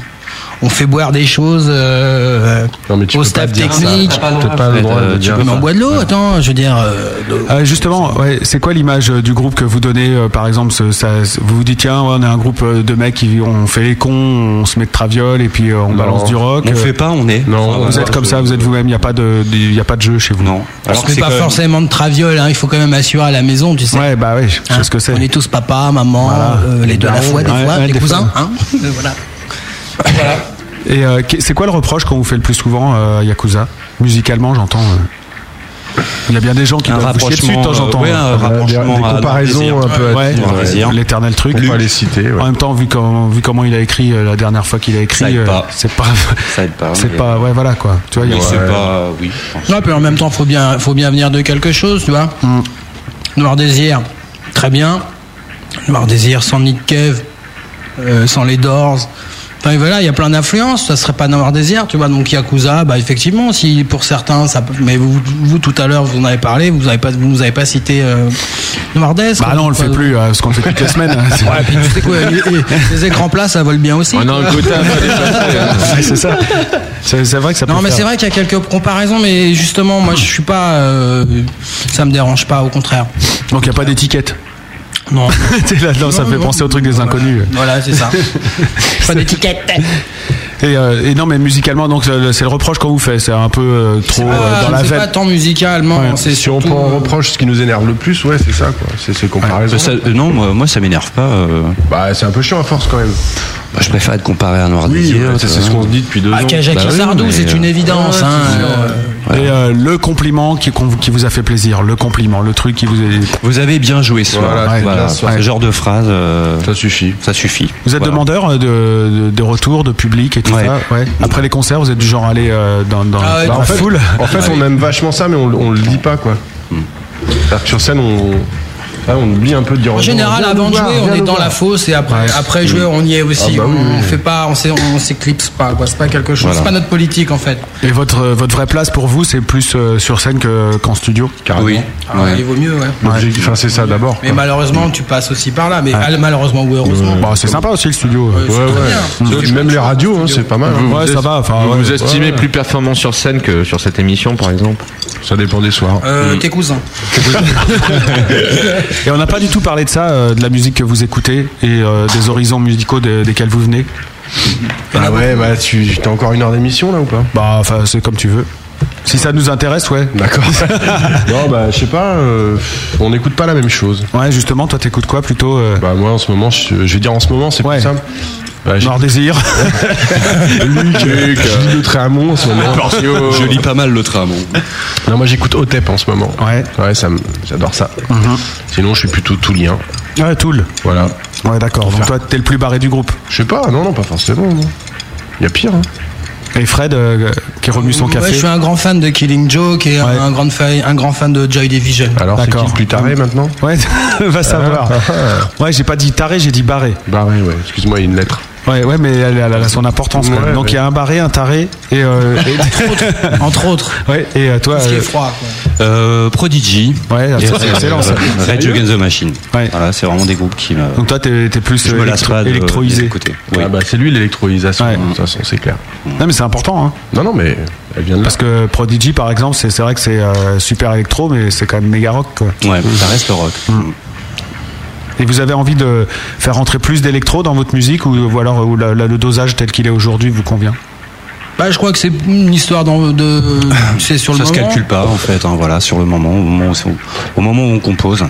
Speaker 13: on fait boire des choses euh,
Speaker 8: Non mais tu
Speaker 13: au
Speaker 8: peux pas
Speaker 13: staff
Speaker 8: dire ça.
Speaker 13: technique.
Speaker 8: T'as pas le droit de
Speaker 10: Euh,
Speaker 8: dire
Speaker 13: Mais on
Speaker 8: ça.
Speaker 13: boit de l'eau, attends, je veux dire. euh, de l'eau.
Speaker 6: Euh, justement, ouais, c'est quoi l'image euh, du groupe que vous donnez euh, Par exemple, ce- ça- ce- vous vous dites tiens, ouais, on est un groupe euh, de mecs qui on fait les cons, on se met de traviole et puis euh, on balance du rock.
Speaker 10: On
Speaker 6: Euh,
Speaker 10: fait pas, on est.
Speaker 8: Non,
Speaker 10: Ça
Speaker 6: Vous
Speaker 10: va.
Speaker 6: êtes comme ça, vous êtes vous-même. Il n'y a pas de, il y a pas de jeu chez vous.
Speaker 10: Non.
Speaker 13: Alors
Speaker 10: que
Speaker 13: c'est pas
Speaker 10: quand même-
Speaker 13: forcément de traviole, hein, il faut quand même assurer à la maison, tu sais.
Speaker 6: Ouais, bah oui, je
Speaker 13: Hein,
Speaker 6: sais ce que c'est. Bah,
Speaker 13: On est tous papa, maman, euh, les deux à la fois, des
Speaker 6: Ouais,
Speaker 13: fois,
Speaker 6: ouais,
Speaker 13: les
Speaker 6: des
Speaker 13: cousins.
Speaker 6: fois.
Speaker 13: Hein Euh, voilà.
Speaker 6: Et euh, qu'est- c'est quoi le reproche qu'on vous fait le plus souvent, euh, Yakuza Musicalement, j'entends. euh, Il y a bien des gens qui
Speaker 10: Un
Speaker 6: doivent vous chier dessus de temps en
Speaker 10: rapprochement,
Speaker 6: temps.
Speaker 10: euh, ouais, un
Speaker 6: Euh,
Speaker 10: rapprochement
Speaker 8: des
Speaker 10: à notre
Speaker 8: comparaisons un
Speaker 10: plaisir.
Speaker 8: peu à
Speaker 6: ouais,
Speaker 10: dire,
Speaker 6: ouais,
Speaker 10: plaisir.
Speaker 6: l'éternel truc.
Speaker 8: Pour pas les citer. ouais.
Speaker 6: En même temps, vu comment, vu comment il a écrit euh, la dernière fois qu'il a
Speaker 10: Ça
Speaker 6: écrit,
Speaker 10: aide
Speaker 6: euh,
Speaker 10: pas.
Speaker 6: c'est pas,
Speaker 10: Ça aide pas.
Speaker 6: c'est
Speaker 10: mais-
Speaker 6: pas, euh, ouais, voilà quoi. Tu vois, il y a-
Speaker 10: Mais c'est
Speaker 7: ah
Speaker 10: pas. Oui. je pense.
Speaker 13: Non, puis en même temps, faut bien, faut bien venir de quelque chose, tu vois.
Speaker 6: Mm.
Speaker 13: Noir Désir, très bien. Noir Désir sans Nick Cave, euh, sans les Doors. Enfin, voilà, il y a plein d'influences, ça serait pas Noir Désir, tu vois. Donc Yakuza, bah effectivement, si pour certains, ça, peut- mais vous, vous tout à l'heure, vous en avez parlé, vous avez pas, vous nous avez pas cité euh, Noir Dés.
Speaker 6: Bah non, on le fait plus, euh, parce qu'on le fait toutes les semaines.
Speaker 13: Ouais, puis tu sais quoi, les, les écrans plats, ça vole bien aussi.
Speaker 7: On a un Ah quota. fallait passer, hein.
Speaker 6: Ouais, c'est ça. C'est c'est vrai que ça peut
Speaker 13: Non, mais
Speaker 6: faire.
Speaker 13: c'est vrai qu'il y a quelques comparaisons, mais justement, moi, je suis pas. euh, ça me dérange pas, au contraire.
Speaker 6: Donc il n'y a pas d'étiquette.
Speaker 13: Non.
Speaker 6: T'es là, non, ça
Speaker 13: Non,
Speaker 6: fait
Speaker 13: non,
Speaker 6: penser au truc des
Speaker 13: voilà.
Speaker 6: inconnus.
Speaker 13: Voilà, c'est ça. pas d'étiquette.
Speaker 6: Et, euh, et non, mais musicalement, donc euh, c'est le reproche qu'on vous fait. C'est un peu euh, trop euh,
Speaker 13: Ah,
Speaker 6: dans la
Speaker 13: c'est pas
Speaker 6: veine.
Speaker 13: tant musicalement,
Speaker 6: Ouais.
Speaker 13: c'est
Speaker 8: Si on
Speaker 13: surtout, euh,
Speaker 8: prend en reproche ce qui nous énerve le plus, ouais, c'est ça quoi. C'est ces comparaisons.
Speaker 10: Euh, ça- euh, non, moi, moi, ça m'énerve pas. euh,
Speaker 8: Bah c'est un peu chiant à force quand même.
Speaker 10: bah, je préfère être comparé à Noir Désir.
Speaker 8: ouais,
Speaker 10: tu
Speaker 8: ça, c'est
Speaker 10: vois.
Speaker 8: ce qu'on se dit depuis deux
Speaker 13: Ah,
Speaker 8: ans.
Speaker 13: Kajaki
Speaker 10: Bah oui,
Speaker 13: Sardou,
Speaker 10: mais,
Speaker 13: c'est une
Speaker 10: euh,
Speaker 13: évidence. hein, euh,
Speaker 6: Et euh, le compliment qui, qu'on- qui vous a fait plaisir, le compliment, le truc qui vous est...
Speaker 10: Vous avez bien joué ce soir.
Speaker 8: Voilà,
Speaker 10: Ouais,
Speaker 8: c'est
Speaker 10: voilà.
Speaker 8: bien ce soir.
Speaker 10: Ce genre de phrase, euh,
Speaker 8: Ça suffit.
Speaker 10: ça suffit.
Speaker 6: Vous êtes
Speaker 10: Voilà.
Speaker 6: demandeur euh, de, de, de retour, de public et tout
Speaker 10: Ouais.
Speaker 6: ça. Ouais. Après les concerts, vous êtes du genre aller euh, dans, dans,
Speaker 13: Ah ouais, bah,
Speaker 6: dans la
Speaker 8: en fait,
Speaker 6: foule.
Speaker 8: En fait, on aime vachement ça, mais on, on le dit pas, quoi. C'est-à-dire que sur scène, on, Ah, on oublie un peu de dire.
Speaker 13: En général,
Speaker 8: Viens
Speaker 13: avant
Speaker 8: nous
Speaker 13: de
Speaker 8: voir,
Speaker 13: jouer,
Speaker 8: viens
Speaker 13: on est
Speaker 8: nous
Speaker 13: dans
Speaker 8: voir.
Speaker 13: la fosse et après,
Speaker 8: Ouais.
Speaker 13: après
Speaker 8: Oui.
Speaker 13: jouer, on y est aussi.
Speaker 8: Ah bah oui,
Speaker 13: on
Speaker 8: oui,
Speaker 13: fait pas, on s'é- on s'éclipse pas. quoi. C'est pas quelque chose.
Speaker 6: Voilà.
Speaker 13: C'est pas notre politique en fait.
Speaker 6: Et votre, euh, votre vraie place pour vous, c'est plus euh, sur scène que- qu'en studio
Speaker 8: Oui.
Speaker 13: Ah, Il vaut mieux. ouais.
Speaker 8: L'objectif, enfin, c'est ça d'abord.
Speaker 13: Mais malheureusement, tu passes aussi par là. Mais ah, malheureusement ou heureusement.
Speaker 6: Bah, c'est sympa aussi le studio.
Speaker 8: Ouais, ouais. Même les radios, hein, c'est pas mal. hein.
Speaker 7: Vous,
Speaker 6: Ouais,
Speaker 7: vous
Speaker 6: ça
Speaker 7: est-
Speaker 6: va, enfin,
Speaker 7: vous,
Speaker 6: ouais.
Speaker 7: vous estimez
Speaker 6: Ouais, ouais.
Speaker 7: plus performant sur scène que sur cette émission, par exemple
Speaker 8: Ça dépend des soirs.
Speaker 13: Euh,
Speaker 6: Mm.
Speaker 13: Tes cousins.
Speaker 6: Et on n'a pas du tout parlé de ça, euh, de la musique que vous écoutez et euh, des horizons musicaux de- desquels vous venez.
Speaker 8: Ah ouais, bah tu as encore une heure d'émission là ou pas
Speaker 6: Bah enfin c'est comme tu veux. Si ça nous intéresse, ouais.
Speaker 8: D'accord. non, bah je sais pas, euh, on n'écoute pas la même chose.
Speaker 6: Ouais, justement, toi t'écoutes quoi plutôt euh
Speaker 8: Bah moi en ce moment, je, je vais dire en ce moment, c'est plus simple. Bah, j'ai-
Speaker 6: Désir.
Speaker 8: Luc, Luc, euh, le Tramon en ce moment.
Speaker 10: Portio. Je lis pas mal le Tramon.
Speaker 8: Non, moi j'écoute Otep en ce moment.
Speaker 6: Ouais. Mhm.
Speaker 8: Ouais, ça me- j'adore ça. Sinon, je suis plutôt tout lien.
Speaker 6: Ouais, Tool.
Speaker 8: Voilà.
Speaker 6: Ouais, d'accord. Donc toi t'es le plus barré du groupe.
Speaker 8: Je sais pas, non, non, pas forcément. Il y a pire. hein.
Speaker 6: Et Fred euh, qui remue son
Speaker 13: Ouais,
Speaker 6: café.
Speaker 13: je suis un grand fan de Killing Joke et un, grand fan, un grand fan de Joy Division. Euh,
Speaker 8: Alors, c'est qui le plus taré maintenant
Speaker 6: Ouais, va savoir.
Speaker 8: Ah, ah,
Speaker 6: Ouais, j'ai pas dit taré, j'ai dit barré.
Speaker 8: Barré, ouais. Excuse-moi, il y a une lettre.
Speaker 6: Ouais, ouais, mais elle, elle a son importance. quand même.
Speaker 8: Ouais,
Speaker 6: Donc il
Speaker 8: ouais.
Speaker 6: y a un barré, un taré et. euh, et-
Speaker 13: Entre autres. Entre autres.
Speaker 6: Ouais, et euh, toi.
Speaker 13: Parce qu'il est
Speaker 6: euh,
Speaker 13: froid. quoi.
Speaker 10: Euh, Prodigy.
Speaker 6: Ouais,
Speaker 10: Et,
Speaker 6: ça, c'est
Speaker 10: euh,
Speaker 6: excellent, ça.
Speaker 10: Rage Against the Machine.
Speaker 6: Ouais.
Speaker 10: Voilà, c'est vraiment des groupes qui me.
Speaker 6: Donc toi t'es t'es plus euh,
Speaker 10: Je me lasse
Speaker 6: électro-
Speaker 10: pas de-
Speaker 6: électroisé.
Speaker 10: des écouter. euh, Oui.
Speaker 8: Ah bah, c'est lui l'électronisation, de toute façon, c'est clair.
Speaker 6: Non mais c'est important. Hein.
Speaker 8: Non, non, mais elle vient de là.
Speaker 6: Parce que Prodigy, par exemple, c'est c'est vrai que c'est euh, super électro, mais c'est quand même méga rock. Quoi.
Speaker 10: Ouais, ça reste le rock.
Speaker 6: Mm.
Speaker 10: Mm.
Speaker 6: Et vous avez envie de faire rentrer plus d'électro dans votre musique ou, ou alors euh, ou la- la- le dosage tel qu'il est aujourd'hui vous convient
Speaker 13: Bah, je crois que c'est une histoire d'en- de. C'est sur le
Speaker 10: ça
Speaker 13: moment.
Speaker 10: se calcule pas en fait, hein, voilà, sur le moment, au moment où, au moment où on compose.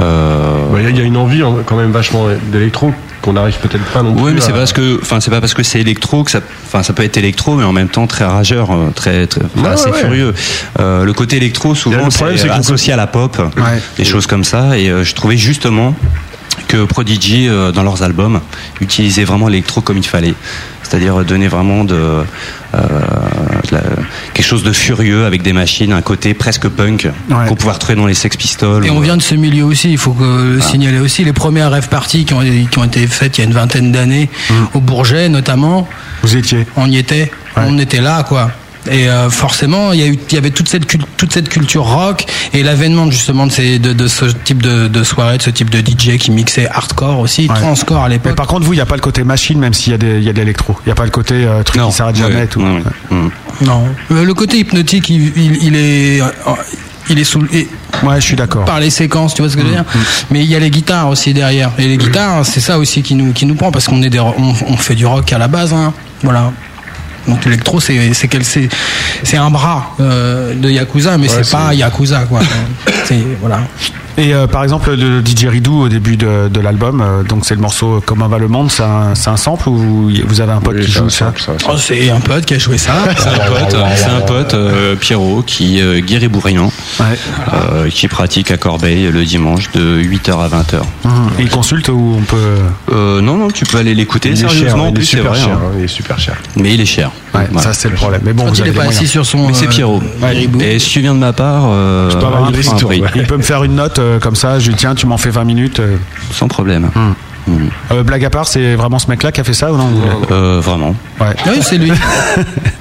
Speaker 10: Euh,
Speaker 8: Bah, Il y a- il y a une envie hein, quand même vachement d'électro qu'on n'arrive peut-être pas non plus. euh,
Speaker 10: Oui, mais c'est
Speaker 8: à-
Speaker 10: pas parce que, enfin, c'est pas parce que c'est électro que ça, enfin, ça peut être électro, mais en même temps très rageur, euh, très, très
Speaker 8: Ouais,
Speaker 10: assez
Speaker 8: ouais, ouais.
Speaker 10: furieux. Euh, le côté électro,
Speaker 8: Il y a
Speaker 10: souvent,
Speaker 8: le problème,
Speaker 10: c'est
Speaker 8: c'est qu'on
Speaker 10: associé à la pop, des choses comme ça. Et euh, je trouvais justement que Prodigy, euh, dans leurs albums, utilisait vraiment l'électro comme il fallait. C'est-à-dire euh, donner vraiment de, euh, de la- quelque chose de furieux avec des machines, un côté presque punk qu'on pouvait retrouver dans les Sex Pistols.
Speaker 13: Et
Speaker 10: ou-
Speaker 13: on vient de ce milieu aussi, il faut que
Speaker 8: Ah.
Speaker 13: le signaler aussi. Les premières rêves parties qui ont, qui ont été faites il y a une vingtaine d'années,
Speaker 8: Hmm.
Speaker 13: au Bourget notamment.
Speaker 6: Vous étiez
Speaker 13: On y était, on était là, quoi. Et euh, forcément, il y, a eu, il y avait toute cette, cul- toute cette culture rock et l'avènement justement de, ces, de, de ce type de, de soirée, de ce type de DJ qui mixait hardcore aussi, transcore à
Speaker 6: Mais
Speaker 13: l'époque.
Speaker 6: par contre, vous, il n'y a pas le côté machine, même s'il y a des- il y a de l'électro. Il n'y a pas le côté euh, truc qui s'arrête jamais et tout.
Speaker 13: Non. Euh, Le le côté hypnotique, il, il- il est. euh, Il est sous
Speaker 6: Ouais, je suis d'accord.
Speaker 13: Par les séquences, tu vois ce que je veux dire Mais il y a les guitares aussi derrière. Et les guitares, c'est ça aussi qui nous, qui nous prend, parce qu'on est des, ro- on, on fait du rock à la base. hein. Voilà. Donc l'électro, c'est c'est quel- c'est- c'est un bras euh, de Yakuza, mais c'est pas Yakuza, quoi. C'est- voilà.
Speaker 6: Et euh, par exemple, le DJ Ridou au début de, de l'album, euh, donc c'est le morceau Comment va le monde, c'est un, c'est un sample ou vous, vous avez un pote qui joue ça
Speaker 13: Oh, c'est un pote qui a joué ça.
Speaker 10: C'est
Speaker 6: Ah,
Speaker 10: un pote, c'est un pote euh, Pierrot, qui euh, guéribourien, euh, qui pratique à Corbeil le dimanche de 8h à 20h.
Speaker 6: Hum, Et il consulte ou on peut.
Speaker 10: Euh, non, non, tu peux aller l'écouter
Speaker 8: Il est cher,
Speaker 10: sérieusement, en
Speaker 8: il est
Speaker 10: plus, c'est
Speaker 8: super
Speaker 10: vrai,
Speaker 8: cher,
Speaker 10: hein.
Speaker 8: hein, il est super cher.
Speaker 10: Mais il est cher. Voilà.
Speaker 6: ça, c'est le problème. Mais bon,
Speaker 13: Quand
Speaker 6: vous
Speaker 13: il
Speaker 6: avez
Speaker 13: est
Speaker 6: les
Speaker 13: pas
Speaker 6: moyens.
Speaker 13: assis sur son.
Speaker 10: Mais c'est
Speaker 13: euh,
Speaker 10: Pierrot.
Speaker 13: guéribou.
Speaker 10: Et si tu viens de ma part, euh,
Speaker 6: Je peux avoir
Speaker 10: on
Speaker 6: une
Speaker 10: fera un
Speaker 6: liste,
Speaker 10: prix.
Speaker 6: ouais. Il peut me faire une note euh, comme ça, je dis tiens, tu m'en fais 20 minutes. euh.
Speaker 10: Sans problème. Mm.
Speaker 6: Euh, blague à part, c'est vraiment ce mec-là qui a fait ça ou non
Speaker 10: Euh, vraiment.
Speaker 6: Ouais.
Speaker 13: Oui, c'est lui.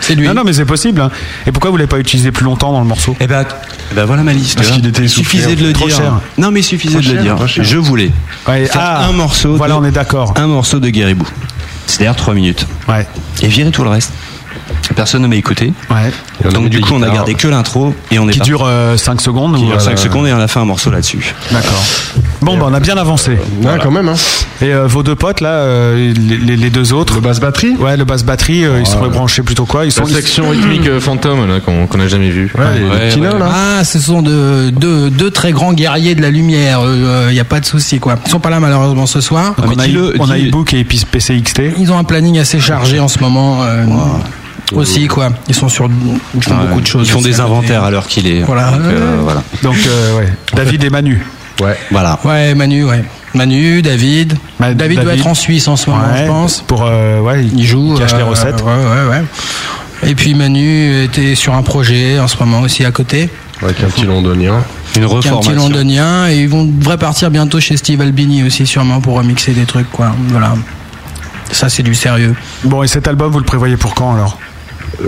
Speaker 13: c'est lui.
Speaker 6: Non, non, mais c'est possible. hein. Et pourquoi vous l'avez pas utilisé plus longtemps dans le morceau
Speaker 10: Eh ben, eh ben voilà ma liste.
Speaker 6: Parce
Speaker 10: là.
Speaker 6: qu'il était essoufflé,
Speaker 10: suffisait de le
Speaker 6: trop
Speaker 10: dire.
Speaker 6: cher.
Speaker 10: Non, mais il suffisait
Speaker 6: Trop
Speaker 10: de le
Speaker 6: cher,
Speaker 10: dire.
Speaker 6: trop cher.
Speaker 10: Je voulais
Speaker 6: Ouais,
Speaker 10: faire
Speaker 6: ah,
Speaker 10: un morceau.
Speaker 6: Voilà,
Speaker 10: de-
Speaker 6: on est d'accord.
Speaker 10: Un morceau de Guéribou. C'est-à-dire 3 minutes.
Speaker 6: Ouais.
Speaker 10: Et virer tout le reste. Personne ne m'a écouté.
Speaker 6: Ouais.
Speaker 8: Et on a mis
Speaker 10: Donc du
Speaker 8: des
Speaker 10: coup, on a
Speaker 8: guitares.
Speaker 10: gardé que l'intro et on est
Speaker 6: Qui
Speaker 10: parti.
Speaker 6: dure 5 secondes
Speaker 10: Qui
Speaker 6: ou,
Speaker 10: dure 5
Speaker 6: euh,
Speaker 10: secondes et on a fait un morceau là-dessus.
Speaker 6: D'accord. Bon, bah, on a bien avancé.
Speaker 8: Ouais, quand même, hein.
Speaker 6: Et euh, vos deux potes, là, euh, les, les- les deux autres
Speaker 8: Le basse batterie
Speaker 6: Ouais, le basse batterie, euh, ils sont branchés plutôt quoi Ils sont.
Speaker 7: La section rythmique euh, fantôme là qu'on qu'on a jamais vue.
Speaker 8: Ouais, les- les petits nains, là.
Speaker 13: Ah, ce sont de- deux deux très grands guerriers de la lumière. Il n'y a pas de souci, quoi. Ils sont pas là, malheureusement, ce soir.
Speaker 6: Donc,
Speaker 10: Ah,
Speaker 6: on,
Speaker 10: mais
Speaker 6: a
Speaker 10: dis-le,
Speaker 6: on a
Speaker 10: dis-
Speaker 6: e-book et puis PCXT.
Speaker 13: Ils ont un planning assez chargé en ce moment. euh, Aussi, quoi. Ils sont sur. Ils font
Speaker 10: Ouais.
Speaker 13: beaucoup de choses.
Speaker 10: Ils font
Speaker 13: aussi hein,
Speaker 10: des
Speaker 13: à côté.
Speaker 10: inventaires à l'heure qu'il est.
Speaker 13: Voilà.
Speaker 10: Donc, euh, voilà.
Speaker 6: Ah, Donc, euh, ouais. David et Manu.
Speaker 8: Ouais.
Speaker 10: Voilà.
Speaker 13: Ouais, Manu, ouais. Manu, David.
Speaker 6: Ma-
Speaker 13: David, doit
Speaker 6: David.
Speaker 13: être en Suisse en ce moment,
Speaker 6: Ouais,
Speaker 13: je pense.
Speaker 6: Pour, euh, ouais,
Speaker 13: Il joue.
Speaker 6: Il cache les
Speaker 13: euh,
Speaker 6: recettes.
Speaker 13: Ouais, ouais, ouais. Et puis Manu était sur un projet en ce moment aussi à côté.
Speaker 8: Avec un petit londonien.
Speaker 10: Une
Speaker 13: Qui est un petit londonien et ils vont devraient partir bientôt chez Steve Albini aussi sûrement pour remixer des trucs quoi. Voilà. Ça c'est du sérieux.
Speaker 6: Bon et cet album vous le prévoyez pour quand alors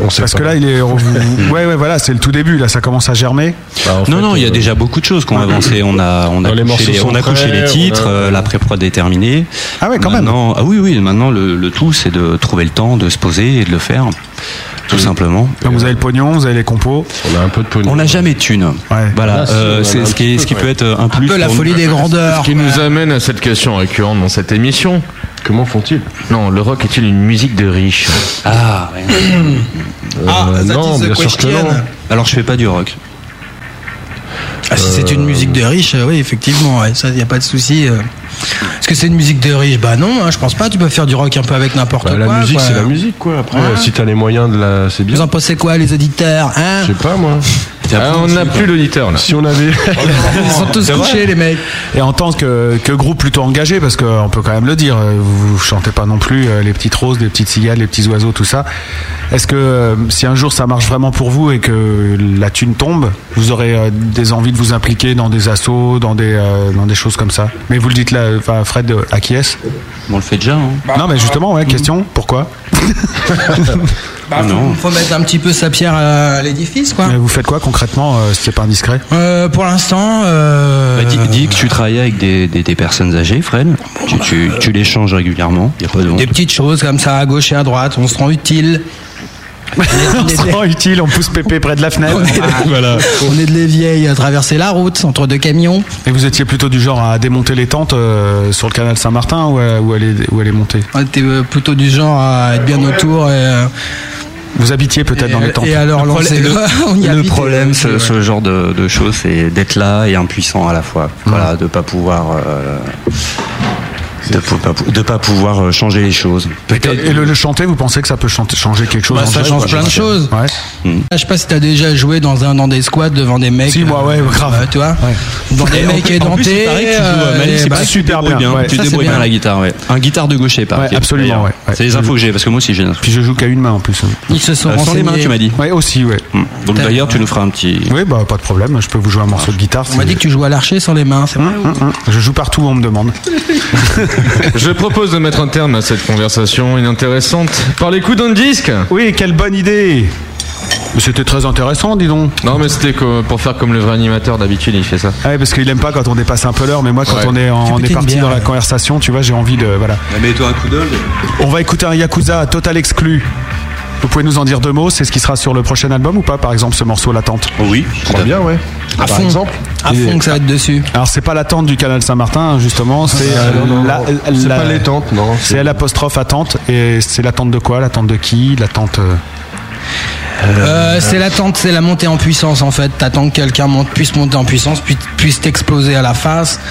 Speaker 8: sait
Speaker 6: Parce
Speaker 8: pas.
Speaker 6: que là il est ouais ouais voilà c'est le tout début là ça commence à germer.
Speaker 10: non, non, il y a déjà beaucoup de choses qui ont avancé. On a, on a
Speaker 6: euh, Dans les
Speaker 10: couché,
Speaker 6: morceaux
Speaker 10: les,
Speaker 6: sont
Speaker 10: on a couché
Speaker 6: prêts,
Speaker 10: les
Speaker 6: on
Speaker 10: titres,
Speaker 6: a-
Speaker 10: euh, la pré-prod est terminée.
Speaker 6: Ah ouais, quand
Speaker 10: même. Ah oui, oui, maintenant le, le tout c'est de trouver le temps, de se poser et de le faire, tout simplement.
Speaker 6: Donc vous avez le pognon, vous avez les compos.
Speaker 8: On a un peu de pognon.
Speaker 10: On n'a jamais de thunes. Voilà,
Speaker 7: Ah, si,
Speaker 10: euh,
Speaker 7: on en a
Speaker 10: c'est
Speaker 7: un
Speaker 10: ce qui,
Speaker 7: petit
Speaker 10: est- ce qui
Speaker 7: peu,
Speaker 10: peut
Speaker 7: ouais.
Speaker 10: être un plus. pour nous.
Speaker 7: Ce qui nous amène à cette question récurrente dans cette émission.
Speaker 8: Comment font-ils
Speaker 7: Non, le rock est-il une musique de Euh, riche
Speaker 10: Ah,
Speaker 13: Ah, that is the question.
Speaker 10: Alors je fais pas du rock.
Speaker 13: Ah, si c'est une musique de riche, euh, oui, effectivement, ouais, ça, il n'y a pas de souci. euh. Est-ce que c'est une musique de riche Bah non, hein, je pense pas. Tu peux faire du rock un peu avec n'importe
Speaker 8: Bah,
Speaker 13: quoi.
Speaker 8: la musique,
Speaker 13: quoi.
Speaker 8: c'est la musique, quoi. Après,
Speaker 13: Ouais.
Speaker 8: si t'as les moyens de la. C'est bien.
Speaker 13: Vous en pensez quoi, les auditeurs hein
Speaker 8: Je sais pas, moi.
Speaker 10: Ah,
Speaker 7: on n'a plus l'auditeur, là.
Speaker 8: Si on avait.
Speaker 13: Ils sont tous
Speaker 6: C'est vrai.
Speaker 13: couchés, les mecs.
Speaker 6: Et en tant que, que groupe plutôt engagé, parce qu'on peut quand même le dire, euh, vous chantez pas non plus euh, les petites roses, les petites cigales, les petits oiseaux, tout ça. Est-ce que euh, si un jour ça marche vraiment pour vous et que la thune tombe, vous aurez euh, des envies de vous impliquer dans des assauts, dans des, euh, dans des choses comme ça Mais vous le dites là, enfin Fred euh, acquiesce
Speaker 10: On le fait déjà. hein.
Speaker 6: non, mais justement, ouais, question, pourquoi
Speaker 13: Bah,
Speaker 6: Non.
Speaker 13: Faut mettre un petit peu sa pierre à, à l'édifice, quoi.
Speaker 6: Mais Vous faites quoi concrètement, euh, si c'est pas indiscret
Speaker 13: Euh, pour l'instant, euh,
Speaker 10: Bah, dis, dis que tu travaillais avec des, des- des personnes âgées, Fred. Tu,
Speaker 13: Euh,
Speaker 10: tu, tu les changes régulièrement, il a pas de honte.
Speaker 13: des petites choses comme ça, à gauche et à droite, on se rend utile.
Speaker 6: On se rend utile, on pousse Pépé près de la fenêtre.
Speaker 10: Ah,
Speaker 13: voilà. On est de les vieilles à traverser la route entre deux camions.
Speaker 6: Et vous étiez plutôt du genre à démonter les tentes euh, sur le canal Saint-Martin ou à, ou à les, ou à les monter
Speaker 13: On était euh, plutôt du genre à être bien autour et. euh,
Speaker 6: Vous habitiez peut-être
Speaker 13: Et-
Speaker 6: dans les tentes
Speaker 13: et alors,
Speaker 10: Le
Speaker 13: lancer
Speaker 10: problème-
Speaker 13: le. on y
Speaker 10: le
Speaker 13: habite. euh,
Speaker 10: problème, ce, ce genre de, de choses, c'est d'être là et impuissant à la fois.
Speaker 13: Mm.
Speaker 10: Voilà, de pas pouvoir. euh, de, pou- pas pou- de pas pouvoir euh, changer les choses.
Speaker 6: Et le, le chanter, vous pensez que ça peut chanter- changer quelque chose
Speaker 13: Bah,
Speaker 6: en
Speaker 13: ça
Speaker 6: direct,
Speaker 13: change
Speaker 6: quoi,
Speaker 13: plein de
Speaker 6: j'imagine.
Speaker 13: choses. Ah,
Speaker 6: Ouais.
Speaker 10: Hmm.
Speaker 13: Je sais pas si t'as déjà joué dans un dans des squats devant des mecs. euh,
Speaker 6: Si, moi, ouais, grave.
Speaker 13: tu vois, dans des
Speaker 10: Et en
Speaker 13: mecs
Speaker 10: plus- en plus, il
Speaker 13: édentés.
Speaker 10: paraît que tu joues, euh, Manu,
Speaker 13: euh,
Speaker 10: c'est
Speaker 13: et
Speaker 10: pas
Speaker 13: bah,
Speaker 10: super bien.
Speaker 13: ouais.
Speaker 10: Tu
Speaker 13: Ça,
Speaker 10: te
Speaker 13: c'est
Speaker 10: débrouilles bien
Speaker 13: bien.
Speaker 10: à la guitare, ouais. Un guitare de gaucher, par
Speaker 6: Ouais, absolument, ouais, ouais.
Speaker 10: C'est les infos que j'ai, parce que moi aussi j'ai des infos.
Speaker 6: Puis je joue qu'à une main en plus.
Speaker 13: Ils se sont
Speaker 10: Euh, sans les mains,
Speaker 13: renseignés.
Speaker 10: tu m'as dit. Mm.
Speaker 6: Ouais, aussi, ouais.
Speaker 10: Donc d'ailleurs, tu nous feras un petit.
Speaker 6: Oui, bah pas de problème, je peux vous jouer un morceau de guitare.
Speaker 13: On m'a dit que tu joues à l'archer sans les mains, c'est vrai
Speaker 6: Hum, hum. Je joue partout où on me demande.
Speaker 7: Je propose de mettre un terme à cette conversation inintéressante par les coups d'un disque.
Speaker 6: Oui, quelle bonne idée C'était très intéressant, dis donc.
Speaker 7: Non, mais c'était co- pour faire comme le vrai animateur d'habitude, il fait ça.
Speaker 6: Ah ouais, parce qu'il aime pas quand on dépasse un peu l'heure, mais moi quand
Speaker 7: Ouais.
Speaker 6: on est, en-
Speaker 7: Tu
Speaker 6: on
Speaker 7: peux
Speaker 6: est
Speaker 7: t'aimer
Speaker 6: parti
Speaker 7: bien,
Speaker 6: dans la
Speaker 7: ouais.
Speaker 6: conversation, tu vois, j'ai envie de voilà.
Speaker 10: Mets-toi un coup d'œil.
Speaker 6: On va écouter un Yakuza total exclu. Vous pouvez nous en dire deux mots, c'est ce qui sera sur le prochain album ou pas Par exemple, ce morceau L'attente
Speaker 10: Oui,
Speaker 8: très bien, ouais.
Speaker 13: À
Speaker 6: Par
Speaker 13: fond.
Speaker 6: exemple.
Speaker 13: À fond que ça va être dessus.
Speaker 6: Alors, c'est pas l'attente du canal Saint-Martin, justement, c'est euh,
Speaker 8: non, non,
Speaker 6: la-
Speaker 8: non. C'est
Speaker 6: la-
Speaker 8: pas les tentes, non.
Speaker 6: C'est l'apostrophe attente, et c'est l'attente de quoi L'attente de qui L'attente. euh,
Speaker 13: Euh, c'est l'attente, c'est la montée en puissance en fait. T'attends que quelqu'un monte, puisse monter en puissance, puis puisse t'exploser à la face,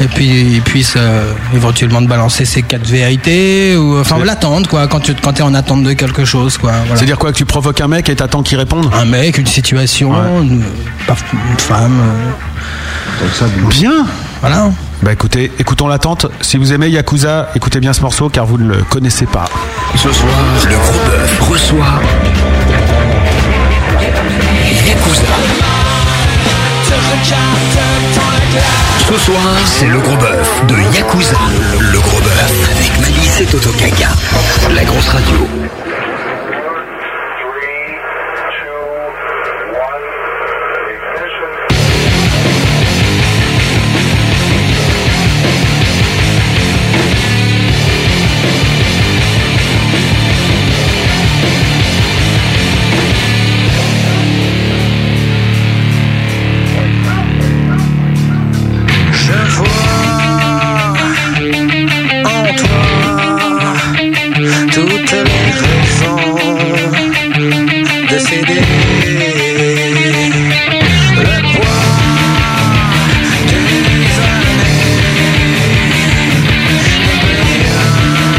Speaker 13: et puis il puisse euh, éventuellement te balancer ses quatre vérités ou enfin
Speaker 6: C'est-
Speaker 13: l'attente quoi. Quand tu quand t'es en attente de quelque chose quoi. Voilà.
Speaker 6: C'est-à-dire quoi Que tu provoques un mec et t'attends qu'il réponde
Speaker 13: Un mec, une situation, une, une femme. euh,
Speaker 6: Bien
Speaker 13: Voilà.
Speaker 6: Bah écoutez, écoutons l'attente. Si vous aimez Yakuza, écoutez bien ce morceau car vous ne le connaissez pas.
Speaker 4: Ce soir, le gros bœuf reçoit. Yakuza. Ce soir, c'est le gros bœuf de Yakuza. Le gros bœuf avec Malice et Toto Kaka. La grosse radio.
Speaker 12: Je vois en toi toutes les raisons de céder. Le poids des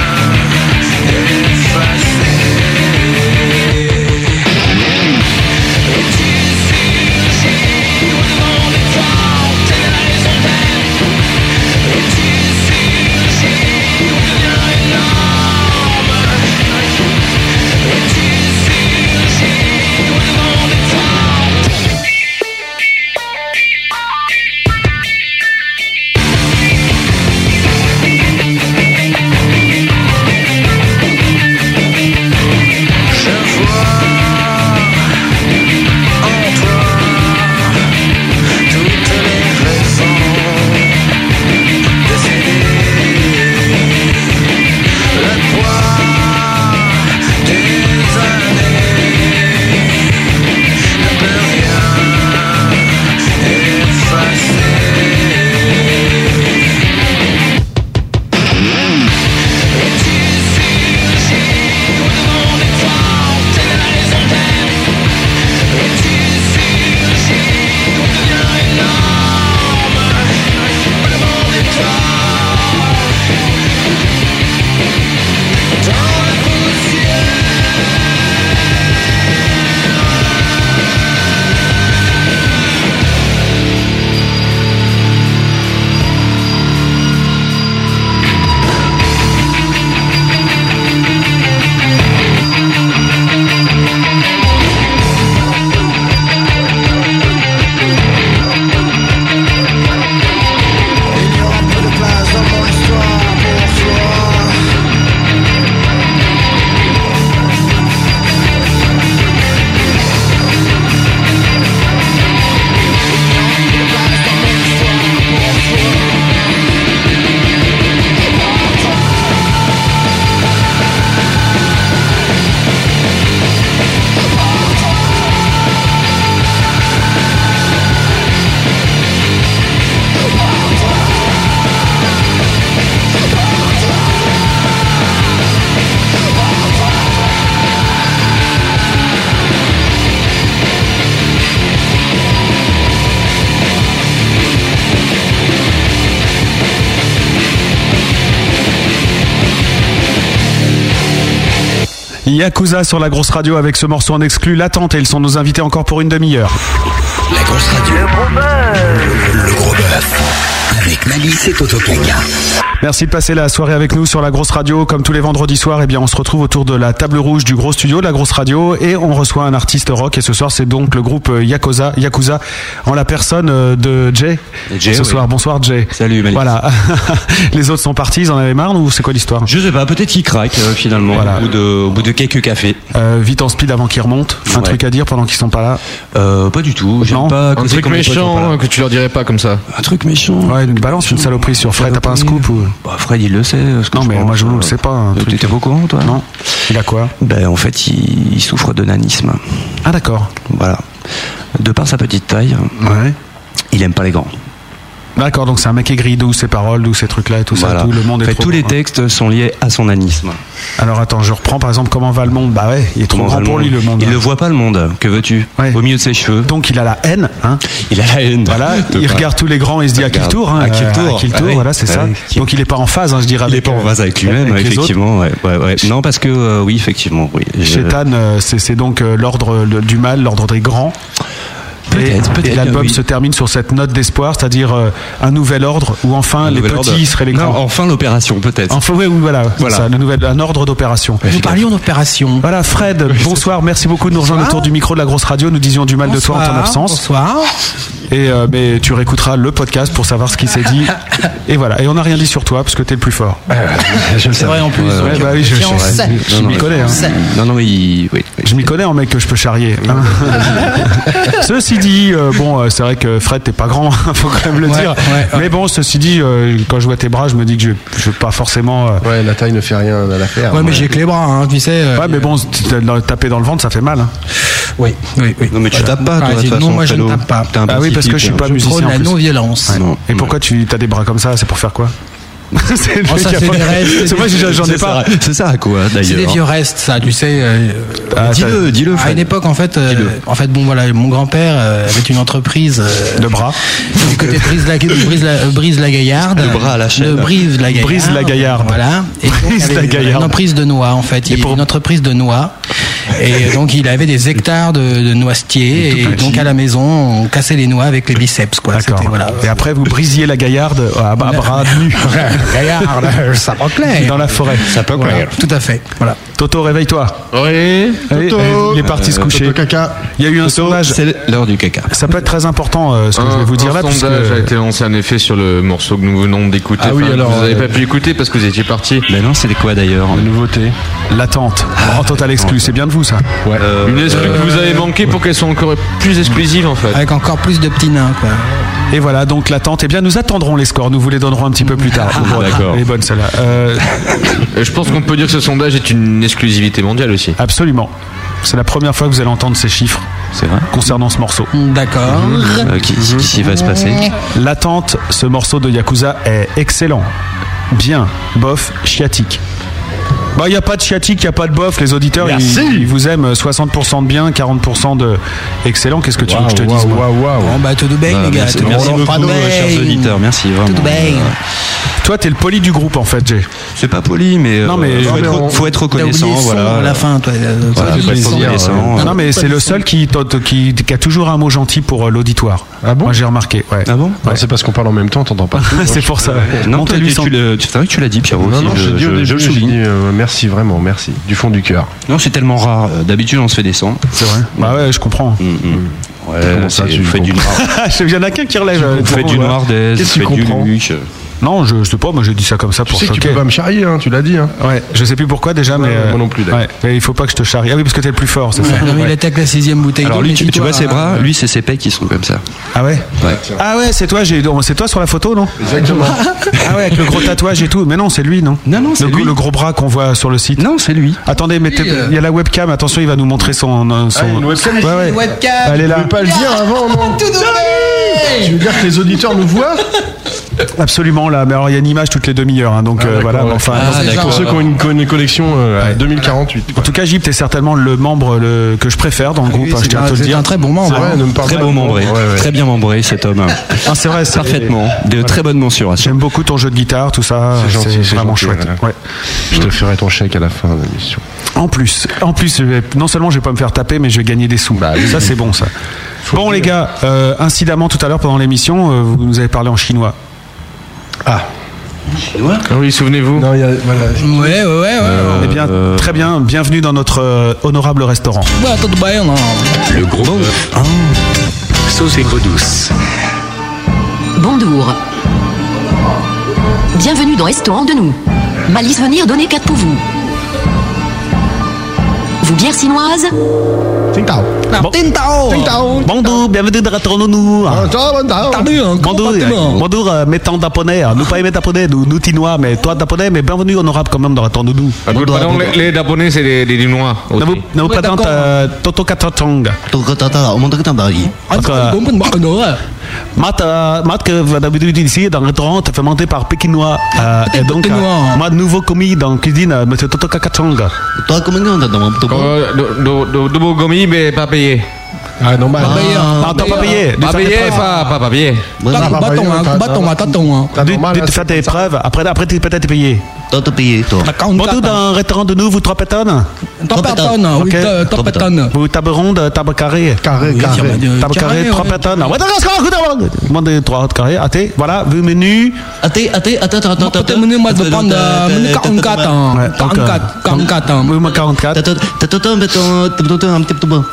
Speaker 12: années est bien effacé. Et tu Thank you.
Speaker 6: Yakuza sur la grosse radio avec ce morceau en exclu, l'attente, et ils sont nos invités encore pour une demi-heure.
Speaker 4: La grosse radio. Le gros bœuf. Le, gros bœuf. Avec Malice et Toto Kaka.
Speaker 6: Merci de passer la soirée avec nous sur la grosse radio. Comme tous les vendredis soirs, eh bien, on se retrouve autour de la table rouge du gros studio, de la grosse radio, et on reçoit un artiste rock. Et ce soir, c'est donc le groupe Yakuza, Yakuza en la personne euh, de Jay.
Speaker 10: Jay,
Speaker 6: ce
Speaker 10: oui.
Speaker 6: soir, bonsoir Jay.
Speaker 10: Salut, Malice.
Speaker 6: Voilà. les autres sont partis, ils en avaient marre ou c'est quoi l'histoire
Speaker 10: Je sais pas, peut-être qu'il craque euh, finalement
Speaker 6: Voilà.
Speaker 10: au, bout de, au bout de quelques cafés.
Speaker 6: Euh, vite en speed avant qu'ils remontent. Un
Speaker 10: Ouais. Euh,
Speaker 6: truc à dire pendant qu'ils sont pas là
Speaker 10: Pas du tout. J'aime pas
Speaker 7: Un
Speaker 10: causer
Speaker 7: truc
Speaker 10: quand mes potes sont pas là.
Speaker 7: méchant que tu leur dirais pas comme ça.
Speaker 10: Un truc méchant.
Speaker 6: Ouais, une balance, une saloperie sur Fred. T'as pas un scoop ou
Speaker 10: Bah, Fred, il le sait. non, mais moi, je euh. ne le sais
Speaker 6: pas.
Speaker 10: T'étais pas au courant, toi
Speaker 6: Non. Il a quoi
Speaker 10: Ben, en fait, il, il souffre de nanisme.
Speaker 6: Ah, d'accord.
Speaker 10: Voilà. De par sa petite taille, il aime pas les grands.
Speaker 6: D'accord, donc c'est un mec aigri, d'où ses paroles, d'où ces trucs-là et tout
Speaker 10: Voilà.
Speaker 6: ça. Tout le monde est
Speaker 10: En fait,
Speaker 6: trop
Speaker 10: tous
Speaker 6: grand. hein.
Speaker 10: les textes sont liés à son nanisme.
Speaker 6: Alors attends, je reprends par exemple comment va le monde. Bah ouais, il est trop grand pour lui le monde. hein.
Speaker 10: Il le voit pas le monde. Que veux-tu Au milieu de ses cheveux.
Speaker 6: Donc il a la haine. Hein
Speaker 10: il a la haine.
Speaker 6: Voilà, il regarde tous les grands et il se dit à qui le tour hein,
Speaker 10: À qui le
Speaker 6: euh,
Speaker 10: tour,
Speaker 6: à qui le tour,
Speaker 10: Ah oui.
Speaker 6: voilà, c'est
Speaker 10: Ah
Speaker 6: ça.
Speaker 10: oui.
Speaker 6: Donc il est pas en phase, hein, je dirais.
Speaker 10: Il est
Speaker 6: avec,
Speaker 10: pas en
Speaker 6: euh,
Speaker 10: phase avec lui-même,
Speaker 6: avec les autres.
Speaker 10: effectivement. ouais, ouais, ouais. Non, parce que euh, oui, effectivement, oui. Je-
Speaker 6: Chétan, euh, c'est c'est donc euh, l'ordre le- du mal, l'ordre des grands. Et,
Speaker 10: Peut-être, peut-être,
Speaker 6: et l'album
Speaker 10: oui.
Speaker 6: se termine sur cette note d'espoir, c'est-à-dire euh, un nouvel ordre où enfin
Speaker 10: Un
Speaker 6: les
Speaker 10: nouvel
Speaker 6: petits
Speaker 10: ordre.
Speaker 6: seraient les
Speaker 10: Non,
Speaker 6: grands.
Speaker 10: enfin l'opération, peut-être.
Speaker 6: Enfin, oui, oui, voilà,
Speaker 10: Voilà.
Speaker 6: C'est ça, le nouvel, un ordre d'opération.
Speaker 10: Nous
Speaker 6: parlions
Speaker 13: d'opération.
Speaker 6: Voilà, Fred, bonsoir, merci beaucoup de nous rejoindre autour du micro de la grosse radio. Nous disions du mal de toi en ton
Speaker 13: Bonsoir,
Speaker 6: absence.
Speaker 13: Bonsoir.
Speaker 6: Et euh, mais tu réécouteras le podcast pour savoir ce qui s'est dit. Et voilà, et on n'a rien dit sur toi parce que t'es le plus fort.
Speaker 13: C'est vrai en plus.
Speaker 6: Ah, Ouais,
Speaker 13: Donc,
Speaker 6: bah oui, je,
Speaker 13: tiens,
Speaker 6: je-
Speaker 13: on sait.
Speaker 6: je m'y connais. hein.
Speaker 10: Non, non, mais il- oui.
Speaker 6: Je m'y connais en mec que je peux charrier. hein. ceci dit, euh, bon, euh, c'est vrai que Fred, t'es pas grand, faut quand même le
Speaker 8: Ouais,
Speaker 6: dire.
Speaker 8: ouais,
Speaker 6: Mais bon, ceci dit, euh, quand je vois tes bras, je me dis que je, je vais pas forcément. euh,
Speaker 8: Ouais, la taille ne fait rien à l'affaire.
Speaker 6: Ouais, mais j'ai
Speaker 13: que les bras, hein, tu sais.
Speaker 6: ouais, mais bon, t- t- dans- taper dans le ventre, ça fait mal. hein.
Speaker 13: Oui, oui, oui. Ah,
Speaker 10: Non, mais tu tapes pas, toi, de toute façon,
Speaker 13: Non, moi je ne
Speaker 10: Fredo.
Speaker 13: tape pas.
Speaker 10: T'es un
Speaker 6: Ah oui,
Speaker 10: petit
Speaker 6: parce que
Speaker 10: type,
Speaker 6: je suis
Speaker 10: hein.
Speaker 6: pas
Speaker 10: Je
Speaker 6: musicien.
Speaker 10: prône
Speaker 6: en
Speaker 10: la
Speaker 6: plus.
Speaker 13: non-violence.
Speaker 6: Ouais. Et pourquoi tu as des bras comme ça C'est pour faire quoi C'est le
Speaker 13: Oh,
Speaker 6: mec
Speaker 13: ça,
Speaker 6: qui a
Speaker 13: c'est
Speaker 6: pas-
Speaker 13: des restes.
Speaker 6: C'est moi, j'ai- j'en ai
Speaker 13: Ça
Speaker 6: pas.
Speaker 13: sert à- ça
Speaker 10: sert à quoi d'ailleurs
Speaker 13: C'est des vieux restes, ça, tu sais. euh,
Speaker 6: Ah,
Speaker 10: dis-le,
Speaker 13: ça-
Speaker 10: dis-le,
Speaker 13: À
Speaker 10: Fred.
Speaker 13: une époque, en fait, euh, en fait, bon voilà, mon grand-père euh, avait une entreprise euh,
Speaker 6: de bras
Speaker 13: du côté de brise la brise la, euh, brise la Gaillarde,
Speaker 10: De bras à la chaîne.
Speaker 13: de brise la Gaillarde,
Speaker 10: Brise la Gaillarde.
Speaker 13: voilà, et donc,
Speaker 10: Brise
Speaker 13: il
Speaker 10: la
Speaker 13: avait
Speaker 10: Gaillarde.
Speaker 13: une entreprise de noix en fait, il, une entreprise de noix, et donc il avait des hectares de, de noisetiers, et donc à la maison, on cassait les noix avec les biceps, quoi. C'était- Voilà.
Speaker 6: Et après, vous brisiez la gaillarde euh, à, à bras nus.
Speaker 13: Gaillarde, euh, ça clair.
Speaker 6: Dans la forêt. Ça peut
Speaker 13: Voilà, tout à fait. Voilà.
Speaker 6: Toto, réveille-toi.
Speaker 7: Oui.
Speaker 6: Allez, allez, il
Speaker 10: Euh,
Speaker 6: est parti se coucher. Il y a eu un sondage.
Speaker 10: C'est l'heure du caca.
Speaker 6: Ça peut être très important euh, ce que je vais vous dire là.
Speaker 7: sondage
Speaker 6: puisque-
Speaker 7: a été lancé en effet sur le morceau que nous venons d'écouter.
Speaker 6: Ah oui,
Speaker 7: Enfin,
Speaker 6: alors,
Speaker 7: vous n'avez
Speaker 6: euh,
Speaker 7: pas pu écouter parce que vous étiez parti.
Speaker 10: Mais non, c'était quoi d'ailleurs
Speaker 7: La
Speaker 6: nouveauté. L'attente. En total exclu, c'est bien de vous ça.
Speaker 10: Euh,
Speaker 7: Une exclu que vous avez manqué pour qu'elle soit encore plus exclusive en fait.
Speaker 13: Avec encore plus de petits nains, quoi.
Speaker 6: Et voilà, donc l'attente. Eh bien, nous attendrons les scores. Nous vous les donnerons un petit peu plus tard.
Speaker 10: Ah,
Speaker 6: Voilà.
Speaker 7: D'accord.
Speaker 6: Elle est bonne Euh, celle-là.
Speaker 7: Et Euh, Je pense qu'on peut dire que ce sondage est une exclusivité mondiale aussi.
Speaker 6: Absolument. C'est la première fois que vous allez entendre ces chiffres.
Speaker 10: C'est vrai.
Speaker 6: Concernant ce morceau.
Speaker 13: D'accord.
Speaker 10: Qu'est-ce qui va se passer
Speaker 6: L'attente, ce morceau de Yakuza est excellent. Bien, bof, chiatique. Bah, il n'y a pas de chiatique, il n'y a pas de bof. Les auditeurs, ils,
Speaker 13: Merci.
Speaker 6: ils vous aiment euh, 60% de bien, 40% de excellent. Qu'est-ce que tu veux que je te dise moi
Speaker 13: Bon, bah, tout de bang, les gars.
Speaker 10: merci
Speaker 13: tout de
Speaker 10: merci
Speaker 13: bang.
Speaker 10: beaucoup, euh, chers auditeurs. Merci vraiment.
Speaker 13: Tout de bang.
Speaker 6: Euh, Toi, t'es le poli du groupe en fait, Jay.
Speaker 10: C'est pas poli, mais,
Speaker 6: Non, mais-
Speaker 10: euh, faut,
Speaker 6: Non, mais
Speaker 10: être,
Speaker 6: on-
Speaker 10: faut être
Speaker 6: T'as oublié
Speaker 10: reconnaissant.
Speaker 6: le son
Speaker 10: Voilà.
Speaker 6: à la
Speaker 13: fin, toi. euh,
Speaker 10: Voilà, faut être reconnaissant.
Speaker 6: euh. Non, mais c'est le seul qui, t'ont- qui, qui a toujours un mot gentil pour euh, l'auditoire. Ah bon Moi, j'ai remarqué. Ouais. Ah bon
Speaker 8: C'est parce qu'on parle en même temps, t'entends pas. tout.
Speaker 6: C'est pour ça.
Speaker 10: euh, Non,
Speaker 6: Montez
Speaker 10: t'as-
Speaker 6: lui
Speaker 10: tu-
Speaker 6: son-
Speaker 10: tu l'as- c'est vrai que tu l'as dit, Pierrot.
Speaker 8: Non,
Speaker 10: aussi,
Speaker 8: non, je, dis au début,
Speaker 10: je le
Speaker 8: j'ai
Speaker 10: souligne.
Speaker 8: dit, euh, merci vraiment, merci, du fond du cœur.
Speaker 10: Non, c'est tellement rare. Euh, D'habitude, on se fait descendre.
Speaker 6: C'est vrai. Bah ouais, je comprends.
Speaker 8: Mm,
Speaker 10: Ouais, Euh, c'est- vous faites du noir.
Speaker 6: Il y en a qu'un qui relève. euh,
Speaker 10: Vous faites
Speaker 6: devant,
Speaker 10: du
Speaker 6: là.
Speaker 10: noir des, vous
Speaker 6: Qu'est-ce que
Speaker 10: faites
Speaker 6: tu
Speaker 10: du
Speaker 6: comprends
Speaker 10: luche.
Speaker 6: Non, je, je sais pas, moi j'ai dit ça comme ça
Speaker 8: Tu
Speaker 6: pour
Speaker 8: sais que tu
Speaker 6: choquer.
Speaker 8: peux pas me charrier, hein, tu l'as dit. Hein.
Speaker 6: Ouais, je sais plus pourquoi déjà, mais.
Speaker 8: moi
Speaker 6: euh,
Speaker 8: non plus,
Speaker 6: ouais, mais il faut pas que je te charrie. Ah oui, parce que t'es le plus fort, c'est ça.
Speaker 13: Non, mais
Speaker 6: Ouais.
Speaker 13: il attaque la sixième bouteille.
Speaker 10: Alors
Speaker 13: d'eau,
Speaker 10: lui,
Speaker 13: mais
Speaker 10: tu, tu
Speaker 13: dis-toi,
Speaker 10: vois ses
Speaker 13: hein,
Speaker 10: bras, lui, c'est ses pecs qui sont comme ça.
Speaker 6: Ah ouais
Speaker 10: Ouais.
Speaker 6: Ah ouais, c'est toi, j'ai- c'est toi sur la photo, non
Speaker 8: Exactement.
Speaker 6: Ah ouais, avec le gros tatouage et tout. Mais non, c'est lui, non
Speaker 10: Non, non,
Speaker 6: c'est le, le gros bras qu'on voit sur le site.
Speaker 10: Non, c'est lui.
Speaker 6: Attendez, mais t'es-
Speaker 8: euh.
Speaker 6: il y a la webcam. Attention, il va nous montrer son. euh, son...
Speaker 8: Ah, une webcam.
Speaker 6: Ouais, ouais.
Speaker 8: Une webcam.
Speaker 6: Elle est
Speaker 8: Je
Speaker 6: là.
Speaker 8: vais pas le dire avant, non. Tu veux dire que les auditeurs nous voient
Speaker 6: Absolument, là. Mais alors, il y a une image toutes les demi-heures, hein, donc
Speaker 8: Ah,
Speaker 6: euh,
Speaker 8: d'accord,
Speaker 6: voilà.
Speaker 8: ouais.
Speaker 6: mais enfin,
Speaker 8: Ah,
Speaker 6: donc,
Speaker 8: d'accord. Pour ceux qui ont une, co- une collection euh, à 2048.
Speaker 6: En tout cas, Gip, t'es certainement le membre le- que je préfère dans le groupe.
Speaker 8: Ah oui,
Speaker 6: hein, je
Speaker 8: c'est
Speaker 6: tiens à
Speaker 8: un-
Speaker 6: te le
Speaker 8: c'est
Speaker 6: dire.
Speaker 8: un très bon membre,
Speaker 6: C'est
Speaker 8: ouais,
Speaker 6: vrai,
Speaker 8: ne me parle
Speaker 11: Très
Speaker 8: pas
Speaker 11: beau
Speaker 8: de
Speaker 11: membré,
Speaker 8: membre, ouais, ouais.
Speaker 11: très bien membré cet homme.
Speaker 6: Ah, c'est vrai, c'est-
Speaker 11: Parfaitement, de très bonnes mensurations.
Speaker 6: J'aime beaucoup ton jeu de guitare, tout ça.
Speaker 8: C'est gentil,
Speaker 6: C'est
Speaker 8: c'est
Speaker 6: vraiment
Speaker 8: gentil,
Speaker 6: chouette.
Speaker 8: voilà.
Speaker 6: Ouais.
Speaker 8: Je te ferai ton chèque à la fin de la mission.
Speaker 6: En plus, en plus, je vais- non seulement je vais pas me faire taper, mais je vais gagner des sous.
Speaker 8: Bah
Speaker 6: ça, c'est bon, ça. bon, les gars, euh, incidemment, tout à l'heure pendant l'émission, euh, vous nous avez parlé en chinois. Ah. Chinois
Speaker 8: Ah Oui, souvenez-vous. Non, il y a, voilà.
Speaker 6: Ouais, ouais, ouais. eh bien, très bien. Bienvenue dans notre euh, honorable restaurant.
Speaker 13: Ouais, attends, bah, on en-
Speaker 6: Le gros bœuf. Sauce aigre douce.
Speaker 5: Bonjour. Bienvenue dans Restaurant de nous. Malice venir donner 4 pour vous. Vous bière chinoise
Speaker 6: Bon- Bonjour, bienvenue dans notre nous.
Speaker 8: Ah,
Speaker 6: Bonjour,
Speaker 22: compartiment.
Speaker 6: bonjour, euh, mettons d'apponais. Nous pas aimés d'apponais, nous, nous tinois, mais toi d'apponais, mais bienvenue honorable quand même dans notre nous.
Speaker 7: Ah, good, pardon, les, les Japonais, c'est des, des, des Noirs.
Speaker 6: Je vous, je vous
Speaker 7: Ouais,
Speaker 6: présente
Speaker 7: d'accord.
Speaker 6: euh, Toto Katotong. Toto
Speaker 11: bah
Speaker 6: Ah, euh, Matt, euh, Matt, que vous avez d'habitude ici est un restaurant fermenté par Pékinois. euh, et donc, euh, ma nouveau commis dans la cuisine, euh, monsieur Toto Katotong. Toi, comment on
Speaker 7: Euh, de- de- de- de beaux gommis, mais pas payé.
Speaker 8: Ah, non, bah.
Speaker 6: Ah, t'as pas payé.
Speaker 7: Pas payé, pas, pas, pas payé.
Speaker 13: Bah, hein,
Speaker 6: hein, Tu tu fais tes preuves, après, après tu peut-être payé. Toi, t'es payé, toi. Bonjour dans un restaurant de nous, vous trois pétones
Speaker 13: Trois pétones, oui,
Speaker 6: Ok.
Speaker 13: euh, trois pétones.
Speaker 6: Vous table ronde, table carrée Carré,
Speaker 13: Oui, carré. carré,
Speaker 6: Table carrée,
Speaker 13: ouais.
Speaker 6: trois pétones. Ouais, d'accord, d'accord, d'accord, d'accord. Demandez trois carrés, athée, voilà, vu menu. Athée, athée, athée, athée, athée.
Speaker 13: Peut-être menu, moi, je vais prendre euh, menu 44. hein.
Speaker 6: Ouais, donc, euh,
Speaker 13: 44, 44. hein.
Speaker 6: Oui, moi, 44.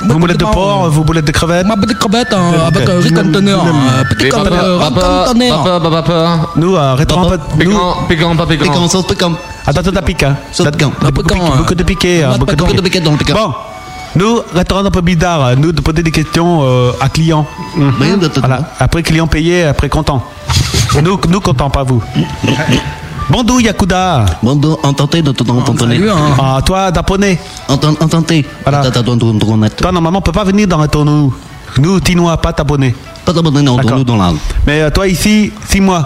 Speaker 6: Vous boulettes de porc, vous boulettes de crevettes
Speaker 13: Ma petite crevette hein, avec euh, riz
Speaker 6: Hum,
Speaker 13: conteneur.
Speaker 6: hum.
Speaker 13: hein, Petit
Speaker 6: Les
Speaker 13: co-
Speaker 6: papas,
Speaker 13: euh, riz
Speaker 6: papas,
Speaker 13: conteneur.
Speaker 6: papas, Nous, euh, restaurant pas
Speaker 7: Piquant, piquant, pas piquant.
Speaker 6: sauce piquant. Attends, attends, t'as piquant. Beaucoup de piqué. hein, Beaucoup de piqué dans le piquant. Bon. Nous, restaurant un peu bizarre, nous de poser des questions euh, à clients. Voilà. Après client payé, après content. nous, nous content, pas vous. Bonjour Yakuda. Bonjour, ententé, ententé. Ah, toi, d'apponais. Ententé. Voilà. Toi, normalement, on peut pas venir dans ton nous. Nous, tinois, pas t'abonner. Pas t'abonner, non,
Speaker 11: nous, dans la-
Speaker 6: Mais euh, toi, ici, six mois.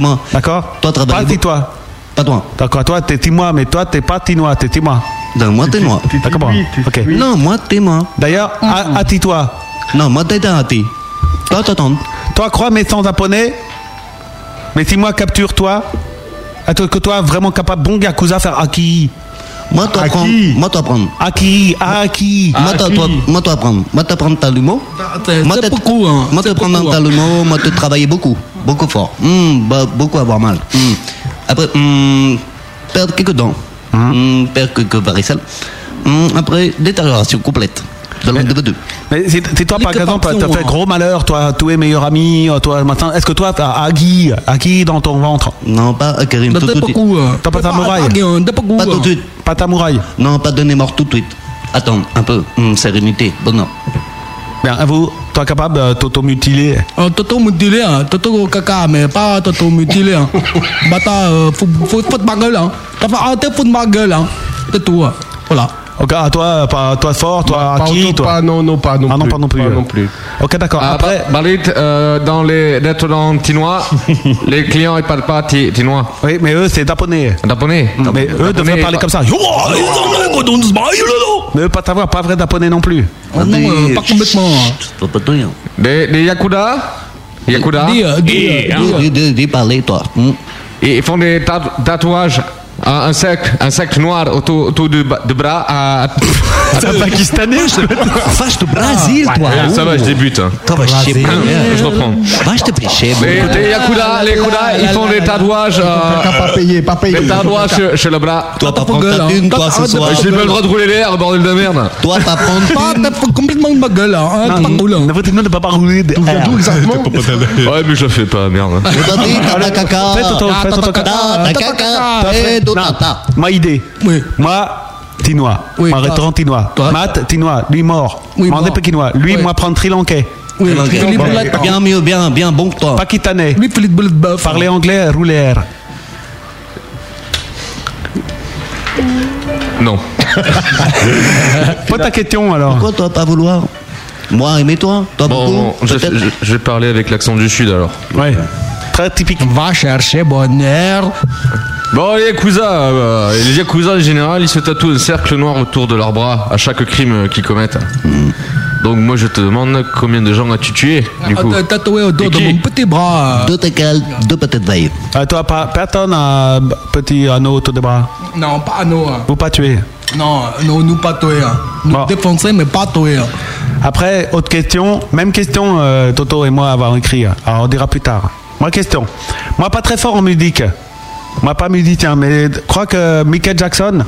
Speaker 6: moi. D'accord Toi, travaille. Pas si toi. Pas toi. D'accord, toi, t'es six mois, mais toi, t'es pas tinois, t'es tinois. Non, moi, t'es moi. D'accord, ok.
Speaker 11: Non, moi, t'es moi.
Speaker 6: D'ailleurs, attends-toi.
Speaker 11: Non, moi, t'es à ti. Toi, t'attends.
Speaker 6: Toi, crois mes sans japonais, mais si moi capture toi, est-ce que toi vraiment capable, bon yakuza, faire acquis
Speaker 11: Moi, toi, prends. Moi, toi, prends.
Speaker 6: Acquis, acquis.
Speaker 11: Moi, toi, toi, moi, toi, prends. Moi, toi, prends ta lumeau.
Speaker 6: Bah,
Speaker 11: Moi, te-
Speaker 6: hein.
Speaker 11: Moi, te prends dans ta lumeau. Moi, te travailler beaucoup. Beaucoup fort. Hum, bah, beaucoup avoir mal. Hum. Après, hum, perdre quelques dents.
Speaker 6: Hein?
Speaker 11: Hum, perdre quelques varicelles. Hum, après, détérioration complète. De l'un de deux.
Speaker 6: Mais c'est c'est toi, par exemple, t'as fait gros malheur, toi, tu es meilleur ami, euh, toi, matin. Est-ce que toi, t'as acquis, acquis dans ton ventre
Speaker 11: Non, pas acquis.
Speaker 6: T'as
Speaker 13: euh.
Speaker 6: pas ta muraille
Speaker 13: hein,
Speaker 11: Pas tout de suite.
Speaker 6: Pas ta muraille.
Speaker 11: Non, pas donner mort tout de suite. Attends, un peu. Hum, sérénité. Bon, non.
Speaker 6: Bien, vous, toi, capable de t'automutiler
Speaker 13: Euh, Toto mutilé, hein. Toto caca, mais pas Toto mutilé. Hein. Bata, euh, faut, faut, faut de ma gueule. Hein. T'as fait arrêter, faut de ma gueule. Hein. C'est tout. hein. Voilà.
Speaker 6: Ok, à toi, pas, toi fort, toi
Speaker 8: Pas
Speaker 6: acquis,
Speaker 8: autant-
Speaker 6: toi.
Speaker 8: pas- non, non, pas non
Speaker 6: Ah non,
Speaker 8: plus.
Speaker 6: pas non plus.
Speaker 8: Pas non
Speaker 6: Ok, d'accord.
Speaker 7: Ah,
Speaker 6: Après,
Speaker 7: bah, Balit, euh, dans les restaurants tinois, les clients ils parlent pas ti- tinois.
Speaker 6: Oui, mais eux c'est japonais. Mm.
Speaker 7: Japonais.
Speaker 6: mais
Speaker 11: bah,
Speaker 13: bah,
Speaker 6: eux devraient parler comme ça. Mais eux, pas t'avoir, pas vrai japonais non plus.
Speaker 11: Ah,
Speaker 13: Oh non, euh, pas complètement. hein.
Speaker 7: Des, des Yakuda Yakuda
Speaker 13: Dis, euh, dis,
Speaker 11: Eh,
Speaker 13: euh, dis, Mm.
Speaker 11: parler, toi.
Speaker 7: hein. Et ils font des ta- tatouages. Un un cercle, un cercle noir autour, autour du, ba- du bras à.
Speaker 10: Ah,
Speaker 6: un Pakistanais, je
Speaker 11: Vache de Brésil, toi.
Speaker 7: Ça va, je débute. hein.
Speaker 11: Toi, vache, je sais pas.
Speaker 7: Je reprends.
Speaker 11: Vache de péché.
Speaker 7: Les, les Yakuda, les Yakuda, ils font des tatouages. euh,
Speaker 11: Pas payé, pas
Speaker 7: Des tatouages chez, chez le bras.
Speaker 11: Toi, pas prendre ta thune, toi, ce soir.
Speaker 7: J'ai hein. pas le droit de rouler l'air, bordel de merde.
Speaker 11: Toi, pas prendre
Speaker 13: Pas, Ah, t'as fait complètement de ma gueule. Hein. Hein, t'es pas cool. Hein.
Speaker 6: ne pas rouler. D'où
Speaker 7: exactement Ouais, mais je le fais pas, merde.
Speaker 6: Ma idée. Moi, tinois.
Speaker 13: Oui,
Speaker 6: Ma
Speaker 13: toi.
Speaker 6: restaurant tinois.
Speaker 13: Toi.
Speaker 6: Matt, tinois. Lui mort.
Speaker 13: Oui,
Speaker 6: Mandé
Speaker 13: mort.
Speaker 6: pékinois. Lui,
Speaker 13: Oui.
Speaker 6: moi, prendre Sri Lankais.
Speaker 13: Oui, Sri Lankais. Philippe Boulette.
Speaker 11: Bien mieux, bien, bien bon que toi.
Speaker 6: Pakistanais.
Speaker 13: Lui, Philippe Bullet Buff.
Speaker 6: Parler anglais, rouler air.
Speaker 7: Non.
Speaker 6: Pas ta question alors.
Speaker 11: Pourquoi toi pas vouloir Moi, aimez-toi. Toi,
Speaker 7: Bon,
Speaker 11: beaucoup.
Speaker 7: je, je- je vais parler avec l'accent du sud alors.
Speaker 6: Ouais.
Speaker 11: très typique.
Speaker 13: Va chercher bonheur.
Speaker 7: Bon, les Yakuza, euh, les Yakuza en général, ils se tatouent un cercle noir autour de leurs bras à chaque crime euh, qu'ils commettent.
Speaker 11: Hmm.
Speaker 7: Donc moi je te demande combien de gens as-tu tué du coup
Speaker 13: Ah, Tatoué au dos
Speaker 7: Et
Speaker 13: de
Speaker 7: qui
Speaker 13: mon petit bras.
Speaker 11: Deux tecales, deux petites veilles. Euh, toi, pas, personne un
Speaker 6: euh,
Speaker 11: petit anneau autour des bras.
Speaker 13: Non, pas nous. hein.
Speaker 6: Vous pas tuer.
Speaker 13: Non, non, nous pas tuer. hein. Nous défoncer, mais pas tuer. hein.
Speaker 6: Après, autre question, même question, euh, Toto et moi avons écrit. Alors, on dira plus tard. Moi, question. Moi, pas très fort en musique. Moi, pas musicien, mais je crois que Michael Jackson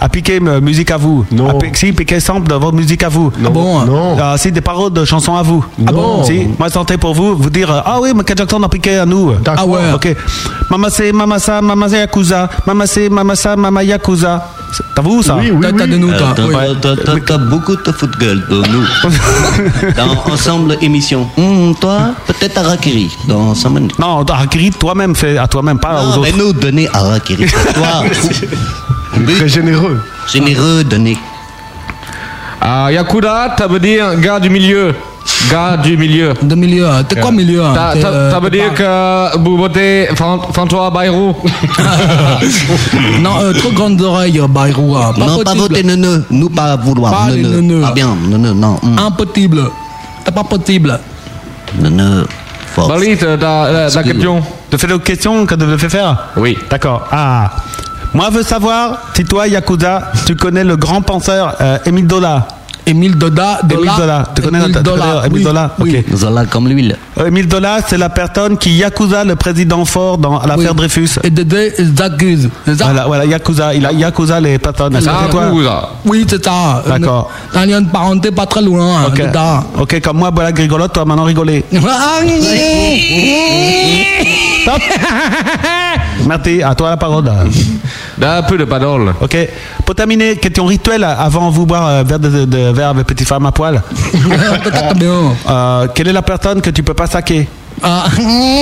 Speaker 6: a piqué euh, musique à vous. Non. A piqué, si, piqué sample de vos musiques à vous. Ah bon Non. si, des paroles de chansons à vous. Ah
Speaker 11: bon
Speaker 6: Si, moi, je sentais pour vous, vous dire euh, Ah oui, Michael Jackson a piqué à nous. Ah ouais Ok. Mama c'est, mama ça, mama c'est Yakuza. Mama c'est, mama ça, mama Yakuza. C'est- T'as vu ça
Speaker 11: Euh, t'as- t'as- t'as- T'as beaucoup de foot gueule de nous. Dans Ensemble émission. Hum, toi, peut-être Harakiri. Dans 5 minutes.
Speaker 6: Non, Harakiri, toi-même, fais à toi-même, pas
Speaker 11: aux autres. Mais nous, donner Harakiri pour toi. Très généreux. Généreux, donner.
Speaker 7: Ah, Yakuda, ça veut dire gars du milieu. Gars du milieu.
Speaker 13: De milieu, t'es quoi milieu hein T'es, euh,
Speaker 7: Ça veut
Speaker 13: t'es
Speaker 7: dire que vous votez Fran- François Bayrou.
Speaker 13: non, euh, trop grandes oreilles, euh, Bayrou. hein.
Speaker 11: Non, pas voter neuneu. Nous, pas vouloir.
Speaker 13: Pas les
Speaker 11: neuneu.
Speaker 13: neuneux.
Speaker 11: Pas bien, neuneu, non. hum.
Speaker 13: Impossible. C'est pas possible.
Speaker 11: Neuneu, fort.
Speaker 6: la question. Te fais la question que tu fais faire
Speaker 7: Oui.
Speaker 6: D'accord. Ah. Moi, je veux savoir si toi, Yakuza, tu connais le grand penseur euh, Émile Dola.
Speaker 13: Émile Dola,
Speaker 6: Émile Dola. Tu connais
Speaker 11: Émile
Speaker 6: tu
Speaker 11: Zola,
Speaker 6: connais Émile
Speaker 11: oui,
Speaker 6: Zola Ok.
Speaker 11: Zola comme l'huile.
Speaker 6: Euh, Émile Dola, c'est la personne qui Yakuza le président fort dans l'affaire Dreyfus.
Speaker 13: Et Dédé Zaguz.
Speaker 6: Voilà, voilà, Yakuza. Il a Yakuza les personnes. Est-ce que c'est toi
Speaker 13: Oui, c'est ça.
Speaker 6: D'accord.
Speaker 13: T'as une parenté pas très loin. hein,
Speaker 6: Ok.
Speaker 13: dedans.
Speaker 6: Ok, comme moi, voilà, rigolote, toi, maintenant rigoler. Stop Merci, à toi la parole.
Speaker 7: Un peu de parole.
Speaker 6: Ok. Pour terminer, question rituelle avant vous boire euh, verre de, de- de verre avec petite femme à poil.
Speaker 13: Oh.
Speaker 6: Euh, quelle est la personne que tu peux pas saquer
Speaker 13: Ah,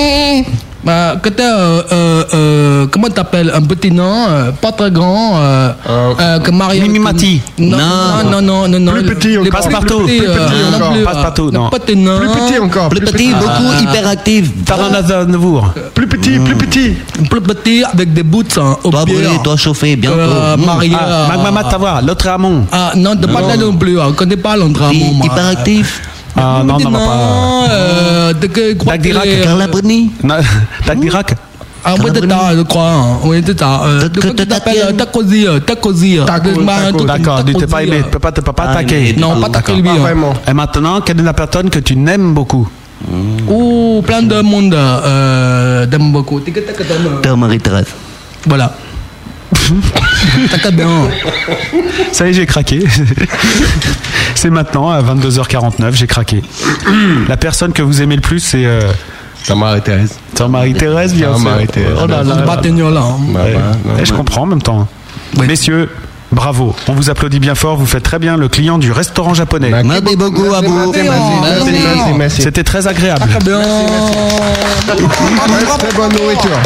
Speaker 13: bah, que t'es, euh, euh, euh, comment t'appelles Un petit nom, euh, pas très grand. Euh,
Speaker 6: Ah,
Speaker 13: euh, que Mario. Mimimati. Non, non, non, non, non.
Speaker 6: Plus petit
Speaker 13: Les
Speaker 6: encore. Passe-partout.
Speaker 13: petits,
Speaker 6: Plus
Speaker 13: euh,
Speaker 6: petit
Speaker 13: non
Speaker 6: encore.
Speaker 13: plus, euh,
Speaker 6: Passe-partout,
Speaker 13: les
Speaker 6: non.
Speaker 13: petits nains.
Speaker 6: Plus petit encore, Plus plus petit, petit. beaucoup
Speaker 13: Ah.
Speaker 6: hyperactif. Taranasa Nevour.
Speaker 13: Plus petit, plus petit. Hmm. Plus petit avec des boots hein, au
Speaker 11: Doit brûler, doit chauffer bientôt.
Speaker 13: Euh,
Speaker 11: Mmh.
Speaker 13: Maria.
Speaker 11: Ah, Magmamat, t'as
Speaker 6: voir, l'autre amont.
Speaker 13: Ah, non, de pas
Speaker 11: Non.
Speaker 13: là non plus. hein, On connaît pas l'autre amont. moi.
Speaker 11: Hyperactif.
Speaker 6: Ah non,
Speaker 13: petit
Speaker 6: non, non,
Speaker 13: nain, euh, de que- crois qu'il est- euh,
Speaker 6: Non, Tac Dirac.
Speaker 13: Ah oui, c'est ça, je crois. hein. Oui, c'est ça. Euh, le fait qu'il t'appelle euh, Tacosi, euh, Tacosi. euh, de- bah, un truc comme
Speaker 6: D'accord, tu t'es pas
Speaker 13: Tacosi,
Speaker 6: aimé,
Speaker 13: euh.
Speaker 6: tu peux pas, tu peux pas
Speaker 13: Ah,
Speaker 6: attaquer.
Speaker 13: mais- Non, pas attaquer lui, Pas hein. vraiment.
Speaker 6: Et maintenant, quelle est la personne que tu n'aimes beaucoup
Speaker 13: Ouh, plein de monde euh, d'aime beaucoup. Tic, tac, tac, euh,
Speaker 11: Père Marie-Thérèse.
Speaker 13: Voilà. Eh ben, Tac, bien.
Speaker 6: Ça y est, j'ai craqué. c'est maintenant, à 22h49, j'ai craqué. la personne que vous aimez le plus, c'est. Euh...
Speaker 8: Marie-Thérèse.
Speaker 6: Ta Marie-Thérèse, bien
Speaker 8: Ta
Speaker 6: sûr.
Speaker 8: Marie-Thérèse.
Speaker 6: Oh là là.
Speaker 8: Pas teignant, là, hein. Bah,
Speaker 6: Ouais.
Speaker 8: bah,
Speaker 6: Eh, je
Speaker 8: bah.
Speaker 6: comprends en même temps. Messieurs, bravo. On vous applaudit bien fort. Vous faites très bien le client du restaurant japonais.
Speaker 11: Merci beaucoup à vous.
Speaker 8: oh,
Speaker 6: C'était très agréable.
Speaker 8: Ah, Très bonne nourriture.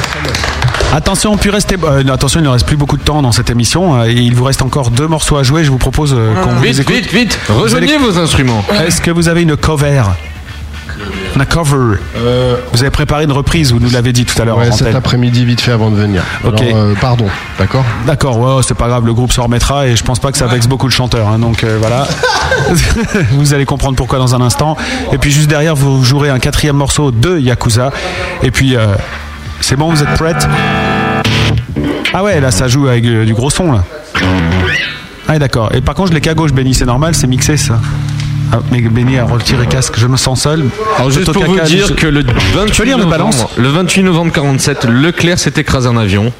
Speaker 6: Attention, on peut rester. euh, non, attention, il ne reste plus beaucoup de temps dans cette émission. euh, et il vous reste encore deux morceaux à jouer. Je vous propose euh, qu'on
Speaker 7: Vite,
Speaker 6: les écoute.
Speaker 7: vite, vite.
Speaker 6: Vous
Speaker 7: Rejoignez
Speaker 6: allez-
Speaker 7: vos instruments.
Speaker 6: Est-ce que vous avez une cover Une cover. Vous avez préparé une reprise. Vous nous l'avez dit tout à l'heure. en
Speaker 8: Euh, Ouais, cet
Speaker 6: antenne.
Speaker 8: après-midi, vite fait avant de venir.
Speaker 6: Ok.
Speaker 8: Alors, euh, pardon, d'accord
Speaker 6: D'accord, ouais, ouais, c'est pas grave, le groupe s'en remettra et je pense pas que ça vexe beaucoup de chanteurs, hein, donc euh, voilà. vous allez comprendre pourquoi dans un instant. Et puis juste derrière, vous jouerez un quatrième morceau de Yakuza. Et puis, euh, c'est bon, vous êtes prête Ah ouais, là ça joue avec euh, du gros son là. Ah ouais, d'accord. Et par contre, je l'ai qu'à gauche, Benny, c'est normal, c'est mixé ça. Ah, mais Benny a retiré casque, je me sens seul.
Speaker 7: Alors juste
Speaker 6: Toto
Speaker 7: pour vous
Speaker 6: Kaka,
Speaker 7: dire
Speaker 6: je-
Speaker 7: que le
Speaker 6: Tu peux
Speaker 7: 28,
Speaker 6: lire le balance
Speaker 7: novembre, le 28 novembre 47, Leclerc s'est écrasé en avion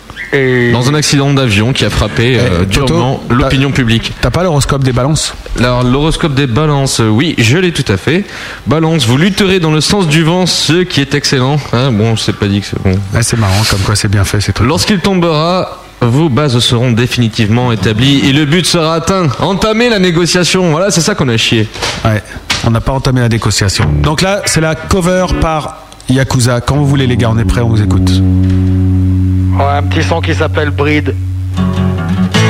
Speaker 7: dans un accident d'avion qui a frappé euh,
Speaker 6: Eh, Toto,
Speaker 7: durement l'opinion publique.
Speaker 6: T'as pas l'horoscope des balances
Speaker 7: Alors l'horoscope des balances, euh, oui, je l'ai tout à fait. Balance, vous lutterez dans le sens du vent, ce qui est excellent. Hein, bon, je sais pas dit que c'est bon.
Speaker 6: Ah, c'est marrant, comme quoi c'est bien fait ces trucs.
Speaker 7: Lorsqu'il tombera, vos bases seront définitivement établies et le but sera atteint. Entamer la négociation, voilà, c'est ça qu'on a chié.
Speaker 6: Ouais, on n'a pas entamé la négociation. Donc là, c'est la cover par Yakuza. Quand vous voulez, les gars, on est prêts, on vous écoute.
Speaker 14: Ouais, un petit son qui s'appelle Bride.
Speaker 12: Thank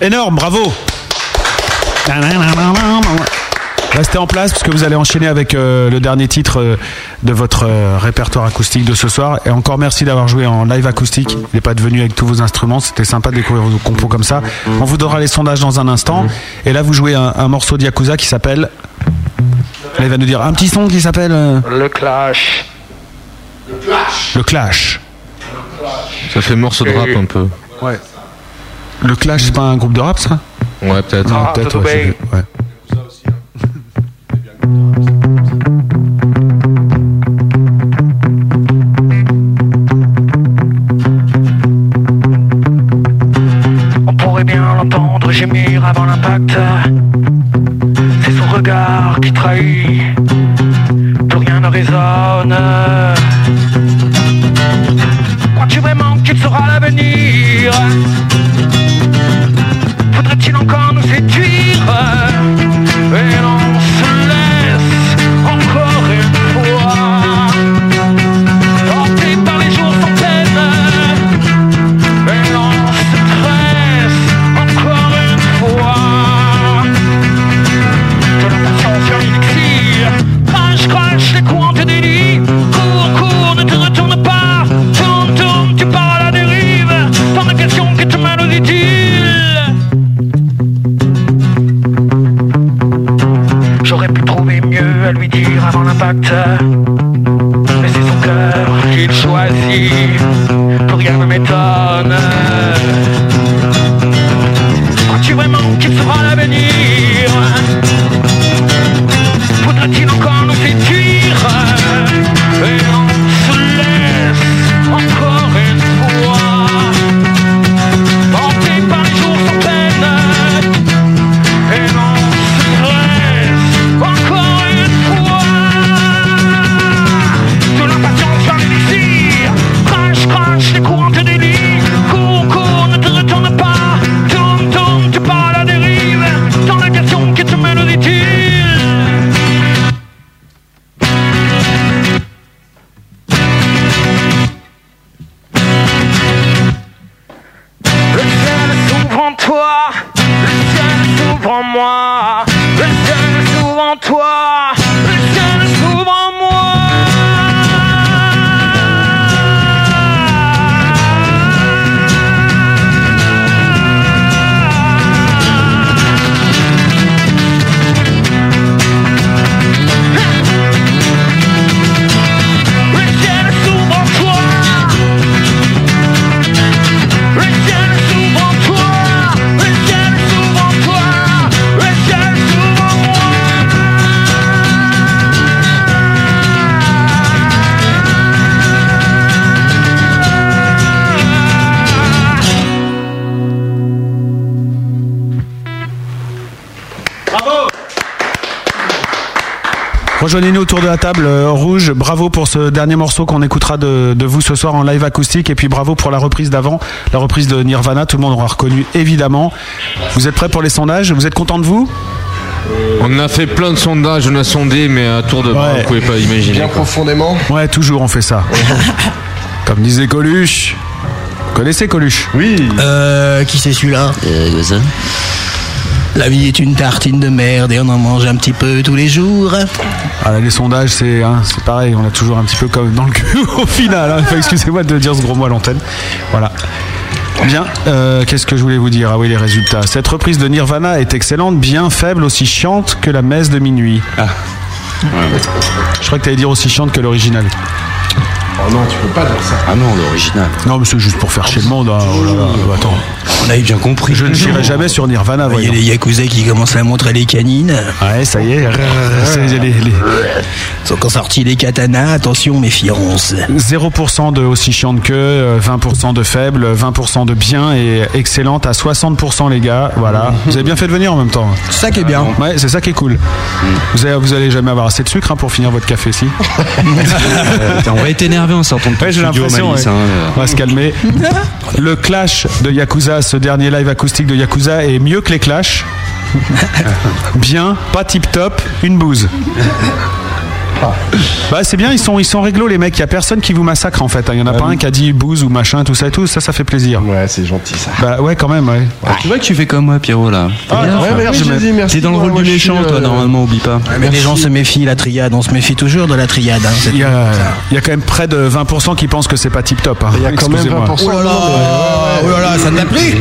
Speaker 6: Énorme, bravo Restez en place parce que vous allez enchaîner avec euh, le dernier titre euh, de votre euh, répertoire acoustique de ce soir. Et encore merci d'avoir joué en live acoustique. Il n'est pas devenu avec tous vos instruments. C'était sympa de découvrir vos compos comme ça. On vous donnera les sondages dans un instant. Et là, vous jouez un, un morceau de Yakuza qui s'appelle. Là, il va nous dire un petit son qui s'appelle. euh,
Speaker 23: Le clash.
Speaker 6: Le Clash.
Speaker 7: Ça fait morceau de rap un peu.
Speaker 6: Ouais. Le Clash, c'est pas un groupe de rap, ça
Speaker 7: Ouais, peut-être.
Speaker 6: Non, peut-être, ouais, j'ai vu, ouais.
Speaker 12: On pourrait eh bien l'entendre gémir avant l'impact. C'est son regard qui trahit. Plus rien ne résonne. Crois-tu vraiment qu'il sera l'avenir Faudrait-il encore nous séduire Et on se laisse encore une fois Hanté par les jours sans peine et l'on se tresse encore une fois De la passion sur l'élixir Crache, crache les coups en te délie Cours, cours, ne te retourne pas Tourne, tourne, tu pars à la dérive Tant de questions que te mènent aux utiles J'aurais pu trouver mieux à lui dire avant l'impact Mais c'est son cœur qu'il choisit plus rien ne m'étonne. Crois-tu vraiment qu'il sera l'avenir Faudrait-il encore nous séduire Et on se laisse encore une fois Hanté par les jours sans peine Et on se laisse encore une fois De l'impatience par l'élixir Crash, crash, les courants te délient Cours, cours, ne te retourne pas Tourne, tourne, tu pars à la dérive Dans la question qui te mène au utile Le ciel s'ouvre en toi, le ciel s'ouvre en moi, le ciel s'ouvre en toi, le ciel s'ouvre en moi. Le ciel s'ouvre en toi, le ciel s'ouvre en toi, le ciel s'ouvre en toi, le ciel s'ouvre en moi.
Speaker 6: Rejoignez-nous autour de la table euh, rouge. Bravo pour ce dernier morceau qu'on écoutera de, de vous ce soir en live acoustique. Et puis bravo pour la reprise d'avant, la reprise de Nirvana. Tout le monde aura reconnu évidemment. Vous êtes prêts pour les sondages Vous êtes content de vous
Speaker 7: On a fait plein de sondages, on a sondé, mais à tour de bras, vous pouvez pas imaginer. quoi.
Speaker 6: profondément Ouais, toujours on fait ça. Comme disait Coluche. Vous connaissez Coluche Oui.
Speaker 13: Euh, qui c'est celui-là La vie est une tartine de merde et on en mange un petit peu tous les jours.
Speaker 6: Ah, les sondages, c'est hein, c'est pareil, on a toujours un petit peu comme dans le cul au final. hein. Enfin, Excusez-moi de dire ce gros mot à l'antenne. Voilà. Bien, euh, qu'est-ce que je voulais vous dire Ah oui, les résultats. Cette reprise de Nirvana est excellente, bien faible, aussi chiante que la messe de minuit. Ah. Je crois que t'allais dire aussi chiante que l'original.
Speaker 8: Oh non, tu peux pas dire ça.
Speaker 6: Ah non, l'original. Non, mais c'est juste pour faire chez le monde. hein. Oh là là, bah, attends.
Speaker 13: On avait bien compris.
Speaker 6: Je ne n'irai jamais sur Nirvana.
Speaker 13: Il y a les Yakuza qui commencent à montrer les canines.
Speaker 6: Ouais, ça y est. Ça y est, les- les-
Speaker 13: Ils sont encore sortis les katanas. Attention, méfiance.
Speaker 6: 0% de aussi chiante que, euh, 20% de faible, 20% de bien et excellente à 60% les gars.
Speaker 10: Mm-hmm.
Speaker 6: Voilà. Vous avez bien fait de venir en même temps. Euh,
Speaker 13: C'est ça qui est bien.
Speaker 6: Ouais, c'est ça qui est cool.
Speaker 10: Mm.
Speaker 6: Vous, avez- vous allez jamais avoir assez de sucre hein, pour finir votre café si.
Speaker 10: on va être énervé en sortant de ton
Speaker 6: Ouais, j'ai
Speaker 10: studio,
Speaker 6: l'impression.
Speaker 10: Malice,
Speaker 6: ouais.
Speaker 10: hein,
Speaker 6: On va se calmer. Le clash de Yakuza, ce dernier live acoustique de Yakuza est mieux que les clashs. Bien, pas tip top, une bouse. Bah c'est bien, ils sont ils sont réglo les mecs. Il y a personne qui vous massacre en fait. Il y en a pas un qui a dit bouse ou machin, tout ça et tout. Ça, ça fait plaisir.
Speaker 8: Ouais, c'est gentil ça.
Speaker 6: Bah ouais, quand même. Ouais.
Speaker 10: tu vois que tu fais comme moi, Pierrot, là.
Speaker 6: Ah,
Speaker 10: Merde,
Speaker 6: ouais,
Speaker 10: frère.
Speaker 6: merde,
Speaker 10: Je
Speaker 6: je
Speaker 10: me-
Speaker 6: dis merci,
Speaker 10: T'es dans le
Speaker 6: moi,
Speaker 10: rôle
Speaker 6: moi,
Speaker 10: du
Speaker 6: je
Speaker 10: méchant,
Speaker 6: suis,
Speaker 10: toi,
Speaker 6: euh,
Speaker 10: normalement, oublie pas.
Speaker 13: mais les gens se méfient, la triade, on se méfie toujours de la triade. hein, c'est
Speaker 6: Il y,
Speaker 13: tout.
Speaker 6: a, il y a quand même près de 20% qui pensent que c'est pas tip top. hein. Il y a
Speaker 13: quand même 20%. Oh là là, oh là là, ça t'a plu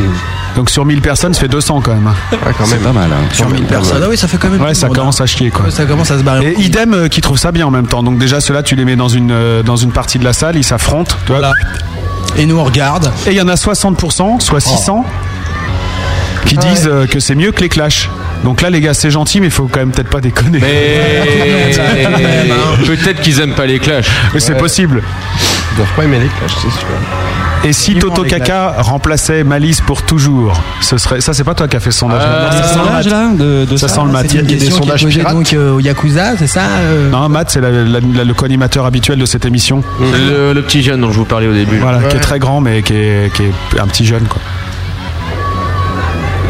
Speaker 6: Donc sur 1000 personnes, ça fait 200 quand même. hein.
Speaker 10: C'est pas
Speaker 8: hein.
Speaker 10: mal.
Speaker 6: Sur 1000
Speaker 13: personnes. Ah oui, ça fait quand même
Speaker 6: Ouais, ça commence à chier quoi.
Speaker 13: Ça commence à se barrer.
Speaker 6: Et idem euh, qui trouve ça bien en même temps. Donc déjà ceux-là, tu les mets dans une euh, dans une partie de la salle, ils s'affrontent, tu vois.
Speaker 13: Et nous on regarde. Oh.
Speaker 6: Et il y en a 60%, soit 600 qui disent euh, que c'est mieux que les clashs. Donc là les gars, c'est gentil mais faut quand même peut-être pas déconner.
Speaker 7: Mais
Speaker 13: hein.
Speaker 7: peut-être qu'ils aiment pas les clashs.
Speaker 6: Mais c'est possible.
Speaker 8: Ils doivent pas aimer les clashs, c'est sûr.
Speaker 6: Et si
Speaker 8: Vivement
Speaker 6: Toto
Speaker 8: les
Speaker 6: Kaka remplaçait Malice pour toujours, ce serait ça c'est pas toi qui as fait ce sondage. hein.
Speaker 13: Euh,
Speaker 6: ça sent le
Speaker 13: sondage,
Speaker 6: mat.
Speaker 13: là, de- de
Speaker 6: ça,
Speaker 13: ça,
Speaker 6: sent le
Speaker 13: c'est
Speaker 6: mat.
Speaker 13: une question qui est posée, donc, euh, au Yakuza, c'est ça euh
Speaker 6: Non, Matt, c'est la- la- la- le co-animateur habituel de cette émission.
Speaker 7: Le, le petit jeune dont je vous parlais au début.
Speaker 6: Voilà, qui est très grand, mais qui est, qui est un petit jeune, quoi.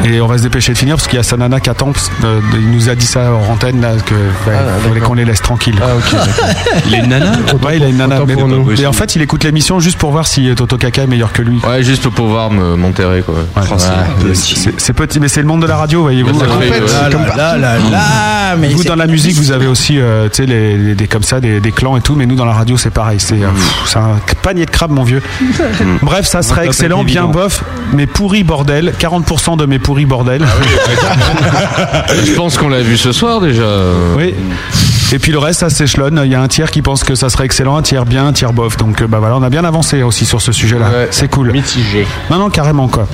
Speaker 6: Et on va se dépêcher de finir parce qu'il y a sa nana qui attend. parce que, euh, il nous a dit ça en antenne là, que
Speaker 7: Ah,
Speaker 6: ouais, fallait qu'on les laisse tranquilles.
Speaker 10: Il a une nana
Speaker 6: Ouais, il a une nana.
Speaker 7: Autant
Speaker 6: Mais,
Speaker 7: pour nous.
Speaker 6: mais en fait, il écoute l'émission juste pour voir si euh, Toto Kaka est meilleur que lui.
Speaker 7: Ouais, juste pour pouvoir me m'enterrer quoi. Voilà.
Speaker 6: C'est c'est petit, mais c'est le monde de la radio, voyez-vous.
Speaker 7: Bah, ça En fait, fait, ouais.
Speaker 6: c'est comme
Speaker 7: là, là,
Speaker 6: partout.
Speaker 7: là, là, Ah, mais
Speaker 6: vous
Speaker 7: c'est-
Speaker 6: dans la musique, vous avez aussi, euh, tu sais, les, les- des comme ça, des, des clans et tout. Mais nous dans la radio, c'est pareil. C'est euh, pff, c'est un panier de crabes, mon vieux. Bref, ça
Speaker 10: Ouais,
Speaker 6: serait
Speaker 10: pas
Speaker 6: excellent, bien
Speaker 10: évident.
Speaker 6: bof, mais pourri bordel. 40% de mes pourris bordel.
Speaker 7: Je pense qu'on l'a vu ce soir déjà.
Speaker 6: Oui. Et puis le reste, ça s'échelonne. Il y a un tiers qui pense que ça serait excellent, un tiers bien, un tiers bof. Donc euh, bah voilà, on a bien avancé aussi sur ce sujet-là. c'est cool.
Speaker 8: Mitigé.
Speaker 6: Non, non, carrément quoi.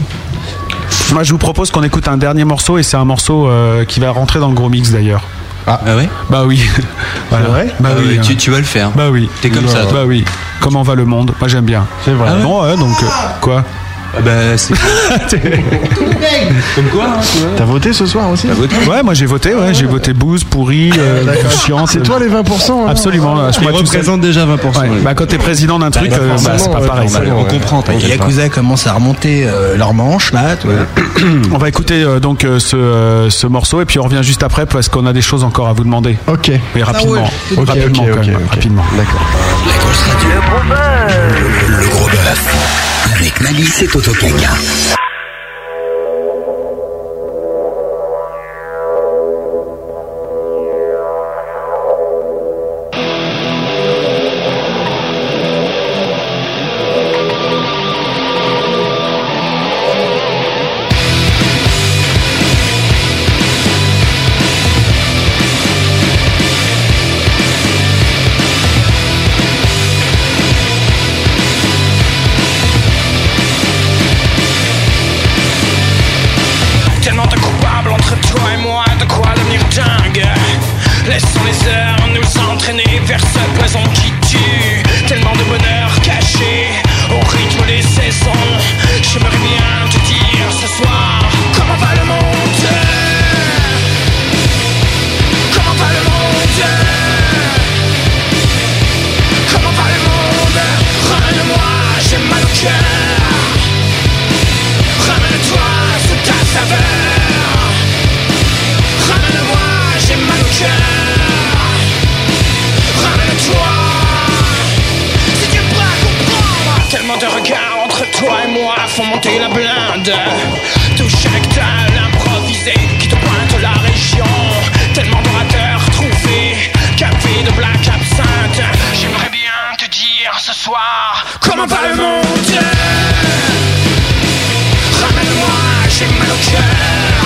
Speaker 6: Moi, je vous propose qu'on écoute un dernier morceau et c'est un morceau euh, qui va rentrer dans le gros mix d'ailleurs.
Speaker 10: Ah, ouais
Speaker 6: Bah oui. Voilà. Bah
Speaker 10: Ah
Speaker 6: oui.
Speaker 10: ouais,
Speaker 6: hein.
Speaker 10: tu, tu vas le faire.
Speaker 6: Bah oui.
Speaker 10: T'es comme ça, toi.
Speaker 6: Bah oui. Comment va le monde Moi, j'aime bien. C'est vrai. Non, ouais, donc euh, quoi
Speaker 10: Bah c'est.
Speaker 8: Comme quoi hein, T'as voté ce soir aussi Ah,
Speaker 6: Ouais, moi j'ai voté, ouais, j'ai voté bouse, pourri, euh,
Speaker 8: D'accord.
Speaker 6: chiante.
Speaker 8: C'est toi les 20% alors
Speaker 6: Absolument. là, je
Speaker 10: Il
Speaker 6: crois tout
Speaker 10: représente
Speaker 6: seul.
Speaker 10: déjà 20%,
Speaker 6: Ouais,
Speaker 10: ouais.
Speaker 6: Bah quand t'es président d'un truc,
Speaker 13: Bah,
Speaker 6: euh, bah, c'est
Speaker 13: forcément,
Speaker 6: pas
Speaker 13: ouais,
Speaker 6: pareil.
Speaker 13: forcément, ouais. Les Yakuza commencent à remonter euh, leurs manches Euh, là. tu vois.
Speaker 6: On va écouter euh, donc euh, ce, euh, ce morceau et puis on revient juste après parce qu'on a des choses encore à vous demander.
Speaker 8: Ok.
Speaker 6: Mais rapidement.
Speaker 8: Ah ouais. Ok,
Speaker 6: rapidement
Speaker 8: ok,
Speaker 6: quand même.
Speaker 8: ok, ok.
Speaker 6: Rapidement.
Speaker 8: D'accord.
Speaker 4: Le, le gros bœuf. Avec Malice et Toto Kaka.
Speaker 12: Tellement de coupables entre toi et moi, de quoi devenir dingue. Laissons les heures nous entraîner vers ce présent qui tue. Tellement de bonheur caché au rythme des saisons. J'aimerais bien te dire ce soir comment va le monde. Comment va le monde Comment va le monde Ramène-moi, j'ai mal au cœur. Ramène-toi sous ta saveur Ramène-moi, j'ai mal au cœur Ramène-toi Si tu peux pas comprendre Tellement de regards entre toi et moi font monter la blinde Touche avec ta l'improvisé qui te pointe la région Tellement d'orateurs trouvés Café de black absinthe J'aimerais bien te dire ce soir Comment va le monde Ramène-moi, j'ai mal au cœur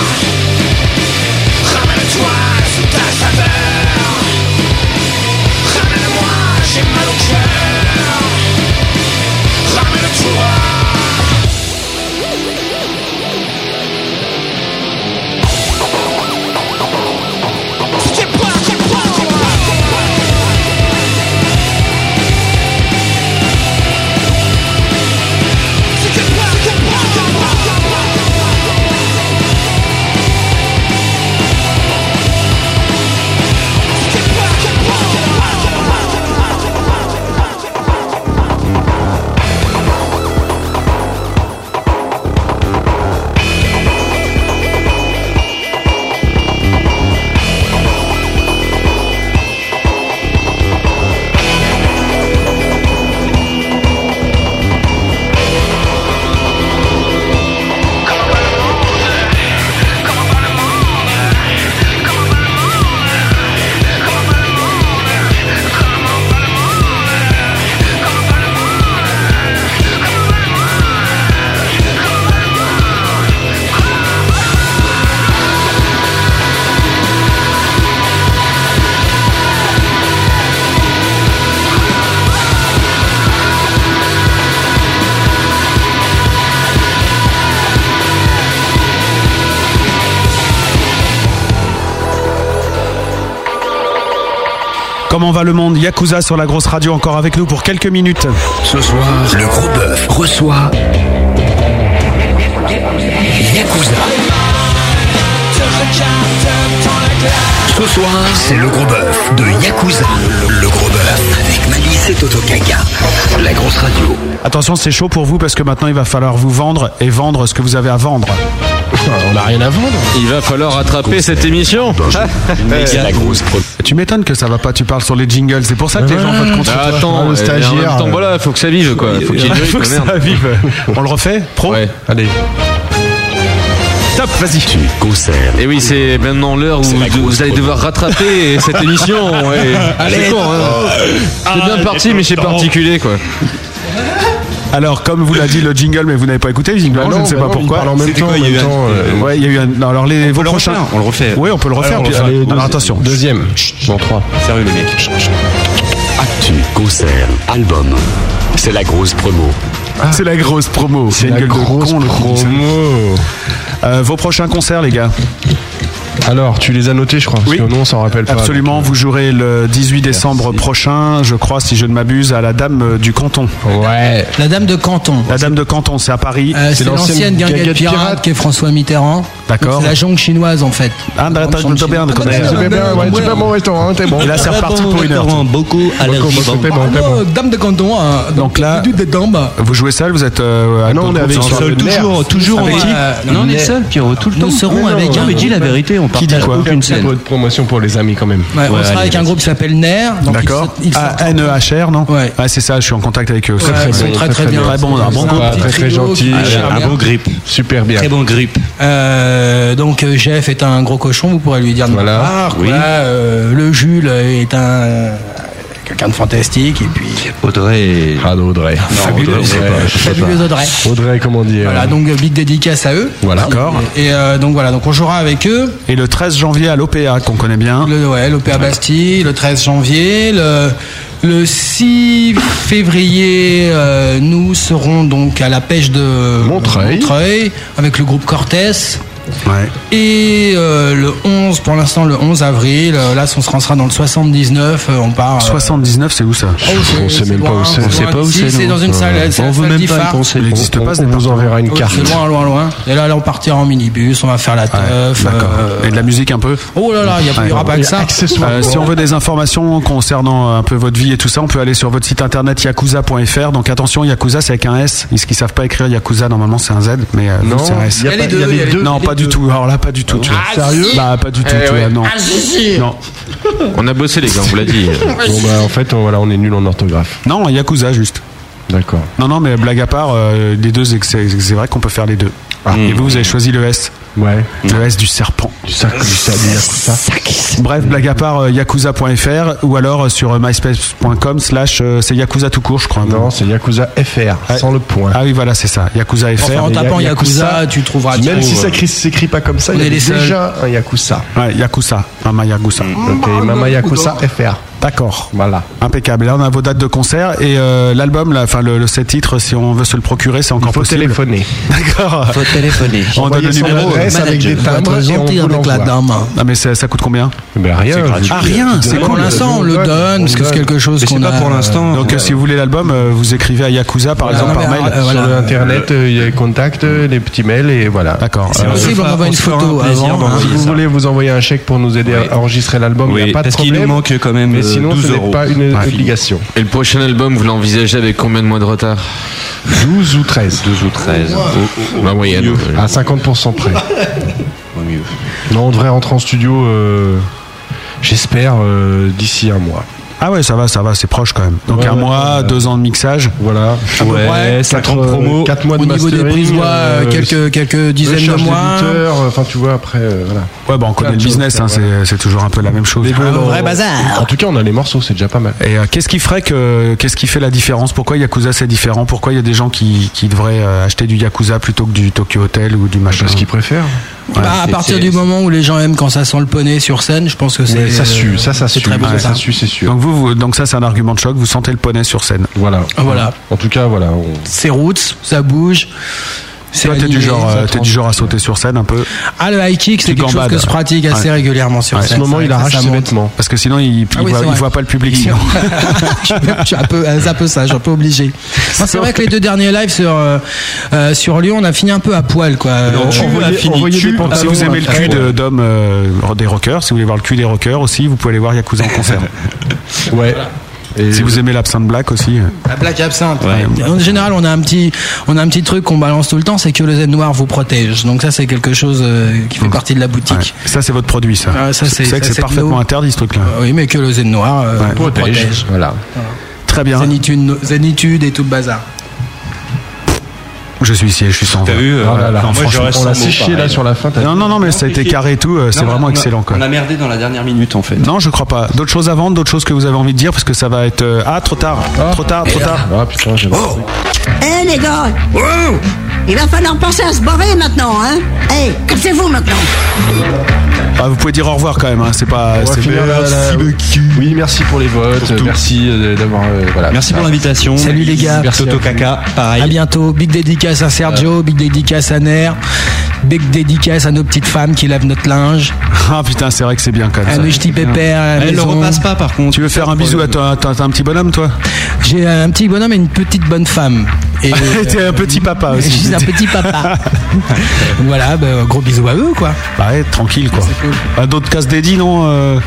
Speaker 12: Ramène-toi sous ta saveur Ramène-moi, j'ai mal au cœur Ramène-toi
Speaker 6: Comment va le monde Yakuza sur la grosse radio encore avec nous pour quelques minutes.
Speaker 4: Ce soir, le gros bœuf reçoit. Yakuza. Ce soir, c'est le gros bœuf de Yakuza. Le gros bœuf avec Malice et Toto Kaka. La grosse radio.
Speaker 6: Attention, c'est chaud pour vous parce que maintenant il va falloir vous vendre et vendre ce que vous avez à vendre.
Speaker 7: Ah, On n'a rien à vendre. Il va falloir attraper cette émission.
Speaker 6: Tu m'étonnes que ça va pas, tu parles sur les jingles, c'est pour ça que les gens votent contre
Speaker 7: Ah,
Speaker 6: toi.
Speaker 7: attends, euh, en même temps, voilà, faut que ça vive quoi. Faut qu'il y ait du
Speaker 6: Faut que
Speaker 7: rythme,
Speaker 6: ça
Speaker 7: merde.
Speaker 6: vive. On le refait Pro
Speaker 7: Allez.
Speaker 6: Top, vas-y.
Speaker 7: Et oui, c'est maintenant l'heure où de- vous allez devoir rattraper cette émission. ouais.
Speaker 6: Allez,
Speaker 7: C'est con, hein.
Speaker 6: Ah,
Speaker 7: C'est bien
Speaker 6: j'ai
Speaker 7: parti,
Speaker 6: pas
Speaker 7: mais
Speaker 6: le
Speaker 7: c'est
Speaker 6: temps.
Speaker 7: particulier quoi.
Speaker 6: Alors, comme vous l'a dit le jingle, mais vous n'avez pas écouté, visiblement,
Speaker 8: Bah
Speaker 6: je
Speaker 8: non,
Speaker 6: ne sais
Speaker 8: bah
Speaker 6: pas
Speaker 8: non, il
Speaker 6: pourquoi.
Speaker 8: parle en même C'était temps, quoi, en il y a même eu un- temps, euh,
Speaker 6: Ouais, il y a eu un. non, alors, les, vos prochains.
Speaker 8: on le refait.
Speaker 6: Oui, on peut le
Speaker 8: Allez,
Speaker 6: refaire.
Speaker 8: on
Speaker 6: puis-
Speaker 8: le refait.
Speaker 6: alors,
Speaker 8: Deuxi-
Speaker 6: attention.
Speaker 8: Deuxième. Bon, trois.
Speaker 10: Sérieux les mecs.
Speaker 4: Actu, concert, album. C'est la grosse promo.
Speaker 7: Ah.
Speaker 6: C'est la grosse promo. C'est une gueule de con, le con. Euh, vos prochains concerts, les gars
Speaker 8: Alors, tu les as notés, je crois. Parce que nous, on s'en rappelle pas.
Speaker 10: euh,
Speaker 6: Absolument, vous jouerez le 18 décembre prochain, je crois, si je ne m'abuse, à la Dame euh, du Canton.
Speaker 8: Ouais.
Speaker 13: La Dame de Canton.
Speaker 6: La Dame de Canton, c'est à Paris.
Speaker 13: Euh, c'est l'ancienne guinguette pirate, qui est François Mitterrand.
Speaker 6: D'accord.
Speaker 13: Donc, C'est la jungle chinoise en fait.
Speaker 6: Ah, bah, attends, je me tape bien, comme ça.
Speaker 8: C'est pas bon restaurant, hein, t'es bon.
Speaker 6: Et là, c'est reparti pour une heure.
Speaker 11: Beaucoup allergies.
Speaker 8: c'est bon, c'est bon.
Speaker 13: Dame de Canton. hein.
Speaker 6: Donc là, vous jouez seul, vous êtes. euh, à
Speaker 10: Ah
Speaker 8: non,
Speaker 6: d'autres
Speaker 8: on est avec
Speaker 6: groupes sur
Speaker 8: seul,
Speaker 6: le nerf.
Speaker 8: toujours, toujours
Speaker 6: Avec
Speaker 8: en-
Speaker 6: qui
Speaker 8: euh,
Speaker 10: non, on est seul, Pierrot, tout le temps. Mais non, non, mais dis la vérité, on
Speaker 8: Qui dit
Speaker 10: partage
Speaker 8: quoi
Speaker 10: aucune
Speaker 8: C'est
Speaker 10: scène.
Speaker 8: pour de promotion pour les amis quand même.
Speaker 13: Ouais, on sera avec un groupe qui s'appelle Ner. donc
Speaker 6: D'accord.
Speaker 13: ils sont- ils sont-
Speaker 6: Ah, NEHR, non Ouais. c'est ça, je suis en contact avec eux.
Speaker 13: Ouais, ils sont très, très bien.
Speaker 6: Très bon, un bon
Speaker 13: Ils ont
Speaker 6: groupe.
Speaker 13: un petit Très, très trio gentil. qui marche Ah, bien. un bon
Speaker 10: grip.
Speaker 8: Super bien.
Speaker 10: Très bon grip.
Speaker 13: Euh, donc euh, Jeff est un gros cochon, vous pourrez lui dire de
Speaker 8: Voilà.
Speaker 13: ma part.
Speaker 10: Oui.
Speaker 13: Voilà, euh, le Jules est un euh, quelqu'un de fantastique et puis
Speaker 10: Audrey.
Speaker 8: Ah, non, Audrey.
Speaker 13: Fabuleux,
Speaker 8: Audrey, je sais pas, je sais
Speaker 13: fabuleux
Speaker 8: pas.
Speaker 13: Audrey.
Speaker 8: Audrey, comment dire
Speaker 13: voilà donc euh, big dédicace à eux.
Speaker 8: Voilà.
Speaker 13: Et euh, donc voilà donc on jouera avec eux.
Speaker 6: Et le 13 janvier à l'OPA, qu'on connaît bien.
Speaker 13: Le, ouais, l'OPA Bastille, le 13 janvier. Le, le 6 février, euh, nous serons donc à la pêche de Montreuil, avec le groupe Cortès. Et euh, le 11, pour l'instant, le 11 avril, euh, là, on se lancera dans le 79. euh, on part. euh,
Speaker 6: 79, c'est où ça
Speaker 13: Oh, c'est-
Speaker 8: On sait
Speaker 13: c'est
Speaker 8: même pas
Speaker 13: loin,
Speaker 8: où c'est.
Speaker 13: c'est On sait loin pas où d'ici, c'est, c'est nous. dans une salle, c'est la salle d'IFA. Il n'existe
Speaker 8: On-
Speaker 13: pas, ce
Speaker 8: On vous enverra une
Speaker 13: oh,
Speaker 8: carte.
Speaker 13: C'est loin, loin, loin. Et là, là, on partira en minibus, on va faire la teuf. euh,
Speaker 6: Et de la musique un peu
Speaker 13: Oh là là, il n'y aura pas que ça.
Speaker 6: Euh, si on veut des informations concernant euh, un peu votre vie et tout ça, on peut aller sur votre site internet yakuza.fr. Donc attention, yakuza c'est avec un S. Ils qui savent pas écrire yakuza normalement c'est un Z, mais euh,
Speaker 8: Non,
Speaker 6: vous, c'est un S.
Speaker 8: y a Il y a pas- les deux,
Speaker 6: Non,
Speaker 8: il y a les deux.
Speaker 6: pas du tout. Alors là, pas du tout. tu vois.
Speaker 8: Ah, sérieux
Speaker 6: Bah pas du tout.
Speaker 8: Eh
Speaker 6: tu vois,
Speaker 8: ouais.
Speaker 6: non.
Speaker 8: Ah, si, si.
Speaker 6: non.
Speaker 7: On a bossé les gars, on vous l'a dit.
Speaker 8: Bon, bah, en fait, on, voilà, on est nul en orthographe.
Speaker 6: Non, yakuza juste.
Speaker 8: D'accord.
Speaker 6: Non, non, mais blague à part, euh, les deux, c'est- c'est c'est vrai qu'on peut faire les deux. Et vous, vous avez choisi le S.
Speaker 8: Ouais.
Speaker 6: Le S du serpent.
Speaker 8: Ah. Mm. Du sac, du sac, du sac.
Speaker 6: Bref, blague à part, euh, yakuza.fr ou alors euh, sur euh, myspace.com slash euh, c'est yakuza tout court, je crois.
Speaker 8: Non, c'est Yakuza FR, sans le point.
Speaker 6: Ah oui, voilà, c'est ça. Yakuza FR.
Speaker 13: Enfin, en tapant
Speaker 8: Ya-
Speaker 13: Yakuza, tu trouveras
Speaker 8: Même
Speaker 13: tout,
Speaker 8: si
Speaker 13: euh.
Speaker 8: ça s'écrit- s'écrit pas comme ça,
Speaker 13: On
Speaker 8: il y
Speaker 13: est
Speaker 8: a
Speaker 13: les seuls.
Speaker 8: déjà un Yakuza.
Speaker 6: Ouais, Yakuza, Mama Yakuza.
Speaker 8: Ok, Mama Yakuza FR.
Speaker 6: D'accord.
Speaker 8: Voilà.
Speaker 6: Impeccable. Là, on a vos dates de concert et euh, l'album, là, enfin le, le set titre, si on veut se le procurer, c'est encore
Speaker 8: Faut
Speaker 6: possible.
Speaker 8: téléphoner.
Speaker 13: Ah,
Speaker 8: Ah,
Speaker 6: D'accord.
Speaker 11: Faut téléphoner.
Speaker 6: On donne
Speaker 8: Envoyez
Speaker 6: le
Speaker 8: son
Speaker 6: numéro.
Speaker 8: adresse avec des timbres et on vous l'envoie.
Speaker 6: Ah, hein. mais ça, ça coûte combien
Speaker 8: Ben rien.
Speaker 6: Ah, rien. C'est
Speaker 13: Pour
Speaker 6: cool.
Speaker 13: l'instant, on le donne, parce que c'est quelque chose qu'on a.
Speaker 6: Donc, euh, si vous voulez l'album, euh, vous écrivez à Yakuza, par exemple, par mail.
Speaker 8: Sur le internet, euh, il y a les contacts, euh, les petits mails et voilà.
Speaker 6: D'accord.
Speaker 8: Euh,
Speaker 13: C'est possible, Euh, on envoie une photo avant. hein.
Speaker 8: si vous voulez vous envoyer un chèque pour nous aider à enregistrer l'album, il
Speaker 10: Oui,
Speaker 8: n'y a pas de
Speaker 10: parce qu'il
Speaker 8: problème.
Speaker 10: nous manque quand même,
Speaker 8: Mais
Speaker 10: euh,
Speaker 8: sinon,
Speaker 10: 12
Speaker 8: ce
Speaker 10: euros.
Speaker 8: n'est pas une
Speaker 10: Ouais.
Speaker 8: obligation.
Speaker 7: Et le prochain album, vous l'envisagez avec combien de mois de retard
Speaker 8: 12 ou 13
Speaker 7: 12 ou 13. Ma moyenne.
Speaker 8: À 50% près. Non, on devrait rentrer en studio, euh, j'espère, euh, d'ici un mois.
Speaker 6: Ah ouais, ça va, ça va, c'est proche quand même. Donc
Speaker 8: Ouais,
Speaker 6: un
Speaker 8: ouais,
Speaker 6: mois,
Speaker 8: ouais.
Speaker 6: deux ans de mixage.
Speaker 8: Voilà.
Speaker 10: Ouais, 50 promos.
Speaker 8: 4 mois de
Speaker 13: Au niveau des
Speaker 8: mastering,
Speaker 13: prises, ouais,
Speaker 8: euh,
Speaker 13: quelques, quelques dizaines de
Speaker 8: recherche
Speaker 13: mois.
Speaker 8: d'éditeurs, euh, Enfin, tu vois, après, euh, voilà.
Speaker 6: Ouais, bah
Speaker 8: Plein
Speaker 6: on connaît le
Speaker 8: de choses,
Speaker 6: business,
Speaker 8: ça,
Speaker 6: hein,
Speaker 8: voilà.
Speaker 6: c'est- c'est toujours un peu la même chose.
Speaker 8: Mais bon, on-
Speaker 13: vrai bazar.
Speaker 8: En tout cas, on a les morceaux, c'est déjà pas mal.
Speaker 6: Et euh, qu'est-ce qui ferait que qu'est-ce qui fait la différence Pourquoi Yakuza c'est différent Pourquoi il y a des gens qui, qui devraient euh, acheter du Yakuza plutôt que du Tokyo Hotel ou du machin
Speaker 8: Parce qu'ils préfèrent.
Speaker 13: Bah, à partir du moment où les gens aiment quand ça sent le poney sur scène, je pense que c'est. euh,
Speaker 8: Ouais, ça sue, ça, ça
Speaker 13: c'est
Speaker 8: sue,
Speaker 13: très bon,
Speaker 8: ça,
Speaker 13: ça.
Speaker 8: ça sue, c'est sûr.
Speaker 6: Donc vous, vous- donc ça c'est un argument de choc. Vous sentez le poney sur scène.
Speaker 8: Voilà.
Speaker 13: Voilà.
Speaker 8: En tout cas, voilà. on-
Speaker 13: C'est roots, ça bouge.
Speaker 6: Toi, t'es du
Speaker 13: animé,
Speaker 6: genre,
Speaker 13: ça
Speaker 6: euh, t'es du genre à sauter sur scène un peu.
Speaker 13: Ah, le high kick, c'est
Speaker 6: Tu
Speaker 13: quelque chose
Speaker 6: gambades.
Speaker 13: que se pratique assez
Speaker 6: Ouais.
Speaker 13: régulièrement sur
Speaker 6: Ouais.
Speaker 13: scène.
Speaker 6: En ce moment,
Speaker 13: c'est
Speaker 6: il
Speaker 13: vrai que
Speaker 6: arrache
Speaker 13: ça
Speaker 6: ses
Speaker 13: monte.
Speaker 6: vêtements parce que sinon, il, il
Speaker 13: Ah oui,
Speaker 6: voit,
Speaker 13: c'est
Speaker 6: il
Speaker 13: vrai.
Speaker 6: voit pas le public.
Speaker 13: Il-
Speaker 6: Sinon.
Speaker 13: je, suis- je suis un peu, un peu sage, un peu obligé. Non, c'est vrai que les deux derniers lives sur, euh, euh, sur Lyon, on a fini un peu à poil, quoi.
Speaker 6: Alors,
Speaker 13: Euh,
Speaker 6: envoyez- envoyez des pantalons. Ah, Si vous aimez le cul de- d'hommes euh, des rockers, si vous voulez voir le cul des rockers aussi, vous pouvez aller voir Yakuza en concert.
Speaker 8: ouais.
Speaker 6: si vous aimez l'absinthe black aussi. euh.
Speaker 13: La plaque absinthe.
Speaker 6: Ouais.
Speaker 13: En général, on a un petit, on a un petit truc qu'on balance tout le temps, c'est que le Z noir vous protège. Donc ça, c'est quelque chose euh, qui fait
Speaker 6: Mmh.
Speaker 13: partie de la boutique.
Speaker 6: Ça, c'est votre produit, ça.
Speaker 13: Ah, ça,
Speaker 6: c'est
Speaker 13: c'est-
Speaker 6: vrai que
Speaker 13: ça,
Speaker 6: c'est
Speaker 13: c'est de
Speaker 6: parfaitement
Speaker 13: l'eau.
Speaker 6: interdit ce truc-là.
Speaker 13: Euh, oui, mais que le Z noir euh,
Speaker 6: Ouais.
Speaker 13: vous protège.
Speaker 6: Protège,
Speaker 13: Voilà.
Speaker 6: Très bien.
Speaker 13: Zénitude, zénitude et tout le bazar.
Speaker 6: Je suis ici, et je suis sans
Speaker 10: T'as
Speaker 6: voix.
Speaker 10: vu, euh,
Speaker 6: Oh là là.
Speaker 10: moi, je
Speaker 6: franchement,
Speaker 10: reste
Speaker 6: on l'a
Speaker 10: sans mots,
Speaker 6: séché,
Speaker 10: pareil.
Speaker 6: là, sur la fin, t'as- Non, non, non, mais ça a été carré et tout. euh, C'est
Speaker 10: Non, mais
Speaker 6: vraiment
Speaker 10: on a-
Speaker 6: excellent. Quoi.
Speaker 10: On a merdé dans la dernière minute en fait.
Speaker 6: Non, je crois pas. D'autres choses à vendre, d'autres choses que vous avez envie de dire, parce que ça va être. euh, Ah, trop tard, trop tard, trop tard.
Speaker 10: bah,
Speaker 6: Oh.
Speaker 8: Ah putain, j'ai
Speaker 5: Eh les gars Il va falloir penser à se barrer maintenant, hein Eh, cassez-vous maintenant
Speaker 6: Ah, vous pouvez dire au revoir quand même, hein, c'est pas.
Speaker 8: On va
Speaker 6: c'est-
Speaker 8: finir là, là. Oui, merci pour les votes. Merci euh, d'avoir. euh, voilà.
Speaker 10: Merci pour l'invitation.
Speaker 13: Salut les gars.
Speaker 10: Merci Toto Kaka, pareil.
Speaker 13: À bientôt. Big dédicace à Sergio, big dédicace à Ner, big dédicace à nos petites femmes qui lavent notre linge.
Speaker 6: Ah putain, c'est vrai que c'est bien quand même.
Speaker 13: Ah,
Speaker 6: ça.
Speaker 13: mais je t'y pépère, à la
Speaker 6: Eh,
Speaker 13: maison.
Speaker 10: par contre.
Speaker 6: Tu veux faire un bisou à toi T'as t'as un petit bonhomme, toi
Speaker 13: J'ai un petit bonhomme et une petite bonne femme. Et
Speaker 6: Et t'es un petit papa aussi.
Speaker 13: Je suis un petit papa. voilà, bah, gros bisous à eux, quoi.
Speaker 6: Bah ouais, tranquille, quoi. Ah, D'autres cases dédiées, non euh,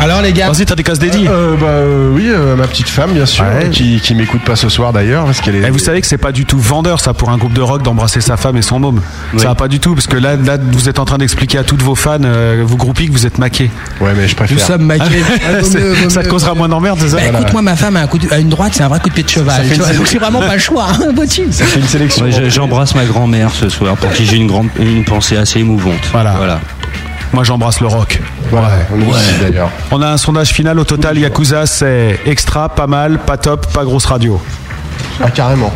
Speaker 13: Alors les gars.
Speaker 6: Vas-y, t'as des cases dédiées.
Speaker 8: Euh, bah euh, oui, euh, ma petite femme bien sûr,
Speaker 6: Ouais.
Speaker 8: qui, qui m'écoute pas ce soir d'ailleurs parce qu'elle est.
Speaker 6: Eh, vous savez que c'est pas du tout vendeur ça pour un groupe de rock d'embrasser sa femme et son môme. Ça va pas du tout parce que là, là vous êtes en train d'expliquer à toutes vos fans, euh, vos groupies que vous êtes maqués.
Speaker 8: Ouais mais je
Speaker 13: Nous sommes maqués. Ah, vaut mieux, vaut
Speaker 6: ça te
Speaker 13: mieux.
Speaker 6: causera moins d'emmerde, c'est ça
Speaker 13: Bah, écoute, moi, ma femme a, un coup de- a une droite, c'est un vrai coup de pied de
Speaker 10: Ça
Speaker 6: Ah,
Speaker 13: cheval.
Speaker 10: fait
Speaker 13: tu
Speaker 10: une
Speaker 13: vois,
Speaker 10: sélection.
Speaker 13: donc j'ai vraiment pas le choix. hein, vois-tu.
Speaker 10: Ouais, j'ai- J'embrasse ma grand-mère ce soir pour qui j'ai une, grande, une pensée assez émouvante. Voilà.
Speaker 6: Moi j'embrasse le rock.
Speaker 8: Voilà, on est
Speaker 6: Ouais.
Speaker 8: ici, d'ailleurs.
Speaker 6: On a un sondage final au total Yakuza c'est extra, pas mal, pas top, pas grosse radio.
Speaker 8: Ah carrément.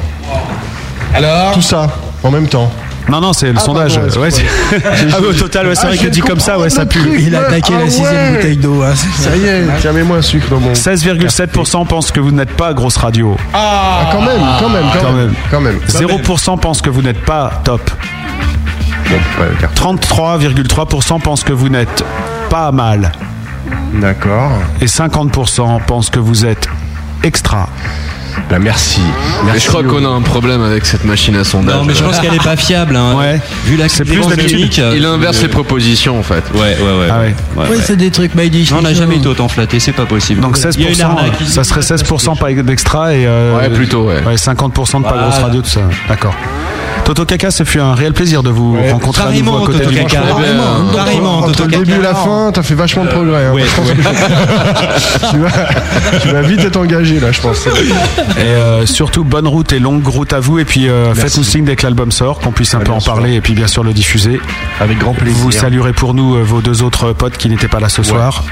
Speaker 13: Alors
Speaker 8: Tout ça en même temps.
Speaker 6: Non non c'est le
Speaker 8: Ah,
Speaker 6: sondage.
Speaker 8: pardon,
Speaker 6: Ouais, c'est-
Speaker 8: J'ai-
Speaker 6: ah oui, au total ouais, c'est
Speaker 8: Ah,
Speaker 6: vrai
Speaker 8: je
Speaker 6: que dit comme ça ouais ça
Speaker 8: comprends le
Speaker 6: pue.
Speaker 8: truc, ouais. Ah, ouais.
Speaker 13: d'eau. hein.
Speaker 8: Ça y est, tiens mets-moi un sucre dans mon.
Speaker 6: 16,7% pensent que vous n'êtes pas grosse radio.
Speaker 8: Ah, quand même, quand même, quand,
Speaker 6: Quand
Speaker 8: même,
Speaker 6: même.
Speaker 8: quand même.
Speaker 6: 0% pensent que vous n'êtes pas top. 33,3% pensent que vous n'êtes pas mal.
Speaker 8: D'accord.
Speaker 6: Et 50% pensent que vous êtes extra.
Speaker 8: Bah merci.
Speaker 7: Mais je crois qu'on a un problème avec cette machine à sondage.
Speaker 10: Non, mais je pense qu'elle est pas fiable. hein. Vu la euh,
Speaker 7: C'est plus d'habitude. Il inverse les propositions en fait.
Speaker 10: Ouais, ouais, ouais.
Speaker 6: Ah ouais.
Speaker 10: Ouais,
Speaker 13: Oui,
Speaker 10: ouais.
Speaker 13: c'est des trucs made in
Speaker 10: Non, on n'a
Speaker 13: China.
Speaker 10: jamais été autant flatté, c'est pas possible.
Speaker 6: Donc
Speaker 10: Il y a une
Speaker 6: 16%,
Speaker 10: arnaque.
Speaker 6: euh, ça serait 16% pas d'extra et euh,
Speaker 7: Ouais, plutôt, ouais.
Speaker 6: 50% de pas
Speaker 10: Voilà.
Speaker 6: grosse radio, tout ça. D'accord. Toto Kaka, ce fut un réel plaisir de vous rencontrer à nouveau à
Speaker 10: Pareillement,
Speaker 6: côté
Speaker 10: Toto
Speaker 6: du
Speaker 10: Kaka.
Speaker 6: micro.
Speaker 10: Pareillement, Pareillement,
Speaker 8: Entre
Speaker 10: Toto
Speaker 8: le
Speaker 10: Kaka.
Speaker 8: début et la fin, t'as fait vachement de progrès. hein. Je pense que- tu, vas, tu vas vite être engagé là, je pense.
Speaker 6: Et euh, surtout, bonne route et longue route à vous. Et puis, euh, faites-nous signe dès que l'album sort, qu'on puisse un peu en parler et puis bien sûr le diffuser.
Speaker 8: Avec grand plaisir.
Speaker 6: Vous saluerez pour nous euh, vos deux autres potes qui n'étaient pas là ce soir.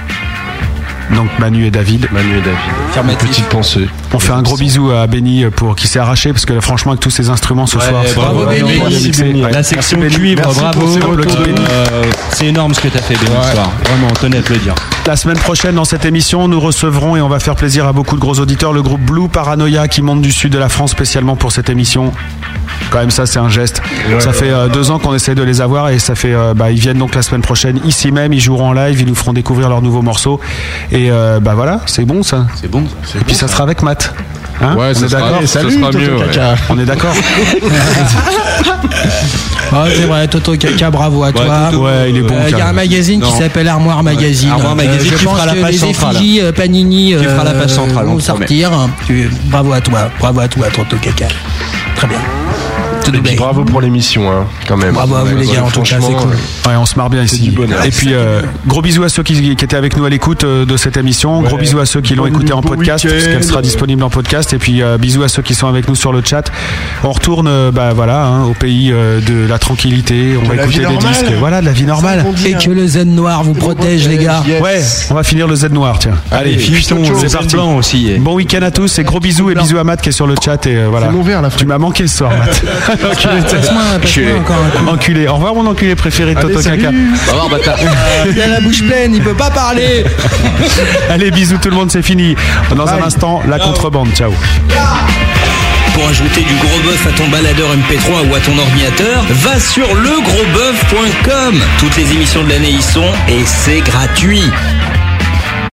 Speaker 6: Donc Manu et David.
Speaker 8: Manu et David. Une petite pensée.
Speaker 6: On fait un gros bisou à Benny pour qui s'est arraché parce que là, franchement avec tous ces instruments ce
Speaker 10: Ouais,
Speaker 6: soir. c'est
Speaker 10: bravo,
Speaker 6: vraiment
Speaker 10: Benny.
Speaker 6: bien
Speaker 10: Merci,
Speaker 6: mixé.
Speaker 10: Benny.
Speaker 6: Ouais.
Speaker 10: La section
Speaker 6: Merci, Benny.
Speaker 10: cuivre,
Speaker 6: Merci
Speaker 10: bravo.
Speaker 6: pour ces
Speaker 10: Bravo,
Speaker 6: retours de Benny.
Speaker 10: Euh, c'est énorme ce que t'as fait, Béni, ce soir. Vraiment, on tenait à te le dire.
Speaker 6: La semaine prochaine, dans cette émission, nous recevrons et on va faire plaisir à beaucoup de gros auditeurs le groupe Blue Paranoia qui monte du sud de la France spécialement pour cette émission. Quand même, ça, c'est un geste. ça fait euh, deux ans qu'on essaie de les avoir et ça fait. euh, bah, ils viennent donc la semaine prochaine ici même, ils joueront en live, ils nous feront découvrir leurs nouveaux morceaux. Et euh, bah voilà, c'est bon ça.
Speaker 10: C'est bon.
Speaker 6: Et puis ça sera avec Matt. Hein
Speaker 7: Ouais,
Speaker 6: On
Speaker 7: ça
Speaker 6: est
Speaker 7: sera-
Speaker 6: d'accord
Speaker 7: ça Salut, sera Toto mieux, ouais. Kaka.
Speaker 6: On est d'accord
Speaker 13: Ah, c'est vrai, Toto Kaka, bravo à toi.
Speaker 6: Toto, Ouais, il est bon,
Speaker 13: Euh, Il y a
Speaker 6: Kaka.
Speaker 13: un magazine
Speaker 10: Non.
Speaker 13: qui s'appelle Armoire Magazine. Euh,
Speaker 10: Armoire Magazine
Speaker 13: je
Speaker 10: qui
Speaker 13: pense
Speaker 10: fera la
Speaker 13: que
Speaker 10: page
Speaker 13: les
Speaker 10: centrale.
Speaker 13: effigies, euh, Panini
Speaker 10: Qui fera la page
Speaker 13: euh,
Speaker 10: centrale, on
Speaker 13: vont
Speaker 10: te promet.
Speaker 13: sortir. Tu- Bravo à toi, bravo à toi, Toto Kaka. Très bien. Tout
Speaker 8: Et puis,
Speaker 13: doublé.
Speaker 8: bravo pour l'émission, hein, quand même.
Speaker 13: Bravo à Ah bah, vous, les gars, en tout cas, c'est
Speaker 8: franchement, euh,
Speaker 13: cool.
Speaker 6: Ouais, on se marre bien ici.
Speaker 8: du bonheur.
Speaker 6: Et puis, euh, gros bisous à ceux qui, qui étaient avec nous à l'écoute euh, de cette émission. Gros bisous à ceux qui l'ont écoutée en podcast, puisqu'elle sera disponible en podcast. Et puis, euh, bisous à ceux qui sont avec nous sur le chat. On retourne euh, bah, voilà, hein, au pays euh, de la tranquillité. On va
Speaker 8: la
Speaker 6: écouter
Speaker 8: vie
Speaker 6: des
Speaker 8: normale.
Speaker 6: disques. Voilà, de la vie normale.
Speaker 8: hein.
Speaker 13: Et que le zen noir vous protège, les gars.
Speaker 6: Ouais, on va finir le Z noir, tiens. Allez,
Speaker 10: Allez, finissons le
Speaker 6: c'est
Speaker 10: Z
Speaker 6: parti.
Speaker 10: blanc aussi.
Speaker 6: Bon week-end à tous et gros bisous et bisous à Matt qui est sur le chat. Et euh, voilà.
Speaker 8: C'est mon verre, là,
Speaker 6: Tu m'as manqué ce soir, Matt. Enculé.
Speaker 13: Passe-moi passe-moi encore un coup.
Speaker 6: Enculé. Au revoir, mon enculé préféré, Toto Kaka.
Speaker 7: Au revoir, bâtard.
Speaker 13: Il a la bouche pleine, il peut pas parler.
Speaker 6: Allez, bisous tout le monde, c'est fini. Dans un instant, la contrebande. Ciao.
Speaker 4: pour ajouter du gros bœuf à ton baladeur MP3 ou à ton ordinateur, va sur legrosboeuf.com. Toutes les émissions de l'année y sont et c'est gratuit.